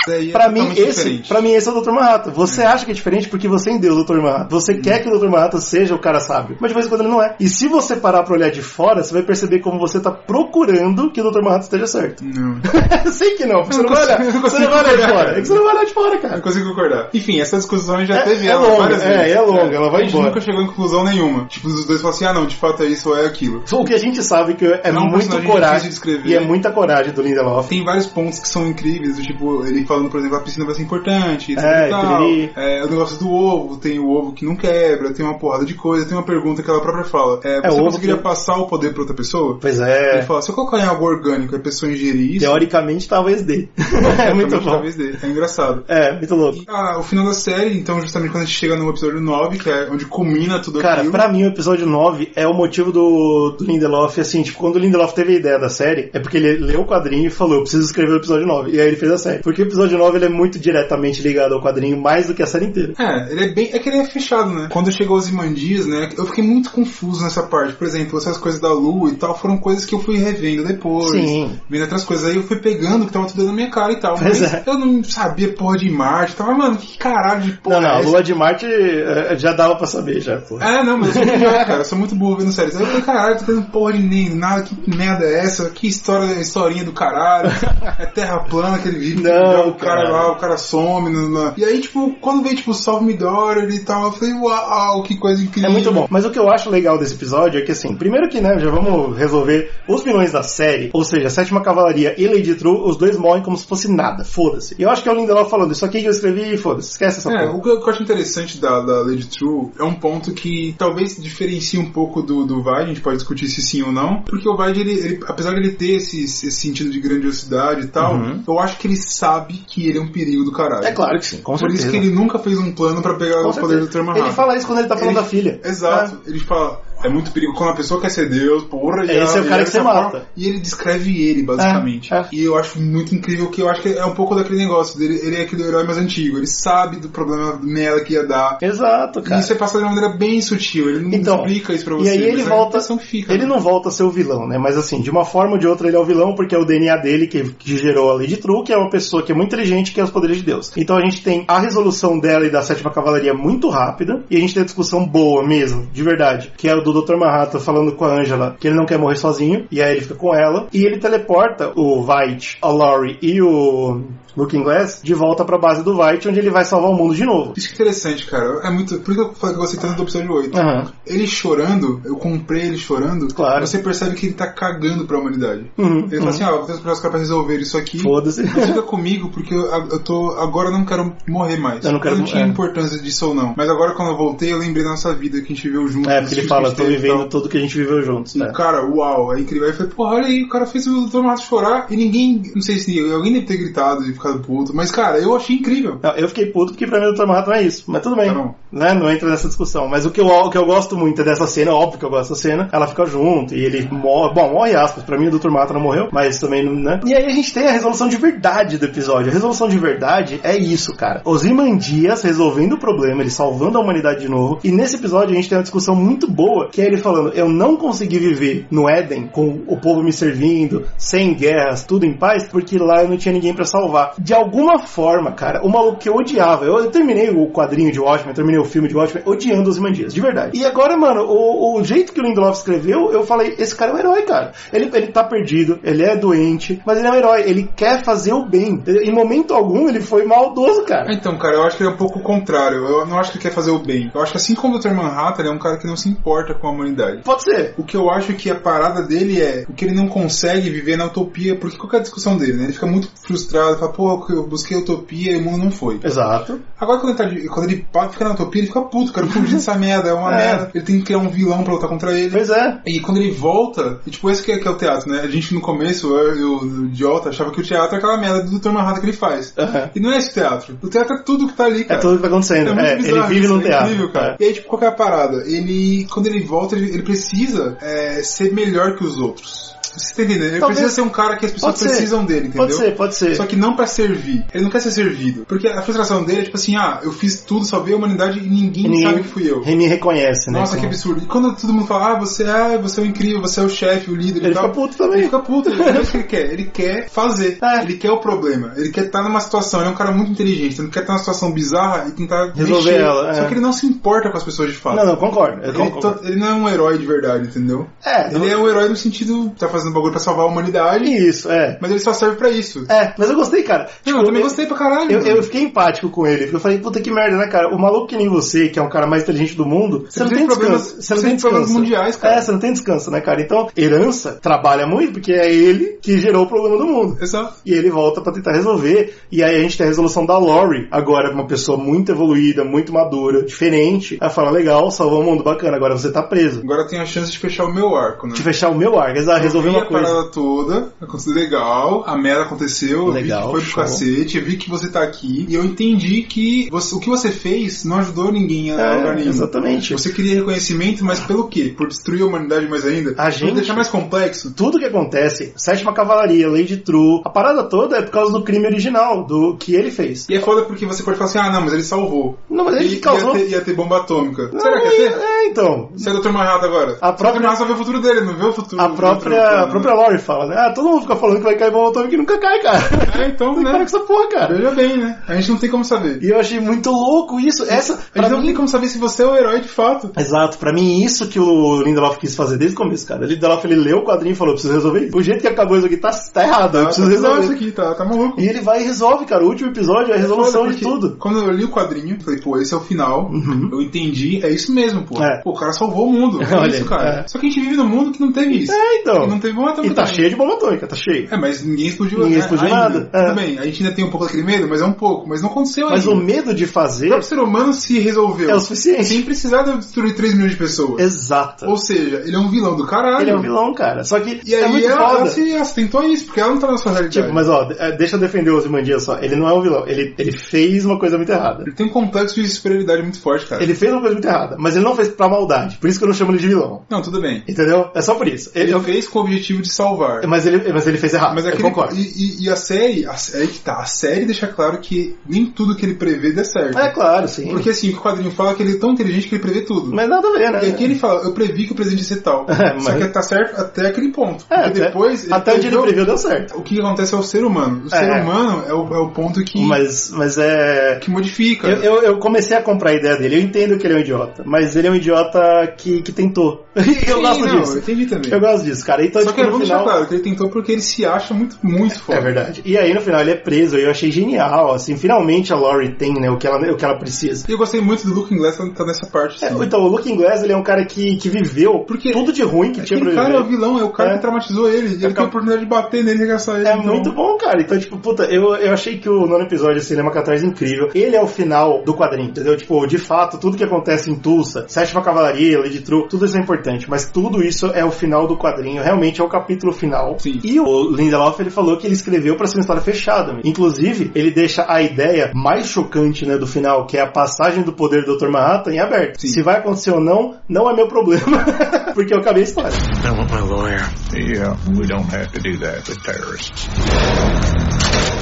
Speaker 1: Daí é
Speaker 2: Pra mim,
Speaker 1: totalmente
Speaker 2: esse,
Speaker 1: diferente.
Speaker 2: pra mim, esse é o Dr. Manhattan. Você acha que é diferente porque você em Deus, Dr. Manhattan. Você
Speaker 1: Hum.
Speaker 2: quer que o Dr. Manhattan seja o cara sábio. Mas de vez em quando ele não é. E se você parar pra olhar de fora, você vai perceber como você tá procurando que o Dr. Manhattan esteja certo.
Speaker 1: Não.
Speaker 2: Sei que não, porque você
Speaker 1: Hum. Eu não
Speaker 2: não
Speaker 1: consigo-
Speaker 2: vai olhar.
Speaker 1: eu não
Speaker 2: Você não
Speaker 1: consigo
Speaker 2: vai olhar de
Speaker 1: olhar.
Speaker 2: fora. É que você não vai olhar de fora,
Speaker 1: Eu
Speaker 2: cara.
Speaker 1: consigo concordar. Enfim, essa discussão já
Speaker 2: É-
Speaker 1: teve
Speaker 2: é
Speaker 1: ela
Speaker 2: longa,
Speaker 1: várias
Speaker 2: é,
Speaker 1: vezes.
Speaker 2: é longa, ela vai
Speaker 1: A gente
Speaker 2: embora.
Speaker 1: nunca chegou em conclusão nenhuma. Tipo, os dois falam assim, ah não, de fato é isso ou é aquilo.
Speaker 2: O que a gente sabe que é,
Speaker 1: Não, um
Speaker 2: muito
Speaker 1: personagem
Speaker 2: coragem.
Speaker 1: difícil de escrever.
Speaker 2: E é muita coragem do Lindelof.
Speaker 1: Tem vários pontos que são incríveis, do tipo, ele falando, por exemplo, a piscina vai ser importante, etc
Speaker 2: É,
Speaker 1: e tal.
Speaker 2: piriri.
Speaker 1: É, o negócio do ovo, tem o ovo que não quebra, tem uma porrada de coisa, tem uma pergunta que ela própria fala. É,
Speaker 2: o
Speaker 1: você
Speaker 2: ovo
Speaker 1: conseguiria
Speaker 2: que-
Speaker 1: passar o poder pra outra pessoa?
Speaker 2: Pois
Speaker 1: Ele
Speaker 2: é.
Speaker 1: fala, se eu colocar em algo orgânico e a pessoa ingerir isso,
Speaker 2: Teoricamente, talvez dê. é muito
Speaker 1: provavelmente
Speaker 2: bom.
Speaker 1: talvez dê. É engraçado.
Speaker 2: É, muito louco.
Speaker 1: Ah, o final da série, então, justamente quando a gente chega no episódio 9, que é onde culmina tudo
Speaker 2: Cara,
Speaker 1: aquilo.
Speaker 2: pra mim o episódio 9 é o motivo do, do Lindelof, assim, tipo, quando o Lindelof teve a ideia da série, é porque ele leu o quadrinho e falou, eu preciso escrever o episódio 9. E aí ele fez a série. Porque o episódio 9 ele é muito diretamente ligado ao quadrinho, mais do que a série inteira.
Speaker 1: É, ele é bem. É que ele é fechado, né? Quando chegou os imandias, né? Eu fiquei muito confuso nessa parte. Por exemplo, essas coisas da lua e tal foram coisas que eu fui revendo depois.
Speaker 2: Sim.
Speaker 1: Vendo outras coisas. Aí eu fui pegando que tava tudo na minha cara e tal.
Speaker 2: Pois
Speaker 1: Mas
Speaker 2: é.
Speaker 1: eu não sabia porra de Marte. Tava, mano, que caralho de porra.
Speaker 2: não, não,
Speaker 1: é
Speaker 2: a
Speaker 1: essa?
Speaker 2: Lua de Marte eh, já dava pra saber, já, pô.
Speaker 1: É, não, mas eu sou muito idiota, cara. Eu sou muito burro vendo séries. Aí eu falei, caralho, tô vendo porra de nem nada. Que merda é essa? Que história, historinha do caralho. É terra plana que ele vive.
Speaker 2: Não,
Speaker 1: joga o cara,
Speaker 2: cara.
Speaker 1: lá, o cara some. Não, não. E aí, tipo, quando veio, tipo, Salve Midori e tal, eu falei, uau, que coisa incrível.
Speaker 2: É muito bom. Mas o que eu acho legal desse episódio é que, assim, primeiro que, né, já vamos resolver os vilões da série, ou seja, Sétima Cavalaria e Lady True, os dois morrem como se fosse nada, foda-se. E eu acho que é o Lindelof falando, isso aqui que eu escrevi, foda-se, esquece essa
Speaker 1: É,
Speaker 2: porra.
Speaker 1: o que eu acho interessante da, da Lady True é um ponto que talvez diferencie um pouco do, do Vaid, a gente pode discutir se sim ou não, porque o Vaid, ele, ele- apesar de ele ter esse, esse sentido de grandiosidade e tal, eu acho que ele sabe que ele é um perigo do caralho.
Speaker 2: Uhum. É claro que sim, com
Speaker 1: Por
Speaker 2: certeza.
Speaker 1: isso que ele nunca fez um plano pra pegar
Speaker 2: Com
Speaker 1: o poder do
Speaker 2: certeza.
Speaker 1: Dr. Manhattan.
Speaker 2: Ele fala isso quando ele tá falando
Speaker 1: Ele-
Speaker 2: da filha.
Speaker 1: Exato. Ele fala, é muito perigo quando a pessoa quer ser Deus, porra, e
Speaker 2: Esse é o
Speaker 1: e
Speaker 2: cara que
Speaker 1: essa
Speaker 2: você
Speaker 1: forma-
Speaker 2: mata.
Speaker 1: E ele descreve ele, basicamente.
Speaker 2: É, é.
Speaker 1: E eu acho muito incrível que eu acho que é um pouco daquele negócio dele, ele é aquele herói mais antigo, ele sabe do problema merda que ia dar.
Speaker 2: É. Exato, cara.
Speaker 1: E isso é passado de uma maneira bem sutil, ele não
Speaker 2: Então,
Speaker 1: explica isso pra
Speaker 2: e
Speaker 1: você.
Speaker 2: aí ele
Speaker 1: mas
Speaker 2: volta-
Speaker 1: A impressão que fica,
Speaker 2: Ele não volta a ser o vilão, né? Mas assim, de uma forma ou de outra ele é o vilão porque é o DNA dele que, que gerou a Lady True, que é uma pessoa que é muito inteligente, que é os poderes de Deus. Então a gente tem a resolução dela e da Sétima Cavalaria muito rápida, e a gente tem a discussão boa mesmo, de verdade, que é o do Dr. Manhattan falando com a Angela que ele não quer morrer sozinho, e aí ele fica com ela, e ele teleporta o White, a Laurie e o Looking Glass de volta pra base do White, onde ele vai salvar o mundo de novo.
Speaker 1: Isso que é interessante, cara. É muito. Por isso que eu falei que eu gostei tanto do episódio 8.
Speaker 2: Aham.
Speaker 1: Ele chorando, eu comprei ele chorando.
Speaker 2: Claro.
Speaker 1: Você percebe que ele tá cagando pra humanidade.
Speaker 2: Uhum,
Speaker 1: ele fala assim: ah, eu vou ter que esperar os caras pra resolver isso aqui.
Speaker 2: Foda-se.
Speaker 1: Mas Fica comigo porque eu, eu tô. Agora eu não quero morrer mais.
Speaker 2: Eu não quero é.
Speaker 1: tinha
Speaker 2: morrer.
Speaker 1: importância disso ou não. Mas agora quando eu voltei, eu lembrei da nossa vida que a gente viveu juntos.
Speaker 2: É, porque ele
Speaker 1: que a
Speaker 2: fala,
Speaker 1: gente
Speaker 2: tô
Speaker 1: teve e tal."
Speaker 2: vivendo tudo que a gente viveu juntos.
Speaker 1: E,
Speaker 2: né?
Speaker 1: cara, uau, é incrível. Aí eu falei, porra, olha aí, o cara fez o Dr. Mato chorar e ninguém, não sei se alguém deve ter gritado e ficado puto, mas, cara, eu achei incrível.
Speaker 2: Não, eu fiquei puto porque pra mim o Dr. Manhattan é isso, mas tudo bem.
Speaker 1: Tá bom.
Speaker 2: né? Não entra nessa discussão. Mas o que, eu, o que eu gosto muito é dessa cena, óbvio que eu gosto dessa cena, ela fica junto e ele morre. Bom, morre aspas. Pra mim o Dr. Manhattan não morreu, mas também não, né? E aí a gente tem a resolução de verdade do episódio. A resolução de verdade é isso, cara. Os Dias resolvendo o problema, ele salvando a humanidade de novo. E nesse episódio a gente tem uma discussão muito boa, que é ele falando: Eu não consegui viver no Éden com o povo me servindo, sem guerras, tudo em paz, porque lá eu não tinha ninguém pra salvar. De alguma forma, cara, o maluco que eu odiava, eu, eu terminei o quadrinho de Watchmen, eu terminei o filme de Watchmen, odiando os Dias, de verdade. E agora, mano, o, o jeito que o Lindelof escreveu, eu falei: Esse cara é um herói, cara. Ele, ele tá perdido, ele é doente, mas ele é um herói, ele quer fazer o bem. Em momento algum ele foi maldoso, cara.
Speaker 1: Então, cara, eu acho que ele é um pouco o contrário. Eu não acho que ele quer fazer o bem. Eu acho que assim como o Dr. Manhattan, ele é um cara que não se importa com a humanidade.
Speaker 2: Pode ser.
Speaker 1: O que eu acho que a parada dele é o que ele não consegue viver na utopia, porque qual que é a discussão dele, né? Ele fica muito frustrado, fala, pô, eu busquei a utopia e o mundo não foi.
Speaker 2: Exato.
Speaker 1: Agora quando ele, tá de- quando ele pa- fica na utopia, ele fica puto, cara, fugir dessa merda, é uma
Speaker 2: É.
Speaker 1: merda. Ele tem que criar um vilão pra lutar contra ele.
Speaker 2: Pois é.
Speaker 1: E quando ele volta, e tipo, esse que é, que é o teatro, né? A gente no começo, eu, eu o idiota, achava que o teatro é aquela merda do Dr. Manhattan que ele faz.
Speaker 2: Aham.
Speaker 1: E não é esse teatro. O teatro é tudo que tá ali,
Speaker 2: É
Speaker 1: cara.
Speaker 2: tudo que tá acontecendo.
Speaker 1: muito
Speaker 2: É, ele
Speaker 1: bizarro
Speaker 2: vive
Speaker 1: isso,
Speaker 2: num teatro.
Speaker 1: É incrível, cara. E aí, tipo, qual que é a parada? Ele, quando ele volta, ele, ele precisa é, ser melhor que os outros. Você tá entendendo? Ele
Speaker 2: Talvez-
Speaker 1: precisa ser um cara que as pessoas
Speaker 2: Pode ser.
Speaker 1: precisam dele, entendeu?
Speaker 2: Pode ser, pode ser.
Speaker 1: Só que não pra servir. Ele não quer ser servido. Porque a frustração dele é tipo assim, ah, eu fiz tudo, salvei a humanidade e ninguém, sabe que fui eu.
Speaker 2: Ele me reconhece, né?
Speaker 1: Nossa, que
Speaker 2: Como-
Speaker 1: absurdo. E quando todo mundo fala, ah, você é, você é o incrível, você é o chefe, o líder e
Speaker 2: Ele
Speaker 1: tal.
Speaker 2: fica puto também.
Speaker 1: Ele fica puto, ele não é isso que ele quer. Ele quer fazer.
Speaker 2: É.
Speaker 1: Ele quer o problema. Ele quer estar numa situação. Ele é um cara muito inteligente. Ele não quer estar numa situação bizarra e tentar
Speaker 2: Resolver
Speaker 1: mexer.
Speaker 2: ela, é.
Speaker 1: Só que ele não se importa com as pessoas de fato.
Speaker 2: Não, não, concordo. Eu
Speaker 1: Ele,
Speaker 2: concordo.
Speaker 1: to- ele não é um herói de verdade, entendeu?
Speaker 2: É, não-
Speaker 1: Ele é um herói no sentido, tá fazendo bagulho pra salvar a humanidade,
Speaker 2: Isso, é.
Speaker 1: mas ele só serve pra isso.
Speaker 2: É, mas eu gostei, cara. Tipo,
Speaker 1: Não, eu também gostei pra caralho.
Speaker 2: Eu,
Speaker 1: mano.
Speaker 2: eu fiquei empático com ele, porque eu falei, puta que merda, né, cara? O maluco que nem você, que é um cara mais inteligente do mundo, você, não
Speaker 1: tem
Speaker 2: tem
Speaker 1: problemas-
Speaker 2: descanso. Você não
Speaker 1: você
Speaker 2: tem
Speaker 1: tem problemas
Speaker 2: descanso.
Speaker 1: mundiais, cara.
Speaker 2: É, você não tem descanso, né, cara? Então, herança trabalha muito, porque é ele que gerou o problema do mundo.
Speaker 1: Exato.
Speaker 2: E ele volta pra tentar resolver. E aí a gente tem a resolução da Lori, agora uma pessoa muito evoluída, muito madura, diferente. Ela fala, legal, salvou o mundo, bacana, agora você tá preso.
Speaker 1: Agora eu tenho a chance de fechar o meu arco, né?
Speaker 2: De fechar o meu arco, exato, resolver
Speaker 1: vi
Speaker 2: uma
Speaker 1: a
Speaker 2: coisa.
Speaker 1: parada toda, aconteceu legal, a merda aconteceu, eu vi
Speaker 2: Legal,
Speaker 1: que foi pro
Speaker 2: show.
Speaker 1: cacete, eu vi que você tá aqui, e eu entendi que você- o que você fez não ajudou ninguém a
Speaker 2: É,
Speaker 1: lugar nenhum.
Speaker 2: exatamente.
Speaker 1: Você queria reconhecimento, mas pelo quê? Por destruir a humanidade mais ainda?
Speaker 2: A gente-
Speaker 1: Por deixar mais complexo?
Speaker 2: Tudo que acontece, Sétima Cavalaria, Lady True, a parada toda é por causa do crime original, do que ele fez.
Speaker 1: E é foda porque você pode falar assim, ah não, mas ele salvou.
Speaker 2: Não, mas ele
Speaker 1: E-
Speaker 2: que causou-
Speaker 1: Ia ter, ia ter bomba atômica. Será que
Speaker 2: é,
Speaker 1: ia ter?
Speaker 2: é, então.
Speaker 1: Você é o Dr. Manhattan agora.
Speaker 2: A própria-
Speaker 1: O Dr. Manhattan só vê o futuro dele, não vê o futuro
Speaker 2: A
Speaker 1: do
Speaker 2: própria,
Speaker 1: outro,
Speaker 2: a própria Lori fala, né? Ah, todo mundo fica falando que vai cair bomba atômica e nunca cai, cara.
Speaker 1: É, então,
Speaker 2: Tem que
Speaker 1: né?
Speaker 2: parar com essa porra, cara.
Speaker 1: Veja bem, né? A gente não tem como saber.
Speaker 2: E eu achei muito louco isso. Essa,
Speaker 1: A gente
Speaker 2: pra
Speaker 1: não
Speaker 2: mim,
Speaker 1: tem como saber se você é o herói de fato.
Speaker 2: Exato, pra mim isso que o Lindelof quis fazer desde o começo, cara. O Lindelof ele leu o quadrinho e falou: preciso resolver isso. O jeito que acabou isso aqui tá, tá errado, eu
Speaker 1: Ah,
Speaker 2: preciso
Speaker 1: tá bizarro
Speaker 2: resolver.
Speaker 1: isso aqui, tá, tá maluco.
Speaker 2: E ele vai e resolve, cara. O último episódio é a resolução de tudo. Uhum.
Speaker 1: Quando eu li o quadrinho, falei, pô, esse é o final. Eu entendi, é isso mesmo, pô.
Speaker 2: É.
Speaker 1: Pô, o cara salvou o mundo. É
Speaker 2: Olha,
Speaker 1: isso, cara.
Speaker 2: é.
Speaker 1: Só que a gente vive num mundo que não teve isso.
Speaker 2: É, então.
Speaker 1: E não teve uma
Speaker 2: E tá cheio de bomba atômica, tá cheio.
Speaker 1: É, mas ninguém explodiu
Speaker 2: Ninguém
Speaker 1: né,
Speaker 2: explodiu
Speaker 1: ainda.
Speaker 2: nada, é.
Speaker 1: Tudo bem, a gente ainda tem um pouco daquele medo, mas é um pouco. Mas não aconteceu
Speaker 2: Mas o
Speaker 1: ainda.
Speaker 2: medo de
Speaker 1: O
Speaker 2: fazer
Speaker 1: próprio ser humano se resolveu.
Speaker 2: é o suficiente.
Speaker 1: Sem precisar de destruir 3 milhões de pessoas.
Speaker 2: Exato.
Speaker 1: Ou seja, ele é um vilão do caralho.
Speaker 2: Ele é um vilão, cara. Só que
Speaker 1: E aí
Speaker 2: é muito
Speaker 1: ela,
Speaker 2: foda.
Speaker 1: ela se ela se tentou isso, porque ela não tá na sua realidade.
Speaker 2: Tipo, mas ó, de- eh, deixa eu defender o Ozymandias só. Ele não é um vilão. Ele, ele fez uma coisa muito errada.
Speaker 1: Ele tem um complexo de superioridade muito forte, cara.
Speaker 2: Ele fez uma coisa muito errada, mas ele não fez pra maldade. Por isso que eu não chamo ele de vilão.
Speaker 1: Não, tudo bem.
Speaker 2: Entendeu? É só por isso. Ele,
Speaker 1: Ele fez com o objetivo de salvar.
Speaker 2: É, mas, ele, mas ele fez errado.
Speaker 1: Mas
Speaker 2: eu
Speaker 1: aquele,
Speaker 2: concordo.
Speaker 1: e, e- e a série, série, a, é que tá, a série deixa claro que nem tudo que ele prevê dá certo.
Speaker 2: É claro, sim.
Speaker 1: Porque assim, o que o quadrinho fala é que ele é tão inteligente que ele prevê tudo.
Speaker 2: Mas nada a ver, né?
Speaker 1: E aqui é ele fala, eu previ que o presidente ia ser tal.
Speaker 2: É, mas-
Speaker 1: Só que tá certo até aquele ponto.
Speaker 2: É,
Speaker 1: Porque
Speaker 2: até-
Speaker 1: depois.
Speaker 2: até onde ele
Speaker 1: preveu-
Speaker 2: previu deu certo.
Speaker 1: O que acontece é o ser humano. O
Speaker 2: É.
Speaker 1: ser humano é o, é o ponto que,
Speaker 2: Mas, mas é.
Speaker 1: que modifica.
Speaker 2: Eu, eu, eu comecei a comprar a ideia dele. Eu entendo que ele é um idiota, mas ele é um idiota que, que tentou. E eu
Speaker 1: Sim,
Speaker 2: gosto
Speaker 1: não, Eu
Speaker 2: disso.
Speaker 1: entendi também.
Speaker 2: Eu gosto disso, cara. Então,
Speaker 1: Só que é,
Speaker 2: tipo, no
Speaker 1: vamos deixar
Speaker 2: final.
Speaker 1: claro que ele tentou porque ele se acha muito, muito forte.
Speaker 2: É verdade. E aí no final ele é preso, e eu achei genial, assim, finalmente a Laurie tem, né, o que ela, o que ela precisa.
Speaker 1: E eu gostei muito do Looking Glass tá nessa parte.
Speaker 2: É,
Speaker 1: assim.
Speaker 2: então, o Luke Inglés, ele é um cara que, que viveu
Speaker 1: Porque
Speaker 2: tudo de ruim que tinha pra
Speaker 1: Aquele cara é o
Speaker 2: viver.
Speaker 1: vilão, é o cara
Speaker 2: É.
Speaker 1: que traumatizou ele. Ele
Speaker 2: Acab-
Speaker 1: tem a oportunidade de bater nele e arregaçar ele.
Speaker 2: É
Speaker 1: então-
Speaker 2: muito bom, cara. Então, tipo, puta, eu, eu achei que o nono episódio de Cinema Catarse é incrível. Ele é o final do quadrinho, entendeu? Tipo, de fato, tudo que acontece em Tulsa, Sétima Cavalaria, Lady True, tudo isso é importante, mas tudo isso é o final do quadrinho, realmente é o capítulo final.
Speaker 1: Sim.
Speaker 2: E o Lindelof, ele falou que ele escreveu pra ser uma história fechada. né? Inclusive, ele deixa a ideia mais chocante, né, do final, que é a passagem do poder do Dr. Manhattan em aberto.
Speaker 1: Sim.
Speaker 2: Se vai acontecer ou não, não é meu problema, porque eu acabei a história.
Speaker 7: I want my lawyer.
Speaker 1: Então,
Speaker 6: Yeah, we don't have to do that with terrorists.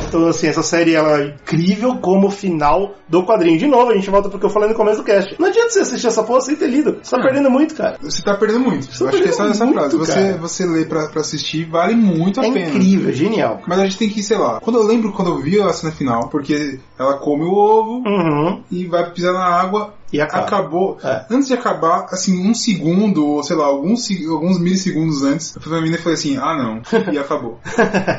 Speaker 2: Então, assim, essa série ela é incrível como final do quadrinho. De novo, a gente volta pro que eu falei no começo do cast. Não adianta você assistir essa porra sem ter lido.
Speaker 1: Ah.
Speaker 2: Você tá perdendo muito, cara.
Speaker 1: Você tá perdendo muito.
Speaker 2: Você tá
Speaker 1: Eu acho que essa,
Speaker 2: perdendo
Speaker 1: essa
Speaker 2: muito,
Speaker 1: frase. Você,
Speaker 2: cara.
Speaker 1: você lê pra, pra assistir vale muito a
Speaker 2: É
Speaker 1: pena.
Speaker 2: incrível, é genial.
Speaker 1: Mas a gente tem que, sei lá, quando eu lembro quando eu vi a cena final, porque ela come o ovo
Speaker 2: Uhum.
Speaker 1: e vai pisar na água,
Speaker 2: E acaba.
Speaker 1: acabou.
Speaker 2: É.
Speaker 1: Antes de acabar, assim, um segundo, ou sei lá, alguns, se- alguns milissegundos antes, eu fui pra menina e falei assim, ah não, e acabou.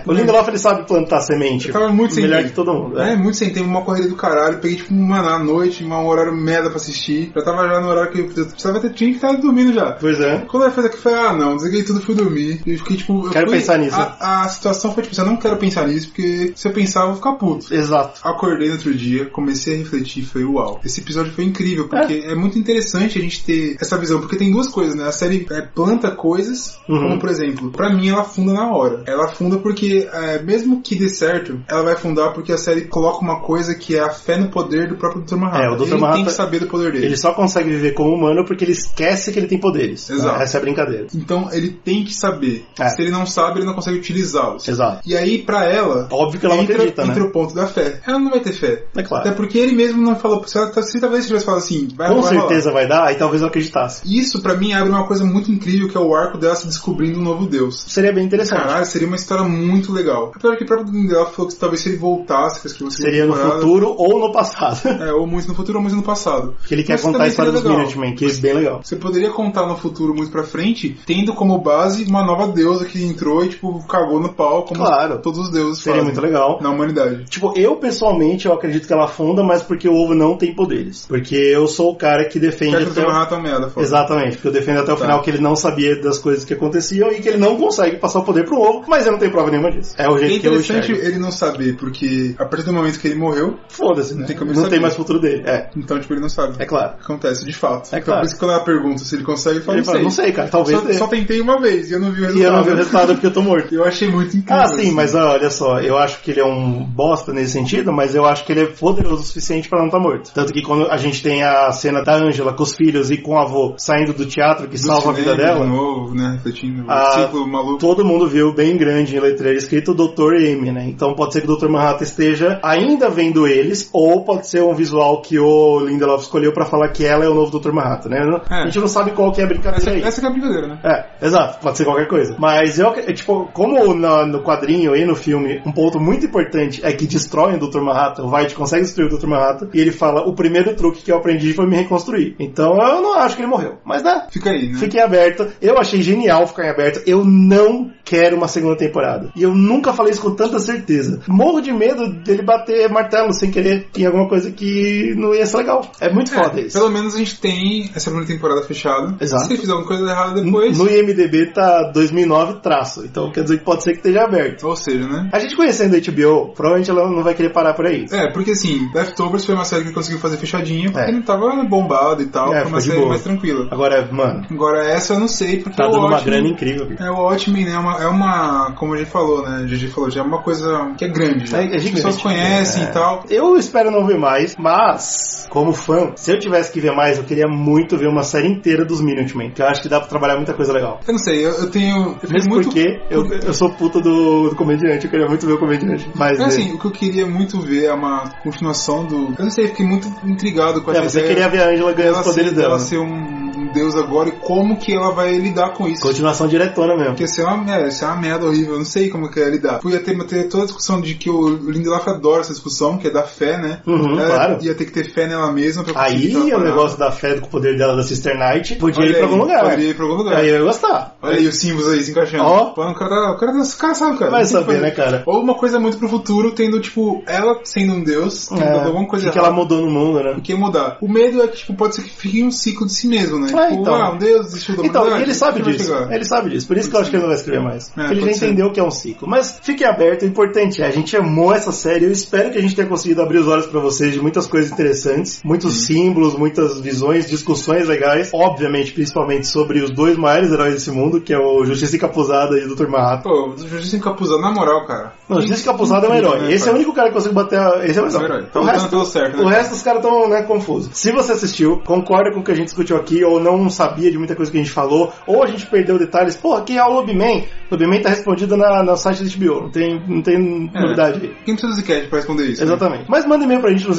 Speaker 2: O Lindelof, ele sabe plantar semente.
Speaker 1: Eu tava muito sem
Speaker 2: Melhor
Speaker 1: tempo.
Speaker 2: que todo mundo.
Speaker 1: É,
Speaker 2: É.
Speaker 1: muito sem tempo, uma corrida do caralho. Peguei, tipo, mano, à noite, um horário merda pra assistir. Já tava já no horário que eu eu precisava ter, tinha que estar dormindo já.
Speaker 2: Pois é.
Speaker 1: Quando ela fez aquilo, eu falei, ah, não, desliguei tudo, fui dormir. E eu fiquei, tipo... eu
Speaker 2: Quero
Speaker 1: fui-
Speaker 2: pensar nisso.
Speaker 1: A, a situação foi, tipo, eu não quero pensar nisso, porque se eu pensar, eu vou ficar puto.
Speaker 2: Exato.
Speaker 1: Acordei no outro dia, comecei a refletir e falei, uau, esse episódio foi incrível, porque é. muito interessante a gente ter essa visão, porque tem duas coisas, né? A série é, planta coisas,
Speaker 2: Uhum.
Speaker 1: como por exemplo, pra mim ela afunda na hora. Ela afunda porque, é, mesmo que dê certo, ela vai afundar porque a série coloca uma coisa que é a fé no poder do próprio Dr. Manhattan.
Speaker 2: É, o Dr.
Speaker 1: Ele
Speaker 2: Manhattan-
Speaker 1: tem que saber do poder dele.
Speaker 2: Ele só consegue viver como humano porque ele esquece que ele tem poderes.
Speaker 1: Exato.
Speaker 2: Essa é a brincadeira.
Speaker 1: Então ele tem que saber.
Speaker 2: É.
Speaker 1: Se ele não sabe, ele não consegue utilizá-los.
Speaker 2: Exato.
Speaker 1: E aí, pra ela,
Speaker 2: Óbvio que ela não
Speaker 1: entra,
Speaker 2: acredita, né?
Speaker 1: entra o ponto da fé. Ela não vai ter fé.
Speaker 2: É claro.
Speaker 1: Até porque ele mesmo não falou. Se, ela, se talvez tivesse falado assim, vai
Speaker 2: Com
Speaker 1: vai rolar.
Speaker 2: certeza vai dar, e talvez eu acreditasse.
Speaker 1: Isso pra mim abre uma coisa muito incrível que é o arco dela se descobrindo um novo Deus.
Speaker 2: Seria bem interessante.
Speaker 1: Caralho, seria uma história muito legal. Apesar que o próprio Lindelof falou que talvez se ele voltasse pra escrever uma segunda
Speaker 2: Seria no
Speaker 1: temporada,
Speaker 2: futuro ou no passado.
Speaker 1: É, ou muito no futuro ou muito no passado.
Speaker 2: que ele quer
Speaker 1: Mas
Speaker 2: contar a
Speaker 1: também
Speaker 2: história
Speaker 1: seria
Speaker 2: dos
Speaker 1: legal.
Speaker 2: Minutemen, que é bem legal.
Speaker 1: Você poderia contar no futuro muito pra frente, tendo como base uma nova deusa que entrou e, tipo, cagou no pau, como
Speaker 2: Claro.
Speaker 1: todos os deuses
Speaker 2: Seria
Speaker 1: fazem
Speaker 2: muito legal.
Speaker 1: na humanidade.
Speaker 2: Tipo, eu pessoalmente eu acredito que ela afunda, mas porque o ovo não tem poderes. Porque eu sou o cara que defende.
Speaker 1: Quer que
Speaker 2: até
Speaker 1: o
Speaker 2: o-
Speaker 1: Manhattan é uma merda, foda.
Speaker 2: Exatamente, porque eu defendo até o
Speaker 1: Tá.
Speaker 2: final que ele não sabia das coisas que aconteciam e que ele não consegue passar o poder pro ovo, mas eu não tenho prova nenhuma disso. É o
Speaker 1: É
Speaker 2: jeito que eu
Speaker 1: interessante
Speaker 2: enxergo.
Speaker 1: ele não saber, porque a partir do momento que ele morreu,
Speaker 2: Foda-se, né?
Speaker 1: Não tem como ele
Speaker 2: Não tem
Speaker 1: saber.
Speaker 2: mais futuro dele. É,
Speaker 1: então, tipo, ele não sabe.
Speaker 2: é claro.
Speaker 1: Acontece, de fato.
Speaker 2: É
Speaker 1: então,
Speaker 2: claro.
Speaker 1: por isso que quando ela pergunta se ele consegue, ele fala,
Speaker 2: Ele fala, não sei, cara, talvez
Speaker 1: Só,
Speaker 2: dê.
Speaker 1: só tentei uma vez e eu não vi o
Speaker 2: E
Speaker 1: resultado.
Speaker 2: eu não vi o resultado porque eu tô morto.
Speaker 1: Eu achei muito incrível. assim,
Speaker 2: Ah, sim, mas ó, olha só, eu acho que ele é um bosta nesse sentido, mas eu acho que ele é poderoso o suficiente pra não estar morto. Tanto que quando a gente tem a cena da Angela com os filhos e com o avô saindo do teatro que
Speaker 1: Do
Speaker 2: salva a vida
Speaker 1: cinema,
Speaker 2: dela,
Speaker 1: De novo, né? Refletindo
Speaker 2: Ah,
Speaker 1: o ciclo maluco.
Speaker 2: todo mundo viu bem grande em letreiro escrito Dr. M, né? Então pode ser que o Dr. Manhattan esteja ainda vendo eles, ou pode ser um visual que o Lindelof escolheu pra falar que ela é o novo Dr. Manhattan, né? A
Speaker 1: É.
Speaker 2: gente não sabe qual que é a brincadeira
Speaker 1: Essa,
Speaker 2: aí.
Speaker 1: essa que é a brincadeira, né?
Speaker 2: É, exato, pode ser qualquer coisa. Mas eu, acre- tipo, como na- no quadrinho e no filme, um ponto muito importante é que destroem o Dr. Manhattan, o White consegue destruir o Dr. Manhattan, e ele fala: o primeiro truque que eu aprendi foi me reconstruir. Então eu não acho que ele morreu. Mas né,
Speaker 1: Fica aí, né?
Speaker 2: fiquei aberto. Eu achei genial ficar em aberto. Eu não quero uma segunda temporada. E eu nunca falei isso com tanta certeza. Morro de medo dele bater martelo sem querer em alguma coisa que não ia ser legal. É muito foda isso.
Speaker 1: Pelo menos a gente tem essa primeira temporada fechada.
Speaker 2: Exato.
Speaker 1: Se ele fizer alguma coisa errada depois.
Speaker 2: No IMDB tá 2009 traço, então quer dizer que pode ser que esteja aberto.
Speaker 1: Ou seja, né?
Speaker 2: A gente conhecendo a HBO, provavelmente ela não vai querer parar por aí.
Speaker 1: É, porque assim, Leftovers foi uma série que conseguiu fazer fechadinha, porque
Speaker 2: É.
Speaker 1: não tava bombada e tal,
Speaker 2: É,
Speaker 1: foi uma
Speaker 2: ficou de
Speaker 1: série
Speaker 2: boa.
Speaker 1: mais tranquila.
Speaker 2: Agora, mano,
Speaker 1: Agora essa eu não sei, porque é
Speaker 2: tá
Speaker 1: o
Speaker 2: dando uma
Speaker 1: Watchmen-
Speaker 2: grana incrível.
Speaker 1: É o Watchmen, né? É uma, é uma- como a gente falou, né? A Gigi falou, já é uma coisa que é grande. Já.
Speaker 2: É- é
Speaker 1: As
Speaker 2: gigante,
Speaker 1: pessoas conhecem
Speaker 2: é.
Speaker 1: e tal.
Speaker 2: Eu espero não ver mais, mas, como fã, se eu tivesse que ver mais, eu queria muito ver uma série inteira dos Minutemen, que eu acho que dá pra trabalhar muita coisa legal.
Speaker 1: Eu não sei, eu, eu tenho. Eu
Speaker 2: Mesmo
Speaker 1: fiquei muito.
Speaker 2: porque eu, eu sou puta do, do comediante, eu queria muito ver o comediante. Mas
Speaker 1: É
Speaker 2: é,
Speaker 1: assim, o que eu queria muito ver é uma continuação do. Eu não sei, eu fiquei muito intrigado com essa
Speaker 2: É, você
Speaker 1: ideia
Speaker 2: queria ver a Angela ganhando
Speaker 1: dela
Speaker 2: os
Speaker 1: ser,
Speaker 2: poderes dela.
Speaker 1: dela
Speaker 2: né?
Speaker 1: ser um um deus agora e como que ela vai lidar com isso.
Speaker 2: Continuação diretona mesmo.
Speaker 1: Porque isso é, uma, é, isso é uma merda horrível, eu não sei como que eu ia lidar. Podia ter, ter toda a discussão de que o Lindelof adora essa discussão, que é da fé, né?
Speaker 2: Uhum,
Speaker 1: Ela
Speaker 2: claro.
Speaker 1: Ia ter que ter fé nela mesma pra
Speaker 2: Aí
Speaker 1: aquela
Speaker 2: o
Speaker 1: parada.
Speaker 2: negócio da fé com o poder dela da Sister Knight podia
Speaker 1: Olha
Speaker 2: ir pra
Speaker 1: aí,
Speaker 2: algum lugar.
Speaker 1: Poderia ir pra algum lugar.
Speaker 2: Aí eu ia gostar.
Speaker 1: Olha aí os símbolos aí se encaixando.
Speaker 2: Ó.
Speaker 1: Pô, O cara, tá, o cara, o cara sabe, cara.
Speaker 2: Vai
Speaker 1: Não tem o que
Speaker 2: saber,
Speaker 1: fazer.
Speaker 2: né, cara?
Speaker 1: Ou uma coisa muito pro futuro, tendo, tipo, ela sendo um deus, tendo
Speaker 2: É,
Speaker 1: alguma coisa
Speaker 2: o que que ela mudou no mundo, né?
Speaker 1: O que mudar? O medo é que, tipo, pode ser que fique um ciclo de si mesmo, né?
Speaker 2: É,
Speaker 1: tipo,
Speaker 2: então.
Speaker 1: ah, um deus desistiu da
Speaker 2: Então,
Speaker 1: humanidade,
Speaker 2: e ele sabe
Speaker 1: onde vai
Speaker 2: disso.
Speaker 1: chegar?
Speaker 2: Ele sabe disso. Por isso que eu acho que ele não vai escrever mais.
Speaker 1: É,
Speaker 2: ele já
Speaker 1: pode ser.
Speaker 2: entendeu que é um ciclo. Mas fique aberto, o importante é, a gente amou essa série. Eu espero que a gente tenha conseguido abrir os olhos pra vocês de muitas coisas interessantes, muitos símbolos, muitas visões, discussões legais. Obviamente, principalmente sobre os dois maiores heróis desse mundo, que é o Justiça Encapuzada e o Dr. Manhattan.
Speaker 1: Pô, o Justiça Encapuzado, na moral, cara.
Speaker 2: Não, Justiça Encapuzada é um herói.
Speaker 1: Incrível, né,
Speaker 2: Esse é
Speaker 1: cara?
Speaker 2: o único cara que consegue bater a... Esse é o,
Speaker 1: É um herói. Tá
Speaker 2: o
Speaker 1: lutando
Speaker 2: resto
Speaker 1: pelo certo, né,
Speaker 2: O
Speaker 1: cara?
Speaker 2: resto os caras estão né, confusos. Se você assistiu, concorda com o que a gente discutiu aqui, ou não sabia de muita coisa que a gente falou, ou a gente perdeu detalhes, pô, quem é o Lobman? Lobman tá respondido na, na site do HBO, não tem, não tem
Speaker 1: É.
Speaker 2: novidade aí.
Speaker 1: Quem precisa de Zcast pra responder isso? né?
Speaker 2: Exatamente. Mas manda e-mail pra gente no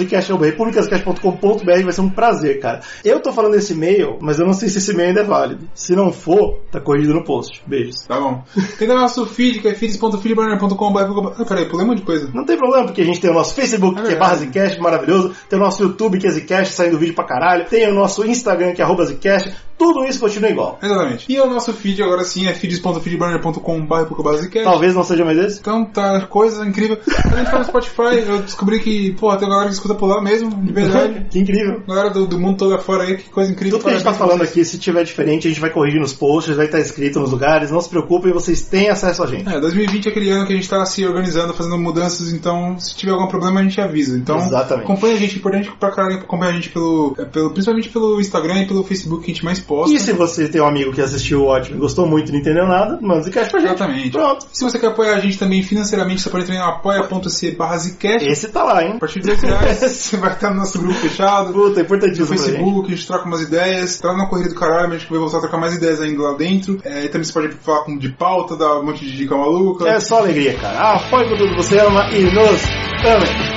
Speaker 2: zcast.republicascast.com.br, vai ser um prazer, cara. Eu tô falando esse e-mail, mas eu não sei se esse e-mail ainda é válido. Se não for, tá corrigido no post. Beijos.
Speaker 1: Tá bom. Tem também o nosso feed, que é feeds.feedburner.com.br. Ah, peraí, pulei um monte de coisa.
Speaker 2: Não tem problema, porque a gente tem o nosso Facebook,
Speaker 1: É
Speaker 2: que é
Speaker 1: verdade.
Speaker 2: barra Zcast, maravilhoso. Tem o nosso YouTube, que é Zcast, saindo vídeo pra caralho. Tem o nosso Instagram, que é arroba Zcast. Tudo isso continua igual.
Speaker 1: Exatamente. E o nosso feed agora sim é feeds.feedburner.com.br.
Speaker 2: Talvez não seja mais esse.
Speaker 1: Então tá, coisa incrível. A gente tá no Spotify, eu descobri que, porra, tem galera que escuta por lá mesmo, de verdade.
Speaker 2: que incrível.
Speaker 1: Galera do, do mundo todo afora aí, que coisa incrível.
Speaker 2: Tudo que a gente tá
Speaker 1: Parabéns pra
Speaker 2: falando
Speaker 1: vocês.
Speaker 2: aqui, se tiver diferente, a gente vai corrigir nos posts, vai estar escrito nos lugares. Não se preocupem, vocês têm acesso a gente.
Speaker 1: É, 2020 é aquele ano que a gente tá se organizando, fazendo mudanças, então se tiver algum problema a gente avisa. Então,
Speaker 2: Exatamente.
Speaker 1: acompanha a gente, é importante pra caralho acompanhar a gente pelo, é, pelo, principalmente pelo Instagram e pelo Facebook que a gente mais posta.
Speaker 2: E se você tem um amigo que assistiu o ótimo e gostou muito e não entendeu nada, manda Zcast pra gente.
Speaker 1: Exatamente.
Speaker 2: Pronto.
Speaker 1: Se você quer apoiar a gente também financeiramente, você pode entrar em apoia.se barra Zcast.
Speaker 2: Esse tá lá,
Speaker 1: A
Speaker 2: hein?
Speaker 1: partir de 10 reais, você vai estar no nosso grupo fechado.
Speaker 2: Puta, é
Speaker 1: no
Speaker 2: importantíssimo pra gente.
Speaker 1: Facebook, a gente troca umas ideias, tá na corrida do caralho, mas a gente vai voltar a trocar mais ideias ainda lá dentro. É, e também você pode falar com de pauta, dar um monte de dica maluca.
Speaker 2: É só alegria, cara. Apoie o conteúdo que você ama e nos amem.